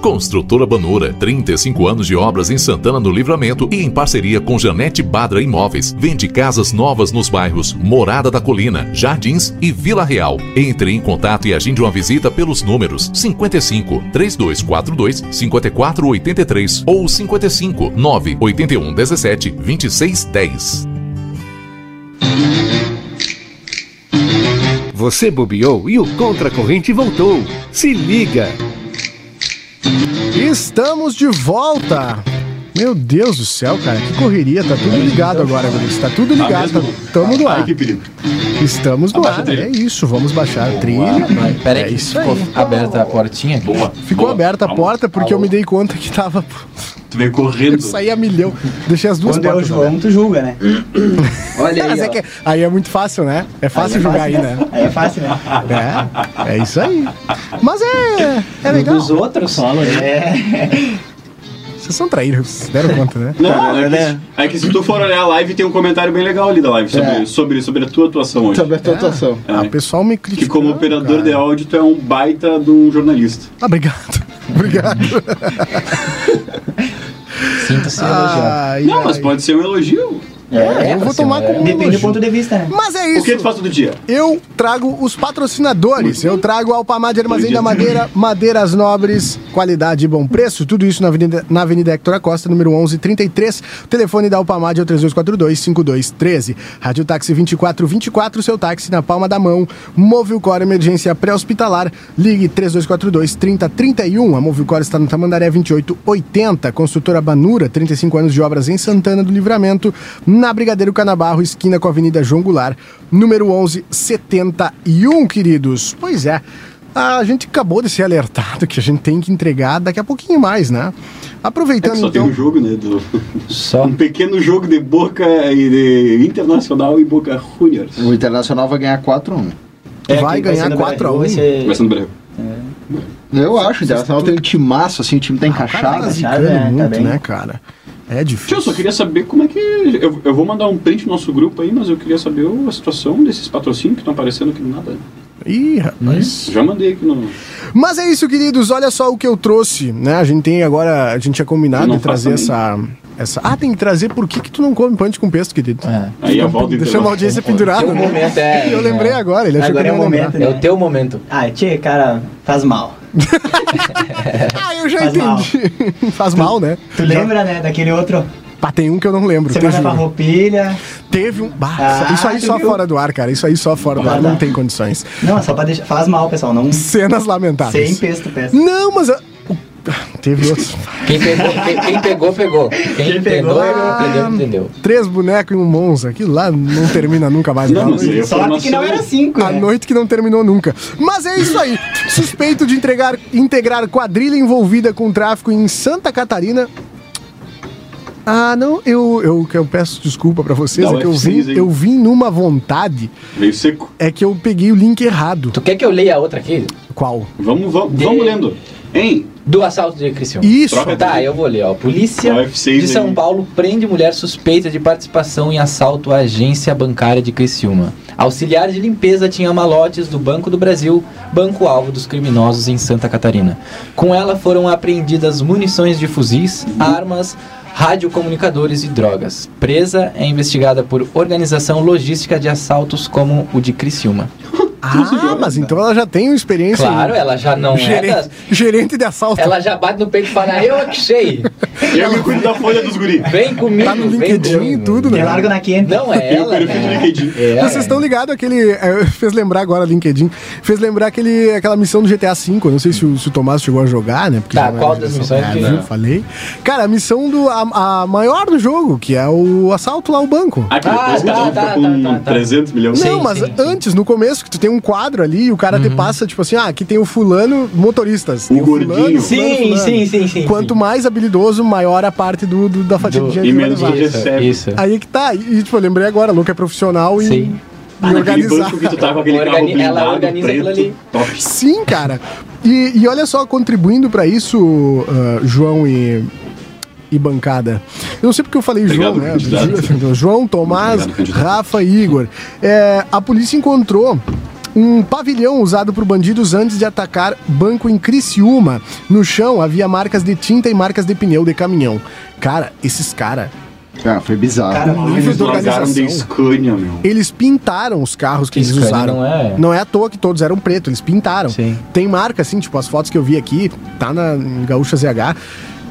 [SPEAKER 16] Construtora Banura, 35 anos de obras em Santana do Livramento e em parceria com Janete Badra Imóveis. Vende casas novas nos bairros Morada da Colina, Jardins e Vila Real. Entre em contato e agende uma visita pelos números 55 3242 5483 ou 55 981 17 2610.
[SPEAKER 10] Você bobeou e o contra-corrente voltou. Se liga.
[SPEAKER 1] Estamos de volta. Meu Deus do céu, cara, que correria. Tá tudo ligado agora, Guris. Tá tudo ligado. Tá, tamo no ar. Estamos no ar. É isso, vamos baixar a trilha.
[SPEAKER 3] Pera aí, ficou aberta a portinha aqui.
[SPEAKER 1] É Ficou aberta a porta porque eu me dei conta que tava.
[SPEAKER 2] Tu veio correndo.
[SPEAKER 1] Eu saí a milhão. Deixei as duas
[SPEAKER 6] Quando é o
[SPEAKER 1] portas.
[SPEAKER 6] João,
[SPEAKER 1] abertas.
[SPEAKER 6] tu julga, né?
[SPEAKER 1] Olha aí, é que aí é muito fácil, né? É fácil
[SPEAKER 6] Aí é
[SPEAKER 1] jogar
[SPEAKER 6] fácil,
[SPEAKER 1] aí, né?
[SPEAKER 6] Aí é fácil, né?
[SPEAKER 1] É, é isso aí. Mas é, é legal.
[SPEAKER 6] Um Dos outros. É.
[SPEAKER 1] Vocês são traíros, vocês deram conta, né?
[SPEAKER 2] Não, é, que, é que se tu for olhar a live, tem um comentário bem legal ali da live sobre,
[SPEAKER 1] É.
[SPEAKER 2] sobre, sobre a tua atuação hoje.
[SPEAKER 1] Sobre né, a tua É? atuação.
[SPEAKER 2] É.
[SPEAKER 1] O pessoal me
[SPEAKER 2] Que
[SPEAKER 1] critica.
[SPEAKER 2] como operador de áudio, tu é um baita de um jornalista.
[SPEAKER 1] Ah, obrigado. Obrigado.
[SPEAKER 2] Sinta-se
[SPEAKER 1] elogiado. Ai,
[SPEAKER 3] Ah.
[SPEAKER 2] Não, mas
[SPEAKER 1] ai.
[SPEAKER 2] pode ser um elogio.
[SPEAKER 1] É, eu vou tomar como um
[SPEAKER 6] assim, Depende do
[SPEAKER 1] elogio.
[SPEAKER 6] ponto de vista, né?
[SPEAKER 1] Mas é isso.
[SPEAKER 6] O que tu faz todo dia?
[SPEAKER 1] Eu trago os patrocinadores. Eu trago Alpamar de Armazém
[SPEAKER 6] Todo
[SPEAKER 1] da
[SPEAKER 6] dia.
[SPEAKER 1] Madeira, Madeiras Nobres, qualidade e bom preço. Tudo isso na Avenida, na Avenida Hector Acosta, número 1133. O telefone da Alpamar é o 3242-5213. Rádio Táxi 2424, seu táxi na palma da mão. Movilcor Emergência Pré-Hospitalar, ligue 3242-3031. A Movilcor está no Tamandaré 2880. Construtora Banura, 35 anos de obras em Santana do Livramento, na Brigadeiro Canabarro, esquina com a Avenida João Goulart, número 1171, queridos. Pois é, a gente acabou de ser alertado que a gente tem que entregar daqui a pouquinho mais, né?
[SPEAKER 2] É que
[SPEAKER 1] Aproveitando
[SPEAKER 2] só tem
[SPEAKER 1] então.
[SPEAKER 2] um jogo, né? Do... Só. Um pequeno jogo de Boca e de Internacional e Boca Juniors.
[SPEAKER 5] O Internacional vai ganhar 4x1.
[SPEAKER 2] É, Vai quem vai ganhar ser no
[SPEAKER 5] 4
[SPEAKER 2] 4 a 1? Brasil vai ser- Vai ser no Brasil.
[SPEAKER 5] Eu acho, o Internacional tem um timaço, assim, o time tá encaixado.
[SPEAKER 1] tá zicando muito, né, cara? É difícil.
[SPEAKER 2] Tio, eu só queria saber como é que. Eu, eu vou mandar um print no nosso grupo aí, mas eu queria saber o- a situação desses patrocínios que estão aparecendo aqui do nada.
[SPEAKER 1] Ih, rapaz.
[SPEAKER 2] Já mandei aqui no.
[SPEAKER 1] Mas é isso, queridos. Olha só o que eu trouxe, né? A gente tem agora, a gente tinha
[SPEAKER 2] Eu
[SPEAKER 1] combinado
[SPEAKER 2] não
[SPEAKER 1] de trazer
[SPEAKER 2] faço
[SPEAKER 1] essa, essa. Ah, tem que trazer. Por que que tu não come pante com pesto, querido? É.
[SPEAKER 2] Aí a volta
[SPEAKER 1] Deixou uma audiência pendurada.
[SPEAKER 6] Teu
[SPEAKER 1] né?
[SPEAKER 6] momento, é.
[SPEAKER 1] Eu lembrei
[SPEAKER 6] é.
[SPEAKER 1] agora. Ele achou
[SPEAKER 6] agora
[SPEAKER 1] que
[SPEAKER 6] é
[SPEAKER 1] eu
[SPEAKER 6] o
[SPEAKER 1] não ia
[SPEAKER 6] momento.
[SPEAKER 1] lembrar.
[SPEAKER 6] o teu momento. Ah, tchê, cara, faz mal.
[SPEAKER 1] ah, eu já
[SPEAKER 6] Faz mal.
[SPEAKER 1] entendi. Faz mal, né?
[SPEAKER 6] Tu lembra, né, daquele outro?
[SPEAKER 1] Pá, tem um que eu não lembro.
[SPEAKER 6] Você
[SPEAKER 1] te
[SPEAKER 6] vai pra
[SPEAKER 1] juro.
[SPEAKER 6] roupilha.
[SPEAKER 1] Teve um. Bah, isso aí só fora do ar, cara. Isso aí só fora do ar. Não tem condições.
[SPEAKER 6] Não, é só pra deixar. Faz mal, pessoal. Não.
[SPEAKER 1] Cenas lamentáveis.
[SPEAKER 6] Sem pesto, pesto.
[SPEAKER 1] Ah, Não, mas. a- Teve outros.
[SPEAKER 3] Quem pegou, quem, quem pegou, pegou. Quem, entendeu, entendeu, entendeu.
[SPEAKER 1] Três bonecos e um Monza. Aquilo lá não termina nunca mais.
[SPEAKER 3] Não,
[SPEAKER 1] aquela
[SPEAKER 3] mas
[SPEAKER 1] noite.
[SPEAKER 3] eu Sorte falo que não sério. era
[SPEAKER 6] cinco, né?
[SPEAKER 1] A noite que não terminou nunca. Mas é isso aí. Suspeito de entregar, integrar quadrilha envolvida com tráfico em Santa Catarina. Ah, não, eu, eu, que eu peço desculpa pra vocês,
[SPEAKER 2] Dá
[SPEAKER 1] é que eu
[SPEAKER 2] F6,
[SPEAKER 1] vim,
[SPEAKER 2] hein?
[SPEAKER 1] eu vim numa vontade,
[SPEAKER 2] Veio seco.
[SPEAKER 1] é que eu peguei o link errado.
[SPEAKER 3] Tu quer que eu leia a outra aqui?
[SPEAKER 1] Qual?
[SPEAKER 2] Vamos, vamos,
[SPEAKER 3] De-
[SPEAKER 2] vamos lendo. Hein?
[SPEAKER 3] Do assalto de Criciúma.
[SPEAKER 2] Isso.
[SPEAKER 3] Tá, eu vou ler, ó. Polícia
[SPEAKER 2] Ó, F6
[SPEAKER 3] de São
[SPEAKER 2] aí.
[SPEAKER 3] Paulo prende mulher suspeita de participação em assalto à agência bancária de Criciúma. Auxiliar de limpeza tinha malotes do Banco do Brasil, banco-alvo dos criminosos em Santa Catarina. Com ela foram apreendidas munições de fuzis, armas, radiocomunicadores e drogas. Presa é investigada por organização logística de assaltos como o de Criciúma.
[SPEAKER 1] Ah, mas então ela já tem uma experiência.
[SPEAKER 3] Claro,
[SPEAKER 1] né?
[SPEAKER 3] ela já não
[SPEAKER 1] gerente,
[SPEAKER 3] é das...
[SPEAKER 1] gerente de assalto.
[SPEAKER 3] Ela já bate no peito e fala, eu que sei.
[SPEAKER 2] Eu me cuido da folha dos guris.
[SPEAKER 3] Vem comigo,
[SPEAKER 1] Tá no
[SPEAKER 3] vem
[SPEAKER 1] LinkedIn e
[SPEAKER 3] comigo.
[SPEAKER 1] tudo, né?
[SPEAKER 3] Não, é ela,
[SPEAKER 2] perfil do
[SPEAKER 3] né?
[SPEAKER 2] LinkedIn.
[SPEAKER 3] É,
[SPEAKER 1] Vocês estão ligados aquele. eh, Fez lembrar agora LinkedIn. Fez lembrar aquele, aquela missão do GTA V. Eu não sei se o, se o Tomás chegou a jogar, né? Porque
[SPEAKER 3] Tá,
[SPEAKER 1] já não é
[SPEAKER 3] qual
[SPEAKER 1] de
[SPEAKER 3] das
[SPEAKER 1] geração-
[SPEAKER 3] missões que-
[SPEAKER 1] Ah, não, falei. Cara, a missão do. A, a maior do jogo, que é o assalto lá ao banco.
[SPEAKER 2] Ah, que depois
[SPEAKER 3] tá,
[SPEAKER 2] tu
[SPEAKER 3] tá,
[SPEAKER 2] fica com 300 milhões.
[SPEAKER 1] Não, mas antes, no começo, que tu tem um quadro ali e o cara te
[SPEAKER 3] Uhum.
[SPEAKER 1] passa, tipo assim, ah, aqui tem o fulano motoristas. tem O
[SPEAKER 2] gordinho.
[SPEAKER 3] Sim, sim, sim, sim,
[SPEAKER 1] Quanto mais habilidoso, maior a parte do, do- da fatia
[SPEAKER 3] Do-
[SPEAKER 1] de dinheiro
[SPEAKER 2] e
[SPEAKER 1] que
[SPEAKER 2] menos
[SPEAKER 1] vai levar.
[SPEAKER 2] tu recebe. Isso.
[SPEAKER 1] Aí que tá. E, tipo, eu lembrei agora, o Luca é profissional e.
[SPEAKER 3] Sim.
[SPEAKER 2] Ah, naquele banco que tu tá com aquele carro
[SPEAKER 3] Organi-
[SPEAKER 2] blindado,
[SPEAKER 3] ela organiza aquilo
[SPEAKER 2] preto,
[SPEAKER 3] ali.
[SPEAKER 2] top.
[SPEAKER 1] Sim, cara. E, e olha só, contribuindo pra isso, ah, João e, e bancada. Eu não sei porque eu falei
[SPEAKER 2] Obrigado,
[SPEAKER 1] João, né?
[SPEAKER 2] candidato.
[SPEAKER 1] João, Tomás,
[SPEAKER 2] Obrigado, candidato.
[SPEAKER 1] Rafa e Igor. É, a polícia encontrou um pavilhão usado por bandidos antes de atacar banco em Criciúma. No chão havia marcas de tinta e marcas de pneu de caminhão. Cara, esses caras,
[SPEAKER 5] Ah, foi bizarro.
[SPEAKER 2] Ah,
[SPEAKER 1] nível
[SPEAKER 2] eles
[SPEAKER 1] de
[SPEAKER 2] largaram de
[SPEAKER 1] organização.
[SPEAKER 2] Scania, meu.
[SPEAKER 1] Eles pintaram os carros que eles
[SPEAKER 3] Isso, cara,
[SPEAKER 1] usaram.
[SPEAKER 3] não é-
[SPEAKER 1] é à toa que todos eram preto, eles pintaram. Tem marca, assim, tipo, as fotos que eu vi aqui, tá na em Gaúcha ZH.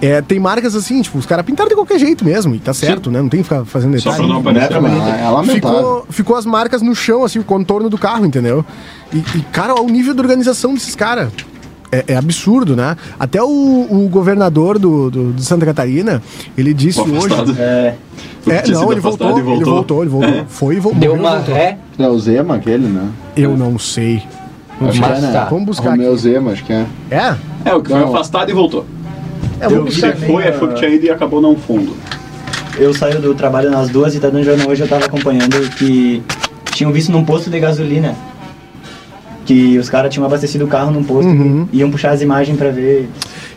[SPEAKER 1] É, tem marcas assim, tipo, os caras pintaram de qualquer jeito mesmo, e tá certo, né? Não tem que ficar fazendo
[SPEAKER 2] Só
[SPEAKER 1] detalhe.
[SPEAKER 2] pra não aparecer. né?
[SPEAKER 5] Ah, é lamentável.
[SPEAKER 1] ficou, ficou as marcas no chão, assim, o contorno do carro, entendeu? E, e, cara, olha o nível de organização desses caras. É, é absurdo, né? Até o, o governador do, do- de Santa Catarina, ele disse
[SPEAKER 2] Foi
[SPEAKER 1] hoje.
[SPEAKER 2] afastado.
[SPEAKER 6] É.
[SPEAKER 2] Tinha
[SPEAKER 1] É, não,
[SPEAKER 2] sido
[SPEAKER 1] ele voltou,
[SPEAKER 2] afastado e
[SPEAKER 1] ele voltou, ele voltou.
[SPEAKER 2] É.
[SPEAKER 1] Foi e vo-
[SPEAKER 3] Deu
[SPEAKER 1] morreu e
[SPEAKER 3] uma
[SPEAKER 1] voltou.
[SPEAKER 3] ré.
[SPEAKER 5] É o Zema aquele, né?
[SPEAKER 1] Eu não sei.
[SPEAKER 5] Acho que é, né?
[SPEAKER 3] tá.
[SPEAKER 1] Vamos buscar
[SPEAKER 5] Romeu Zema, acho que é.
[SPEAKER 1] É?
[SPEAKER 2] É, o que foi
[SPEAKER 5] Não.
[SPEAKER 2] afastado e voltou.
[SPEAKER 1] É,
[SPEAKER 2] o que ele foi, é, foi que tinha ido e acabou não fundo.
[SPEAKER 6] Eu saio do trabalho nas duas e tá dando jornal hoje, eu tava acompanhando que tinham visto num posto de gasolina. Que os caras tinham abastecido o carro num posto e iam puxar as imagens pra ver.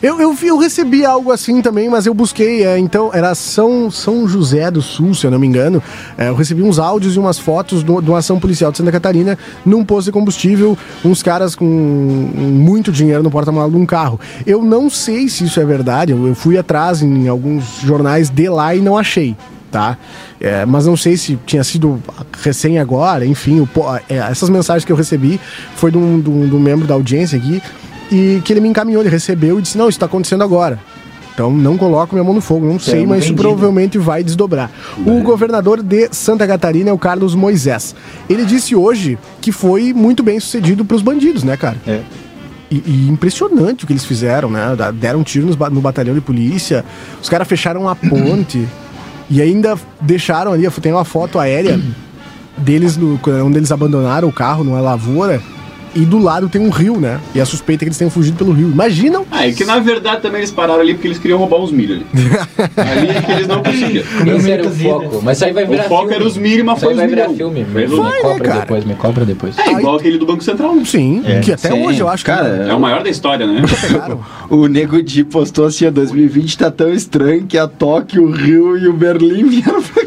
[SPEAKER 1] Eu, eu, vi, eu recebi algo assim também, mas eu busquei, é, então, era São, São José do Sul, se eu não me engano. É, eu recebi uns áudios e umas fotos do- de uma ação policial de Santa Catarina num posto de combustível, uns caras com muito dinheiro no porta-malas de um carro. Eu não sei se isso é verdade, eu, eu fui atrás em alguns jornais de lá e não achei. tá? tá? É, mas não sei se tinha sido recém agora, enfim, o po- é, essas mensagens que eu recebi foi de um, de um- de um membro da audiência aqui e que ele me encaminhou, ele recebeu e disse, não, isso tá acontecendo agora. Então não coloco minha mão no fogo, não sei,
[SPEAKER 6] um
[SPEAKER 1] mas isso
[SPEAKER 6] vendido.
[SPEAKER 1] provavelmente vai desdobrar. O governador de Santa Catarina é o Carlos Moisés. Ele disse hoje que foi muito bem sucedido pros bandidos, né, cara?
[SPEAKER 6] É.
[SPEAKER 1] E, e impressionante o que eles fizeram, né? Da- Deram um tiro nos ba- no batalhão de polícia, os caras fecharam a ponte e ainda deixaram ali, tem uma foto aérea deles, no, onde eles abandonaram o carro numa lavoura e do lado tem um rio, né? E a suspeita é que eles tenham fugido pelo rio. um Imaginam?
[SPEAKER 2] Ah, é que na verdade também eles pararam ali porque eles queriam roubar os milho ali. ali é que eles não conseguiram.
[SPEAKER 3] Esse era o foco. Mas isso aí vai
[SPEAKER 2] O
[SPEAKER 3] virar
[SPEAKER 2] foco
[SPEAKER 3] filme.
[SPEAKER 2] era os milho, mas
[SPEAKER 3] Isso
[SPEAKER 2] foi
[SPEAKER 3] aí
[SPEAKER 2] os
[SPEAKER 3] vai virar
[SPEAKER 2] milhão.
[SPEAKER 3] filme. Me,
[SPEAKER 2] Mas
[SPEAKER 3] me
[SPEAKER 2] vai, né,
[SPEAKER 3] cobra
[SPEAKER 2] cara?
[SPEAKER 3] depois, me cobra depois. Então
[SPEAKER 2] É igual aquele do Banco Central.
[SPEAKER 1] Sim,
[SPEAKER 5] É.
[SPEAKER 1] que até
[SPEAKER 5] Sim,
[SPEAKER 1] hoje eu acho que.
[SPEAKER 5] cara,
[SPEAKER 2] É o maior da história, né?
[SPEAKER 5] O Nego Di postou assim, ó, 2020 tá tão estranho que a Tóquio, o Rio e o Berlim vieram pra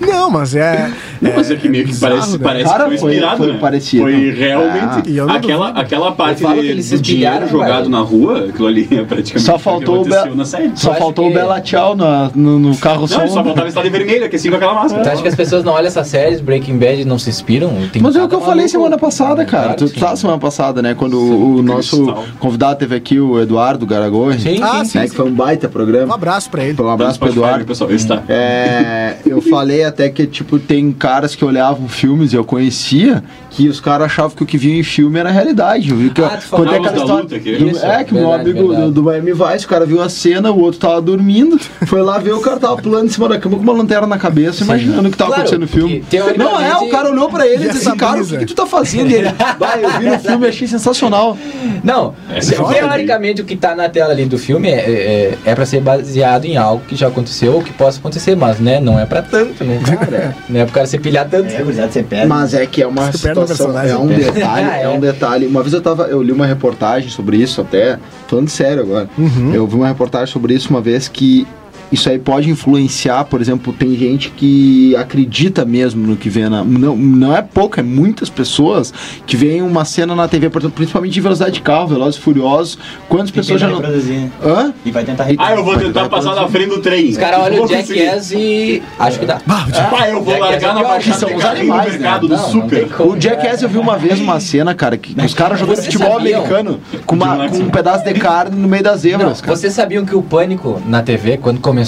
[SPEAKER 1] Não, mas é.
[SPEAKER 2] Não, mas é que meio que
[SPEAKER 1] bizarro,
[SPEAKER 2] parece,
[SPEAKER 1] né?
[SPEAKER 2] parece
[SPEAKER 1] Cara,
[SPEAKER 2] que foi
[SPEAKER 1] foi-
[SPEAKER 2] inspirado,
[SPEAKER 1] foi
[SPEAKER 2] né?
[SPEAKER 1] parecido.
[SPEAKER 2] Foi
[SPEAKER 1] Ah. E
[SPEAKER 2] realmente...
[SPEAKER 1] eu não
[SPEAKER 2] aquela,
[SPEAKER 1] duvido.
[SPEAKER 2] aquela parte
[SPEAKER 5] Eu falo que
[SPEAKER 2] de,
[SPEAKER 5] eles se
[SPEAKER 2] do dinheiro
[SPEAKER 5] espelharam,
[SPEAKER 2] jogado
[SPEAKER 5] velho.
[SPEAKER 2] na rua, aquilo ali é praticamente
[SPEAKER 5] Só
[SPEAKER 2] o que
[SPEAKER 5] faltou o,
[SPEAKER 2] aconteceu
[SPEAKER 5] Be-
[SPEAKER 2] na série.
[SPEAKER 5] só faltou o Bela Tchau na- no, no carro
[SPEAKER 2] Não, só faltava estar de vermelho, que assim com aquela máscara.
[SPEAKER 3] Tu acha que é as pessoas não olham essas séries, Breaking Bad, e não se inspiram? Tem
[SPEAKER 5] Mas é o que
[SPEAKER 3] cada
[SPEAKER 5] eu falei
[SPEAKER 3] maluco-
[SPEAKER 5] semana passada, cara. Tu tá semana passada, né? Quando o o nosso convidado teve aqui, o Eduardo Garagorri.
[SPEAKER 3] Sim, sim,
[SPEAKER 5] né,
[SPEAKER 3] sim,
[SPEAKER 5] Que
[SPEAKER 3] sim.
[SPEAKER 5] foi um baita
[SPEAKER 1] Um
[SPEAKER 5] programa.
[SPEAKER 1] abraço pra ele.
[SPEAKER 5] Um abraço pro
[SPEAKER 2] Spotify,
[SPEAKER 5] Eduardo.
[SPEAKER 2] pessoal, tá. está.
[SPEAKER 5] É, eu falei até que, tipo, tem caras que olhavam filmes e eu conhecia que os caras achavam que o que vinha em filme era realidade. Eu vi que
[SPEAKER 3] Ah, tu falou
[SPEAKER 5] quando é
[SPEAKER 3] da
[SPEAKER 5] aquela
[SPEAKER 2] luta
[SPEAKER 5] história.
[SPEAKER 2] aqui.
[SPEAKER 5] do-
[SPEAKER 3] Isso,
[SPEAKER 5] é, que meu
[SPEAKER 3] verdade,
[SPEAKER 5] amigo
[SPEAKER 3] verdade.
[SPEAKER 5] do, do Miami Vice, o cara viu a cena, o outro tava dormindo, foi lá ver o cara tava pulando em cima da cama com uma lanterna na cabeça, imaginando o que tava
[SPEAKER 3] Claro,
[SPEAKER 5] acontecendo no filme.
[SPEAKER 3] porque, teoricamente-
[SPEAKER 5] Não, é, o cara olhou pra ele e
[SPEAKER 1] E
[SPEAKER 5] disse
[SPEAKER 1] essa
[SPEAKER 5] assim, cara, o
[SPEAKER 1] brisa?
[SPEAKER 5] que, que tu tá fazendo? E ele, bah, eu vi no filme e achei sensacional.
[SPEAKER 3] Não,
[SPEAKER 2] Essa é foda,
[SPEAKER 3] teoricamente o que tá na tela ali do filme é, é, é para ser baseado em algo que já aconteceu ou que possa acontecer, mas né, não é pra tanto, né?
[SPEAKER 5] Cara,
[SPEAKER 3] Não é pro cara se pilhar tanto.
[SPEAKER 6] É, gurizada, você perde.
[SPEAKER 5] Mas é que é uma
[SPEAKER 1] Você perde o
[SPEAKER 5] situação,
[SPEAKER 1] personagem.
[SPEAKER 5] é um
[SPEAKER 3] É.
[SPEAKER 5] detalhe,
[SPEAKER 3] Ah, é.
[SPEAKER 5] é um detalhe. Uma vez eu tava, eu li uma reportagem sobre isso até, falando sério agora. Eu vi uma reportagem sobre isso uma vez que isso aí pode influenciar, por exemplo, tem gente que acredita mesmo no que vê na. Não, não é pouco, é muitas pessoas que veem uma cena na TV, por exemplo, principalmente de velocidade de carro, Velozes e Furiosos. Quantas
[SPEAKER 6] E
[SPEAKER 5] pessoas
[SPEAKER 6] tenta
[SPEAKER 5] já não.
[SPEAKER 6] reproduzir, né?
[SPEAKER 5] Hã?
[SPEAKER 6] E vai tentar
[SPEAKER 2] Ah, eu vou
[SPEAKER 5] Mas
[SPEAKER 2] tentar
[SPEAKER 5] vai
[SPEAKER 2] passar
[SPEAKER 5] acontecer.
[SPEAKER 2] na frente do trem.
[SPEAKER 3] Os caras olham
[SPEAKER 2] Vou
[SPEAKER 3] o
[SPEAKER 2] conseguir.
[SPEAKER 3] Jackass e. Acho que dá.
[SPEAKER 2] Ah, eu vou
[SPEAKER 3] Jackass é
[SPEAKER 2] largar na
[SPEAKER 3] pior,
[SPEAKER 2] baixada
[SPEAKER 3] são
[SPEAKER 2] de
[SPEAKER 3] os
[SPEAKER 2] carrinho no
[SPEAKER 5] animais, né?
[SPEAKER 2] mercado do
[SPEAKER 3] Não, não tem
[SPEAKER 2] super.
[SPEAKER 3] como.
[SPEAKER 5] O Jackass eu vi uma vez uma cena, cara, que os caras jogando
[SPEAKER 3] Vocês
[SPEAKER 5] futebol
[SPEAKER 3] sabiam?
[SPEAKER 5] americano com, uma- com um pedaço de carne no meio das
[SPEAKER 3] Não,
[SPEAKER 5] zebras, cara.
[SPEAKER 3] vocês sabiam que o pânico na TV, quando começou,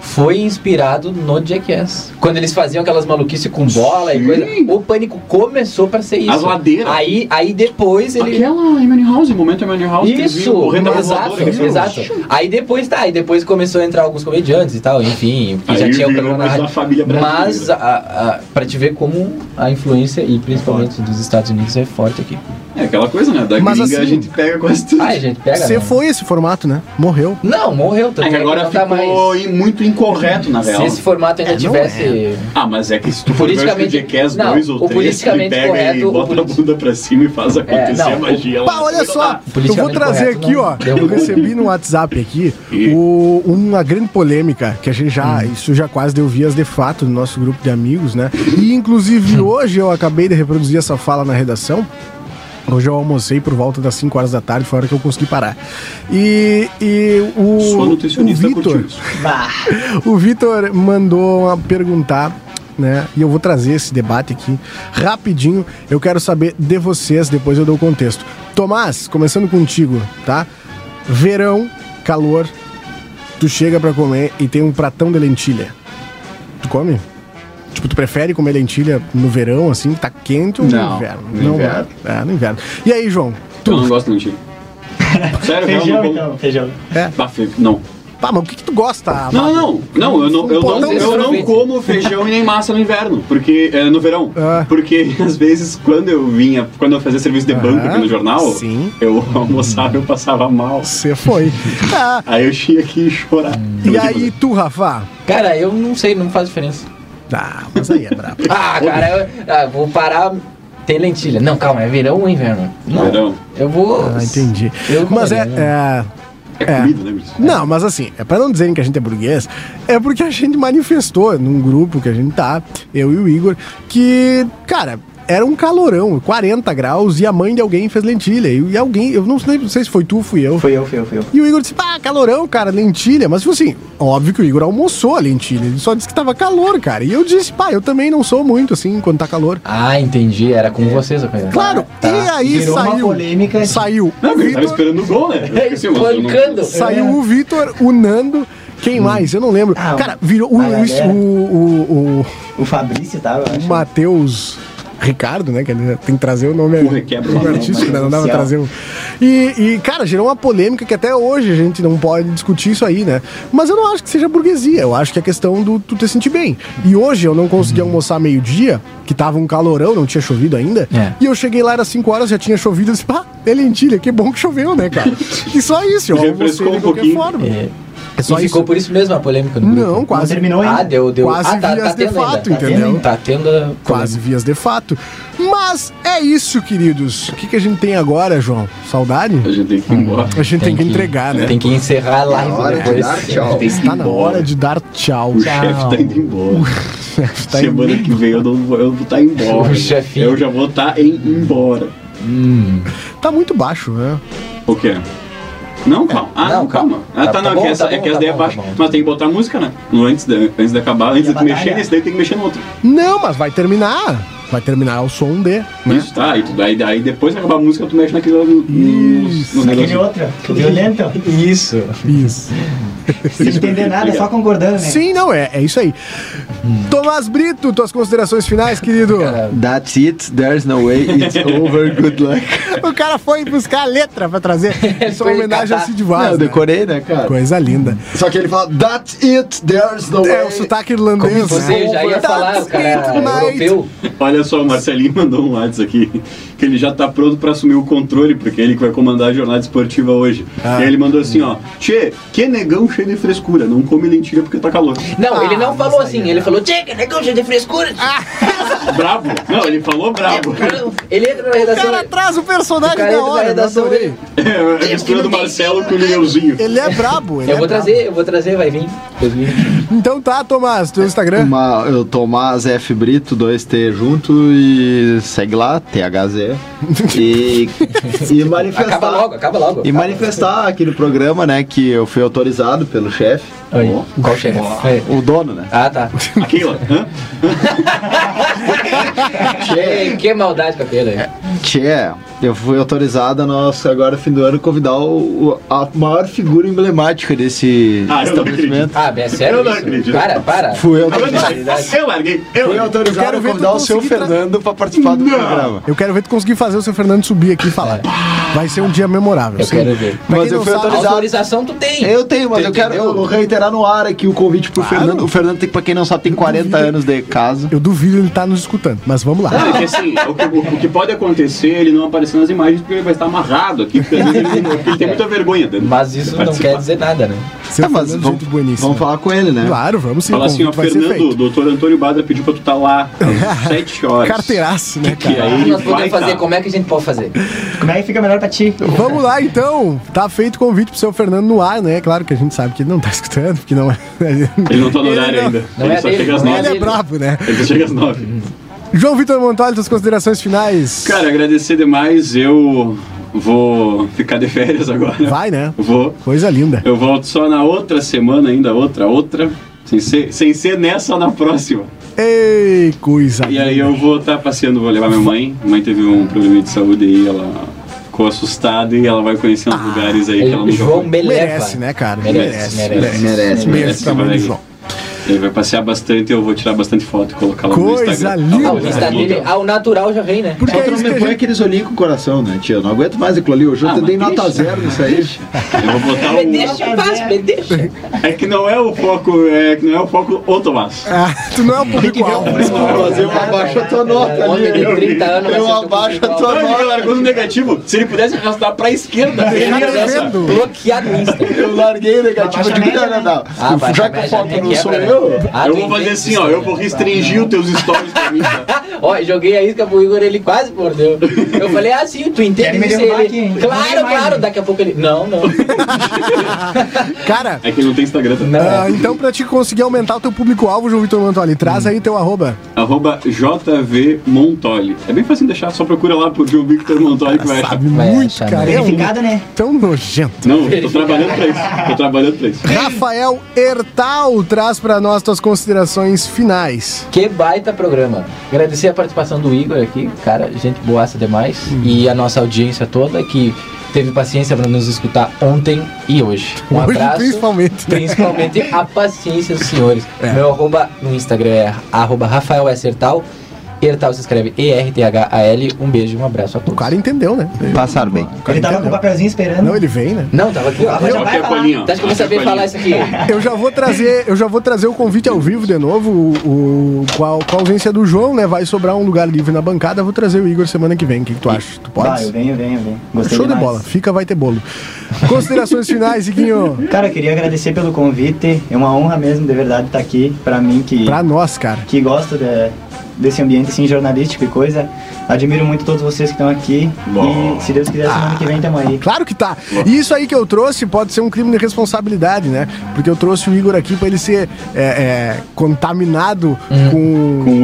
[SPEAKER 3] foi inspirado no Jackass. Quando eles faziam aquelas maluquices com bola e coisa, o pânico começou pra ser isso.
[SPEAKER 2] As ladeiras. é
[SPEAKER 3] Aí, aí depois ele.
[SPEAKER 2] Aquela Emmanuel um House, o momento Emmanuel House.
[SPEAKER 3] Isso, exato,
[SPEAKER 2] é
[SPEAKER 3] exato. Aí depois tá, aí depois começou a entrar alguns comediantes e tal, enfim, que
[SPEAKER 2] Aí
[SPEAKER 3] já tinha o
[SPEAKER 2] virou
[SPEAKER 3] programa na
[SPEAKER 2] mais uma
[SPEAKER 3] rádio.
[SPEAKER 2] família brasileira.
[SPEAKER 3] Mas a, a, pra te ver como a influência, e principalmente dos Estados Unidos, é forte aqui.
[SPEAKER 2] É aquela coisa, né? Da
[SPEAKER 1] Mas
[SPEAKER 2] gringa a
[SPEAKER 1] assim-
[SPEAKER 2] gente pega quase tudo.
[SPEAKER 3] Ai, gente, pega.
[SPEAKER 1] Você
[SPEAKER 3] né?
[SPEAKER 1] foi esse formato, né? Morreu.
[SPEAKER 3] Não, morreu
[SPEAKER 2] É
[SPEAKER 3] também.
[SPEAKER 2] que agora
[SPEAKER 3] não tá
[SPEAKER 2] ficou
[SPEAKER 3] mais.
[SPEAKER 2] in- muito incorreto, na
[SPEAKER 3] Se
[SPEAKER 2] real.
[SPEAKER 3] esse formato
[SPEAKER 1] É,
[SPEAKER 3] ainda
[SPEAKER 1] não
[SPEAKER 3] tivesse.
[SPEAKER 2] Ah, mas é que se tu for ver, eu acho que o
[SPEAKER 3] Politicamente-
[SPEAKER 2] Jackass
[SPEAKER 3] não,
[SPEAKER 2] 2
[SPEAKER 3] o
[SPEAKER 2] ou 3, ele
[SPEAKER 3] politicamente
[SPEAKER 2] pega e
[SPEAKER 3] correto, o
[SPEAKER 2] bota a
[SPEAKER 3] politi- É,
[SPEAKER 2] bunda pra cima e faz acontecer
[SPEAKER 3] não,
[SPEAKER 2] a
[SPEAKER 3] o-
[SPEAKER 2] magia. Ah,
[SPEAKER 1] Pá, olha só, eu vou
[SPEAKER 3] Politicamente
[SPEAKER 1] trazer
[SPEAKER 3] correto,
[SPEAKER 1] aqui,
[SPEAKER 3] não.
[SPEAKER 1] ó.
[SPEAKER 3] Deu
[SPEAKER 1] Eu
[SPEAKER 3] ruim.
[SPEAKER 1] recebi no WhatsApp aqui
[SPEAKER 2] E?
[SPEAKER 1] o- uma grande polêmica, que a gente já,
[SPEAKER 3] Hum.
[SPEAKER 1] isso já quase deu vias de fato no nosso grupo de amigos, né? E
[SPEAKER 3] Hum.
[SPEAKER 1] inclusive hoje eu acabei de reproduzir essa fala na redação. Hoje eu almocei por volta das 5 horas da tarde, foi a hora que eu consegui parar. E, e o,
[SPEAKER 2] Sua nutricionista
[SPEAKER 1] o
[SPEAKER 2] curtiu
[SPEAKER 1] Vitor,
[SPEAKER 2] isso.
[SPEAKER 6] Bah.
[SPEAKER 1] o Vitor mandou uma perguntar, né? E eu vou trazer esse debate aqui rapidinho. Eu quero saber de vocês, depois eu dou o contexto. Tomás, começando contigo, tá? Verão, calor, tu chega pra comer e tem um pratão de lentilha. Tu come? Tipo, tu prefere comer lentilha no verão, assim, que tá quente ou no
[SPEAKER 5] Não,
[SPEAKER 1] inverno?
[SPEAKER 5] no inverno.
[SPEAKER 1] É, é, no inverno. E aí, João?
[SPEAKER 2] Eu não gosto de lentilha. Sério, eu
[SPEAKER 6] Feijão,
[SPEAKER 2] não
[SPEAKER 6] então, feijão.
[SPEAKER 2] Bah, fe- Não.
[SPEAKER 1] Pá, mas o que, que tu gosta?
[SPEAKER 2] Não, não, não, eu não, eu
[SPEAKER 1] Pô, então
[SPEAKER 2] não, eu não
[SPEAKER 3] sorvete.
[SPEAKER 2] como feijão e nem massa no inverno, porque é, no verão,
[SPEAKER 1] Ah.
[SPEAKER 2] porque às vezes quando eu vinha, quando eu fazia serviço de banco aqui no jornal,
[SPEAKER 1] Sim.
[SPEAKER 2] eu almoçava eu passava mal,
[SPEAKER 1] Você foi. Ah,
[SPEAKER 2] aí eu tinha que chorar.
[SPEAKER 1] e aí, tu, Rafa?
[SPEAKER 3] Cara, eu não sei, não faz diferença.
[SPEAKER 1] Ah, mas aí é brabo.
[SPEAKER 3] Ah, cara, eu, ah, vou parar. Tem lentilha. Não, calma, é verão ou inverno? Não.
[SPEAKER 2] Verão.
[SPEAKER 3] Eu vou.
[SPEAKER 1] Ah, entendi.
[SPEAKER 3] Eu né?
[SPEAKER 1] mas é,
[SPEAKER 3] comeria,
[SPEAKER 1] é.
[SPEAKER 2] É comida, né, Bruce?
[SPEAKER 1] Não, mas assim, é pra não dizerem que a gente é burguês, é porque a gente manifestou num grupo que a gente tá, eu e o Igor, que, cara, era um calorão, 40 graus, e a mãe de alguém fez lentilha. E e alguém, eu não sei, não sei se foi tu, fui eu.
[SPEAKER 6] Foi eu, fui eu, fui eu.
[SPEAKER 1] E o Igor disse, pá, calorão, cara, lentilha. Mas, tipo assim, óbvio que o Igor almoçou a lentilha. Ele só disse que tava calor, cara. E eu disse, pá, eu também não sou muito, assim, quando tá calor.
[SPEAKER 3] Ah, entendi. Era com vocês a coisa.
[SPEAKER 1] É. Claro, e aí
[SPEAKER 3] Virou uma
[SPEAKER 1] saiu.
[SPEAKER 3] polêmica.
[SPEAKER 1] Saiu.
[SPEAKER 2] Não,
[SPEAKER 1] o
[SPEAKER 2] porque eu
[SPEAKER 1] Vitor-
[SPEAKER 2] tava esperando o gol, né?
[SPEAKER 3] É
[SPEAKER 2] Eu esqueci, mas eu não-
[SPEAKER 1] Saiu o Vitor, o Nando. Quem mais? Eu não lembro. Cara, virou o,
[SPEAKER 6] a
[SPEAKER 1] Luiz- o,
[SPEAKER 6] galera.
[SPEAKER 1] o,
[SPEAKER 6] o, Fabrício tava, eu
[SPEAKER 1] o Matheus Ricardo, né? Que ele tem que trazer o nome
[SPEAKER 2] Porra, quebra o
[SPEAKER 1] nome
[SPEAKER 2] nome,
[SPEAKER 1] artístico,
[SPEAKER 2] né?
[SPEAKER 1] né? Não dava pra trazer o. E, e, cara, gerou uma polêmica que até hoje a gente não pode discutir isso aí, né? Mas eu não acho que seja burguesia. Eu acho que é questão do tu te sentir bem. E hoje eu não consegui almoçar meio-dia, que tava um calorão, não tinha chovido ainda.
[SPEAKER 3] É.
[SPEAKER 1] E eu cheguei lá, era 5 horas, já tinha chovido. Eu disse, pá, é lentilha, que bom que choveu, né, cara? E só isso, eu almocei
[SPEAKER 2] Refrescou um
[SPEAKER 1] de qualquer
[SPEAKER 2] pouquinho.
[SPEAKER 1] forma.
[SPEAKER 3] É.
[SPEAKER 1] É só
[SPEAKER 3] e ficou
[SPEAKER 1] isso.
[SPEAKER 3] por isso mesmo a polêmica no grupo?
[SPEAKER 1] Não, quase.
[SPEAKER 3] Ah, deu, deu.
[SPEAKER 1] Quase
[SPEAKER 3] ah, tá,
[SPEAKER 1] vias
[SPEAKER 3] tá
[SPEAKER 1] de
[SPEAKER 3] tendo
[SPEAKER 1] fato,
[SPEAKER 3] ainda. Tá
[SPEAKER 1] entendeu?
[SPEAKER 3] tendo- Tá tendo, a
[SPEAKER 1] Quase vias de fato. Mas é isso, queridos. O que, que a gente tem agora, João? Saudade? A
[SPEAKER 2] gente tem que ir embora.
[SPEAKER 1] A gente tem, que entregar, né?
[SPEAKER 3] Tem que encerrar a live
[SPEAKER 1] hora de
[SPEAKER 3] depois.
[SPEAKER 1] dar tchau.
[SPEAKER 2] Tem é que ir
[SPEAKER 1] Está na
[SPEAKER 2] embora.
[SPEAKER 1] hora de dar tchau.
[SPEAKER 2] O chefe tá indo embora.
[SPEAKER 1] tá
[SPEAKER 2] Semana que vem eu, não vou, eu vou tá embora.
[SPEAKER 3] O chefinho.
[SPEAKER 2] Eu já vou estar tá em embora.
[SPEAKER 1] Tá muito baixo, né?
[SPEAKER 2] O quê? Não, calma. Ah, não, calma. Ah,
[SPEAKER 3] É. Tá-
[SPEAKER 2] tá,
[SPEAKER 3] tá
[SPEAKER 2] não. é
[SPEAKER 3] bom,
[SPEAKER 2] que essa,
[SPEAKER 3] tá
[SPEAKER 2] é que
[SPEAKER 3] bom,
[SPEAKER 2] essa daí
[SPEAKER 3] tá
[SPEAKER 2] é
[SPEAKER 3] bom,
[SPEAKER 2] baixa.
[SPEAKER 3] tá bom.
[SPEAKER 2] Mas tem que botar música, né? No- Antes de, antes de acabar, antes de mexer nesse daí, tem que mexer no outro.
[SPEAKER 1] Não, mas vai terminar. Vai terminar o som de.
[SPEAKER 3] Né?
[SPEAKER 2] Isso, tá. Aí, tu- aí, aí depois que acabar a música, tu mexe naquele lá no- nos, nos
[SPEAKER 6] Aquele
[SPEAKER 2] negócios.
[SPEAKER 6] outra, violento.
[SPEAKER 3] Isso.
[SPEAKER 1] Isso.
[SPEAKER 6] Sem entender nada, só concordando, né?
[SPEAKER 1] Sim, não, é, é isso aí. Tomás Brito, tuas considerações finais, querido?
[SPEAKER 5] That's it, there's no way, it's over, good luck.
[SPEAKER 1] O cara foi buscar a letra pra trazer. Isso é uma
[SPEAKER 5] Foi
[SPEAKER 1] homenagem a
[SPEAKER 5] catar.
[SPEAKER 1] Cid
[SPEAKER 5] Não,
[SPEAKER 1] Vaz.
[SPEAKER 5] eu
[SPEAKER 1] né?
[SPEAKER 5] decorei, né, cara?
[SPEAKER 1] Coisa linda.
[SPEAKER 5] Só que ele fala, that's it, there's no way.
[SPEAKER 1] É o sotaque irlandês.
[SPEAKER 3] Como você
[SPEAKER 1] né?
[SPEAKER 3] já ia falar, o cara é
[SPEAKER 1] That's it, mate.
[SPEAKER 3] europeu.
[SPEAKER 2] Olha só, o Marcelinho mandou um WhatsApp aqui que ele já tá pronto pra assumir o controle, porque é ele que vai comandar a jornada esportiva hoje.
[SPEAKER 3] Ah.
[SPEAKER 2] E aí ele mandou assim, ó: Tchê, que negão cheio de frescura, não come lentilha porque tá calor.
[SPEAKER 3] Não, ele
[SPEAKER 1] Ah,
[SPEAKER 3] não falou assim, ele falou, chega, negão, já é de frescura.
[SPEAKER 2] bravo? Não, ele falou bravo.
[SPEAKER 3] Ele entra na redação.
[SPEAKER 1] O cara traz o personagem
[SPEAKER 3] O cara
[SPEAKER 1] da
[SPEAKER 3] entra na
[SPEAKER 1] hora, eu
[SPEAKER 3] redação
[SPEAKER 1] adorei.
[SPEAKER 2] É, a mistura do Marcelo com o Leãozinho.
[SPEAKER 1] Ele é brabo, ele
[SPEAKER 3] Eu
[SPEAKER 1] é
[SPEAKER 3] vou
[SPEAKER 1] brabo.
[SPEAKER 3] trazer, eu vou trazer, vai vir. 2020.
[SPEAKER 1] Então tá, Tomás, teu Instagram.
[SPEAKER 5] Uma, eu Tomás F Brito, 2T junto e segue lá, THZ. E, e manifestar.
[SPEAKER 3] Acaba logo, acaba logo.
[SPEAKER 5] E manifestar aqui no programa, né, que eu fui autorizado pelo chefe.
[SPEAKER 3] Aí, qual chefe? É.
[SPEAKER 5] O dono, né?
[SPEAKER 3] Ah, tá.
[SPEAKER 2] Aqui, ó. Hã?
[SPEAKER 3] Che, que maldade com aquele aí.
[SPEAKER 5] Tchê, eu fui autorizado a nós, agora fim do ano, convidar o, o- a maior figura emblemática desse
[SPEAKER 2] Ah, eu não
[SPEAKER 5] estabelecimento.
[SPEAKER 3] Ah, é sério
[SPEAKER 2] Eu não
[SPEAKER 3] isso?
[SPEAKER 2] acredito.
[SPEAKER 3] Para, para.
[SPEAKER 5] Fui
[SPEAKER 2] Ah, mas
[SPEAKER 5] autorizado.
[SPEAKER 2] Eu larguei. Eu
[SPEAKER 5] Fui
[SPEAKER 2] larguei.
[SPEAKER 1] Eu quero
[SPEAKER 5] autorizado a
[SPEAKER 1] ver
[SPEAKER 5] convidar
[SPEAKER 1] tu
[SPEAKER 5] o seu
[SPEAKER 1] conseguir tra-
[SPEAKER 5] Fernando pra participar do
[SPEAKER 2] Não.
[SPEAKER 5] programa.
[SPEAKER 1] Eu quero ver tu conseguir fazer o seu Fernando subir aqui e falar. Vai ser um dia memorável.
[SPEAKER 3] Eu
[SPEAKER 1] sim.
[SPEAKER 3] quero ver.
[SPEAKER 1] Pra
[SPEAKER 5] Mas
[SPEAKER 1] quem
[SPEAKER 5] eu
[SPEAKER 1] não
[SPEAKER 5] fui
[SPEAKER 1] sabe-
[SPEAKER 5] autorizado.
[SPEAKER 3] Autorização tu tem.
[SPEAKER 5] Eu tenho, mas
[SPEAKER 3] Tu
[SPEAKER 5] eu quero
[SPEAKER 3] entendeu?
[SPEAKER 5] eu reiterar no ar aqui o convite pro
[SPEAKER 1] Claro.
[SPEAKER 5] Fernando. O Fernando tem, pra quem não sabe, tem 40 anos de casa.
[SPEAKER 1] Eu duvido ele tá nos escutando, mas vamos lá.
[SPEAKER 2] Não, é que assim, o que, o- o que pode acontecer é ele não aparecer nas imagens porque ele vai estar amarrado aqui, porque às vezes ele, tem- ele tem muita vergonha. dele.
[SPEAKER 3] Mas isso não quer dizer nada, né?
[SPEAKER 1] Seu
[SPEAKER 5] Ah, mas
[SPEAKER 1] Fernando,
[SPEAKER 5] vamos,
[SPEAKER 1] gente boníssima.
[SPEAKER 5] vamos falar com ele, né?
[SPEAKER 1] Claro, vamos sim.
[SPEAKER 2] Fala
[SPEAKER 1] o
[SPEAKER 2] assim, ó,
[SPEAKER 1] convite vai ser
[SPEAKER 2] Fernando, o
[SPEAKER 1] feito.
[SPEAKER 2] doutor Antônio Badra pediu pra tu estar lá às 7 horas.
[SPEAKER 1] Carteiraço, né,
[SPEAKER 2] Que
[SPEAKER 1] cara?
[SPEAKER 3] O
[SPEAKER 2] aí
[SPEAKER 3] que
[SPEAKER 2] ele
[SPEAKER 3] Ah,
[SPEAKER 2] vai
[SPEAKER 3] nós
[SPEAKER 2] Então,
[SPEAKER 3] podemos fazer?
[SPEAKER 2] tá.
[SPEAKER 3] Como é que a gente pode fazer?
[SPEAKER 6] Como é que fica melhor pra ti?
[SPEAKER 1] Vamos lá então, tá feito o convite pro seu Fernando no ar, né? Claro que a gente sabe que ele não tá escutando, porque não é.
[SPEAKER 2] Ele não tá no horário
[SPEAKER 1] não-
[SPEAKER 2] ainda.
[SPEAKER 3] não
[SPEAKER 2] ele
[SPEAKER 3] é
[SPEAKER 2] só
[SPEAKER 3] dele,
[SPEAKER 2] chega às
[SPEAKER 3] não é
[SPEAKER 2] 9.
[SPEAKER 1] Ele é
[SPEAKER 3] dele.
[SPEAKER 1] brabo, né?
[SPEAKER 2] Ele só chega às 9.
[SPEAKER 1] João Vitor Montoli, suas considerações finais.
[SPEAKER 2] Cara, agradecer demais. Eu vou ficar de férias agora.
[SPEAKER 1] Vai, né?
[SPEAKER 2] Vou.
[SPEAKER 1] Coisa linda.
[SPEAKER 2] Eu volto só na outra semana ainda, outra, outra. Sem ser, sem ser nessa, na próxima.
[SPEAKER 1] Ei, coisa
[SPEAKER 2] E
[SPEAKER 1] linda.
[SPEAKER 2] aí eu vou estar passeando, vou levar minha mãe. Minha mãe teve um problema de saúde aí, ela ficou assustada e ela vai conhecer
[SPEAKER 1] Ah,
[SPEAKER 2] uns lugares aí que ela
[SPEAKER 3] Ele-
[SPEAKER 2] não
[SPEAKER 3] João me leva.
[SPEAKER 1] Merece, né, cara?
[SPEAKER 3] Merece, merece.
[SPEAKER 5] Merece,
[SPEAKER 1] Beijo pra mãe do
[SPEAKER 2] merece.
[SPEAKER 1] João.
[SPEAKER 2] Ele vai passear bastante, eu vou tirar bastante foto e colocar lá
[SPEAKER 1] Coisa
[SPEAKER 2] no Instagram. Tá
[SPEAKER 1] linda.
[SPEAKER 3] Ah, o Insta dele,
[SPEAKER 2] então.
[SPEAKER 3] ah, o natural já vem, né?
[SPEAKER 1] Porque
[SPEAKER 5] Só
[SPEAKER 1] é
[SPEAKER 5] tu não
[SPEAKER 1] isso
[SPEAKER 5] me
[SPEAKER 1] que a
[SPEAKER 5] põe
[SPEAKER 1] gente...
[SPEAKER 5] aqueles olhinhos com o coração, né, tia? Eu não aguento mais aquilo ali. Hoje
[SPEAKER 2] Ah,
[SPEAKER 5] eu dei
[SPEAKER 2] mas
[SPEAKER 5] nota
[SPEAKER 2] deixa,
[SPEAKER 5] zero nisso aí.
[SPEAKER 2] Eu vou botar
[SPEAKER 3] Me deixa em
[SPEAKER 2] o.
[SPEAKER 3] paz, me deixa.
[SPEAKER 2] É que não é o foco, é que não é o foco o Tomás.
[SPEAKER 1] Ah, tu não é o público-alvo.
[SPEAKER 5] Fazer uma abaixa a tua nota ali.
[SPEAKER 3] Homem de 30 anos vai
[SPEAKER 5] Eu
[SPEAKER 3] ser teu
[SPEAKER 5] abaixo a
[SPEAKER 3] principal.
[SPEAKER 5] tua
[SPEAKER 2] Ele
[SPEAKER 5] nota.
[SPEAKER 2] largou no negativo. Tipo, Se ele pudesse arrastar pra esquerda, ele
[SPEAKER 1] Tá
[SPEAKER 2] ia nessa.
[SPEAKER 1] devendo.
[SPEAKER 3] Bloqueado no Insta.
[SPEAKER 5] Eu larguei o negativo
[SPEAKER 6] Abaixa
[SPEAKER 5] de
[SPEAKER 6] a média,
[SPEAKER 5] não, não, não.
[SPEAKER 3] Ah, abaixa
[SPEAKER 5] Já
[SPEAKER 3] a
[SPEAKER 5] que o
[SPEAKER 3] média,
[SPEAKER 5] foco
[SPEAKER 3] né?
[SPEAKER 5] não sou
[SPEAKER 3] Quebra,
[SPEAKER 2] eu.
[SPEAKER 3] Ah,
[SPEAKER 2] eu
[SPEAKER 3] tu
[SPEAKER 2] vou fazer
[SPEAKER 3] entende
[SPEAKER 2] assim, ó. Eu vou restringir os teus stories pra mim. tá?
[SPEAKER 3] Ó, joguei a isca pro Igor, ele quase mordeu. Eu falei, ah, sim, tu entende
[SPEAKER 6] Quer me
[SPEAKER 3] isso?
[SPEAKER 6] derrubar
[SPEAKER 3] Ele,
[SPEAKER 6] aqui? Não
[SPEAKER 3] Claro,
[SPEAKER 6] vem mais,
[SPEAKER 3] claro,
[SPEAKER 6] né?
[SPEAKER 3] daqui a pouco ele. Não, não.
[SPEAKER 1] Cara.
[SPEAKER 2] É que não tem Instagram também.
[SPEAKER 1] Ah, então, pra te conseguir aumentar o teu público-alvo, João Vitor Mantuali, traz aí teu arroba.
[SPEAKER 2] Arroba JV Montoli. É bem fácil de deixar, só procura lá pro João Victor Montoli que vai achar.
[SPEAKER 1] Muito, cara. é um-
[SPEAKER 6] né?
[SPEAKER 1] Tão nojento.
[SPEAKER 2] Não, eu tô trabalhando pra isso. Tô trabalhando pra isso.
[SPEAKER 1] Rafael Hertal traz pra nós tuas considerações finais.
[SPEAKER 3] Que baita programa. Agradecer a participação do Igor aqui, cara, gente boaça demais. E a nossa audiência toda que teve paciência pra nos escutar ontem e hoje. Um
[SPEAKER 1] Hoje,
[SPEAKER 3] abraço.
[SPEAKER 1] principalmente.
[SPEAKER 3] Principalmente a paciência dos senhores. Meu arroba no Instagram é arroba Rafael S. Hertal. Hertal se escreve E-R-T-H-A-L. Um beijo e um abraço a todos. O
[SPEAKER 1] cara entendeu, né?
[SPEAKER 5] Passaram bem.
[SPEAKER 6] Ele tava com o papelzinho esperando. Não,
[SPEAKER 1] ele vem, né?
[SPEAKER 3] Não, tava aqui, ó.
[SPEAKER 6] Tava, já
[SPEAKER 3] Aqui
[SPEAKER 6] vai
[SPEAKER 3] a
[SPEAKER 6] falar.
[SPEAKER 3] colinha, ó. Tá, acho que eu vou Aqui a saber colinha. falar isso aqui.
[SPEAKER 1] Eu já vou trazer, eu já vou trazer o convite ao vivo de novo, o, o- com, a, com a ausência do João, né? Vai sobrar um lugar livre na bancada, eu vou trazer o Igor semana que vem. O que, que tu acha? Tu
[SPEAKER 6] Vai, eu
[SPEAKER 1] pode?
[SPEAKER 6] venho, eu venho, eu venho.
[SPEAKER 1] Show de bola. Fica, vai ter bolo. Considerações finais, Iguinho.
[SPEAKER 6] Cara, eu queria agradecer pelo convite. É uma honra mesmo, de verdade, estar aqui. Pra mim que.
[SPEAKER 1] Pra nós, cara.
[SPEAKER 6] Que gosto de- desse ambiente assim, jornalístico e coisa. Admiro muito todos vocês que estão aqui. E se Deus quiser,
[SPEAKER 1] Ah.
[SPEAKER 6] semana que vem tamo aí.
[SPEAKER 1] Claro que tá. E isso aí que eu trouxe pode ser um crime de responsabilidade, né? Porque eu trouxe o Igor aqui pra ele ser é, é, contaminado com, com, com,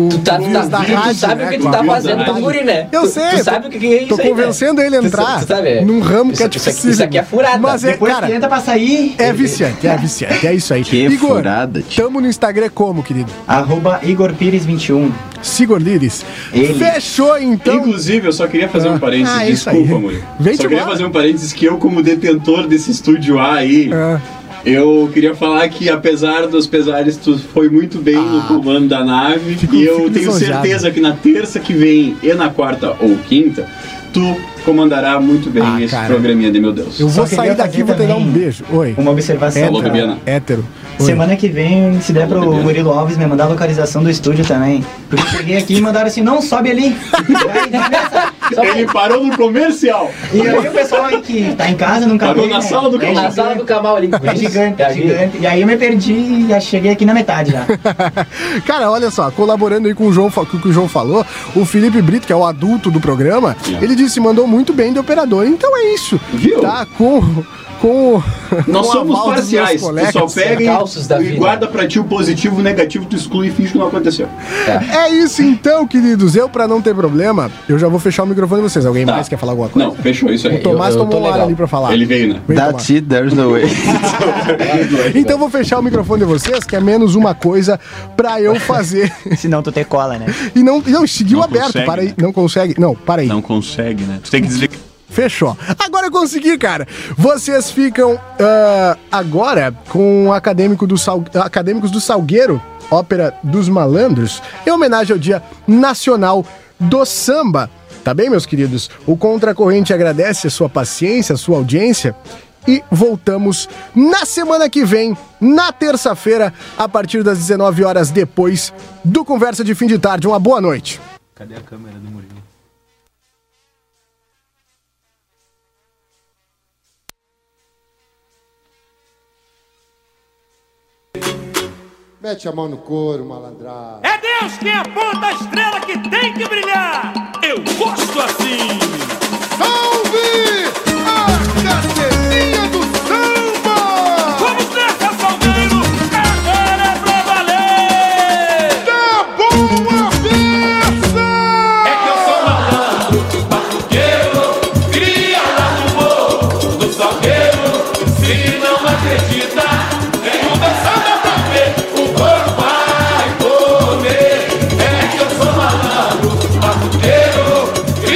[SPEAKER 3] Uhum. Tu, tá, tu,
[SPEAKER 1] vírus né?
[SPEAKER 3] tá, tu, sabe o que tu tá fazendo com o guri, né?
[SPEAKER 1] Eu
[SPEAKER 3] Tu-
[SPEAKER 1] sei.
[SPEAKER 3] Tu sabe o que que é isso
[SPEAKER 1] Tô
[SPEAKER 3] aí, né?
[SPEAKER 1] convencendo ele a
[SPEAKER 3] Tu sa-
[SPEAKER 1] entrar
[SPEAKER 3] tu sabe, é.
[SPEAKER 1] num ramo que é
[SPEAKER 3] Isso- isso aqui-
[SPEAKER 1] difícil.
[SPEAKER 3] Isso aqui é furada.
[SPEAKER 1] Mas é,
[SPEAKER 3] Depois
[SPEAKER 1] cara,
[SPEAKER 3] que entra
[SPEAKER 6] pra sair...
[SPEAKER 1] É viciante, é viciante, é isso aí.
[SPEAKER 6] Que
[SPEAKER 1] Igor,
[SPEAKER 6] furada,
[SPEAKER 1] tamo no Instagram como, querido?
[SPEAKER 6] Arroba Igor Pires 21.
[SPEAKER 1] Sigor Lires.
[SPEAKER 6] Ele.
[SPEAKER 1] Fechou, então.
[SPEAKER 2] Inclusive, eu só queria fazer um parênteses,
[SPEAKER 1] Ah, isso
[SPEAKER 2] desculpa,
[SPEAKER 1] aí.
[SPEAKER 2] Murilo.
[SPEAKER 1] Vem
[SPEAKER 2] Só
[SPEAKER 1] de
[SPEAKER 2] queria
[SPEAKER 1] bola.
[SPEAKER 2] fazer um parênteses que eu, como detentor desse estúdio A aí,
[SPEAKER 1] É. Ah,
[SPEAKER 2] eu queria falar que, apesar dos pesares, tu foi muito bem no comando da nave. e eu
[SPEAKER 1] fico
[SPEAKER 2] tenho
[SPEAKER 1] Ah. lisonjeado.
[SPEAKER 2] certeza que na terça que vem e na quarta ou quinta, tu comandará muito bem esse
[SPEAKER 1] Ah, cara.
[SPEAKER 2] programinha de meu Deus.
[SPEAKER 1] Eu vou
[SPEAKER 6] Só queria
[SPEAKER 1] sair daqui
[SPEAKER 6] fazer
[SPEAKER 1] e vou te dar um
[SPEAKER 6] também
[SPEAKER 1] beijo. Oi.
[SPEAKER 6] Uma né? observação.
[SPEAKER 1] Hétero.
[SPEAKER 6] Alô, Fabiana.
[SPEAKER 1] Hétero. Oi.
[SPEAKER 6] Semana que vem, se der pro Murilo Alves me mandar a localização do estúdio também. Porque eu cheguei aqui e mandaram assim, não, sobe ali.
[SPEAKER 2] Ele parou no comercial.
[SPEAKER 6] E aí o pessoal aí que tá em casa nunca
[SPEAKER 2] Parou
[SPEAKER 6] vê,
[SPEAKER 2] na
[SPEAKER 6] né?
[SPEAKER 2] sala do
[SPEAKER 6] É
[SPEAKER 2] Camal.
[SPEAKER 6] gigante.
[SPEAKER 3] Na sala do Camal ali.
[SPEAKER 6] É gigante,
[SPEAKER 3] É
[SPEAKER 6] gigante. E aí eu me perdi e já cheguei aqui na metade já.
[SPEAKER 1] Cara, olha só, colaborando aí com o, João, fa- com o que o João falou, o Felipe Brito, que é o adulto do programa, ele disse, mandou muito bem de operador. Então é isso.
[SPEAKER 2] Viu?
[SPEAKER 1] Tá com... com
[SPEAKER 2] Nós
[SPEAKER 1] com o
[SPEAKER 2] somos
[SPEAKER 1] aval dos
[SPEAKER 2] parciais.
[SPEAKER 1] meus colegas. é,
[SPEAKER 2] Tu só pega e, e guarda pra ti o positivo, o negativo, tu exclui e finge que não aconteceu.
[SPEAKER 1] É isso então, queridos. Eu, pra não ter problema, eu já vou fechar o microfone de vocês. Alguém mais quer falar alguma coisa?
[SPEAKER 2] Tá. Não, fechou isso aí.
[SPEAKER 1] O Tomás
[SPEAKER 2] Eu- eu tô
[SPEAKER 1] tomou um ar
[SPEAKER 2] legal.
[SPEAKER 1] ali pra falar.
[SPEAKER 2] Ele veio, né?
[SPEAKER 1] Vem,
[SPEAKER 5] That's it, there's no way.
[SPEAKER 1] Então vou fechar o microfone de vocês, que é menos uma coisa pra eu fazer.
[SPEAKER 6] Senão tu te cola, né?
[SPEAKER 1] E não, não seguiu
[SPEAKER 17] Não
[SPEAKER 1] aberto,
[SPEAKER 17] consegue,
[SPEAKER 1] para aí.
[SPEAKER 17] né?
[SPEAKER 1] Não consegue. Não, para aí.
[SPEAKER 17] Não consegue, né? Tu tem que desligar.
[SPEAKER 1] Fechou. Agora eu consegui, cara. Vocês ficam ah, agora com o acadêmico do Sal- Acadêmicos do Salgueiro, Ópera dos Malandros, em homenagem ao Dia Nacional do Samba. Tá bem, meus queridos? O Contra a Corrente agradece a sua paciência, a sua audiência. E voltamos na semana que vem, na terça-feira, a partir das 19 horas depois do Conversa de Fim de Tarde. Uma boa noite.
[SPEAKER 17] Cadê a câmera do Murilo?
[SPEAKER 8] Mete a mão no couro, malandrado.
[SPEAKER 9] É Deus quem aponta a estrela que tem que brilhar. Eu gosto assim. Salve a cacetinha do samba! Vamos nessa, Salgueiro! Agora é pra valer! Dá boa peça! É que eu sou malandro, batuqueiro, cria lá no morro do Salgueiro. Se não acredita, vem uma samba pra ver, o corpo vai comer. É que eu sou malandro, batuqueiro.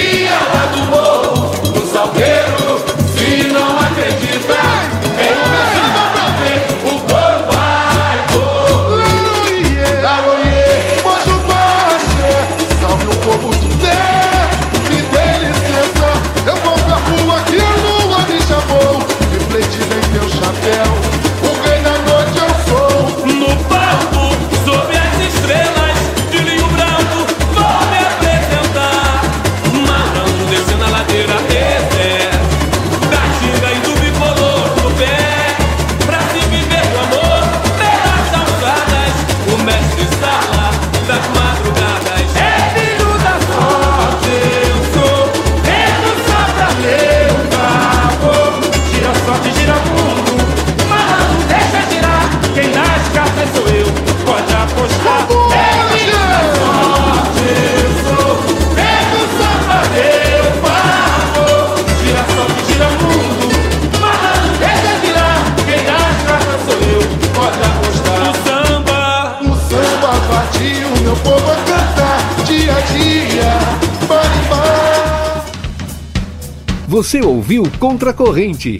[SPEAKER 10] Você ouviu Contra a Corrente.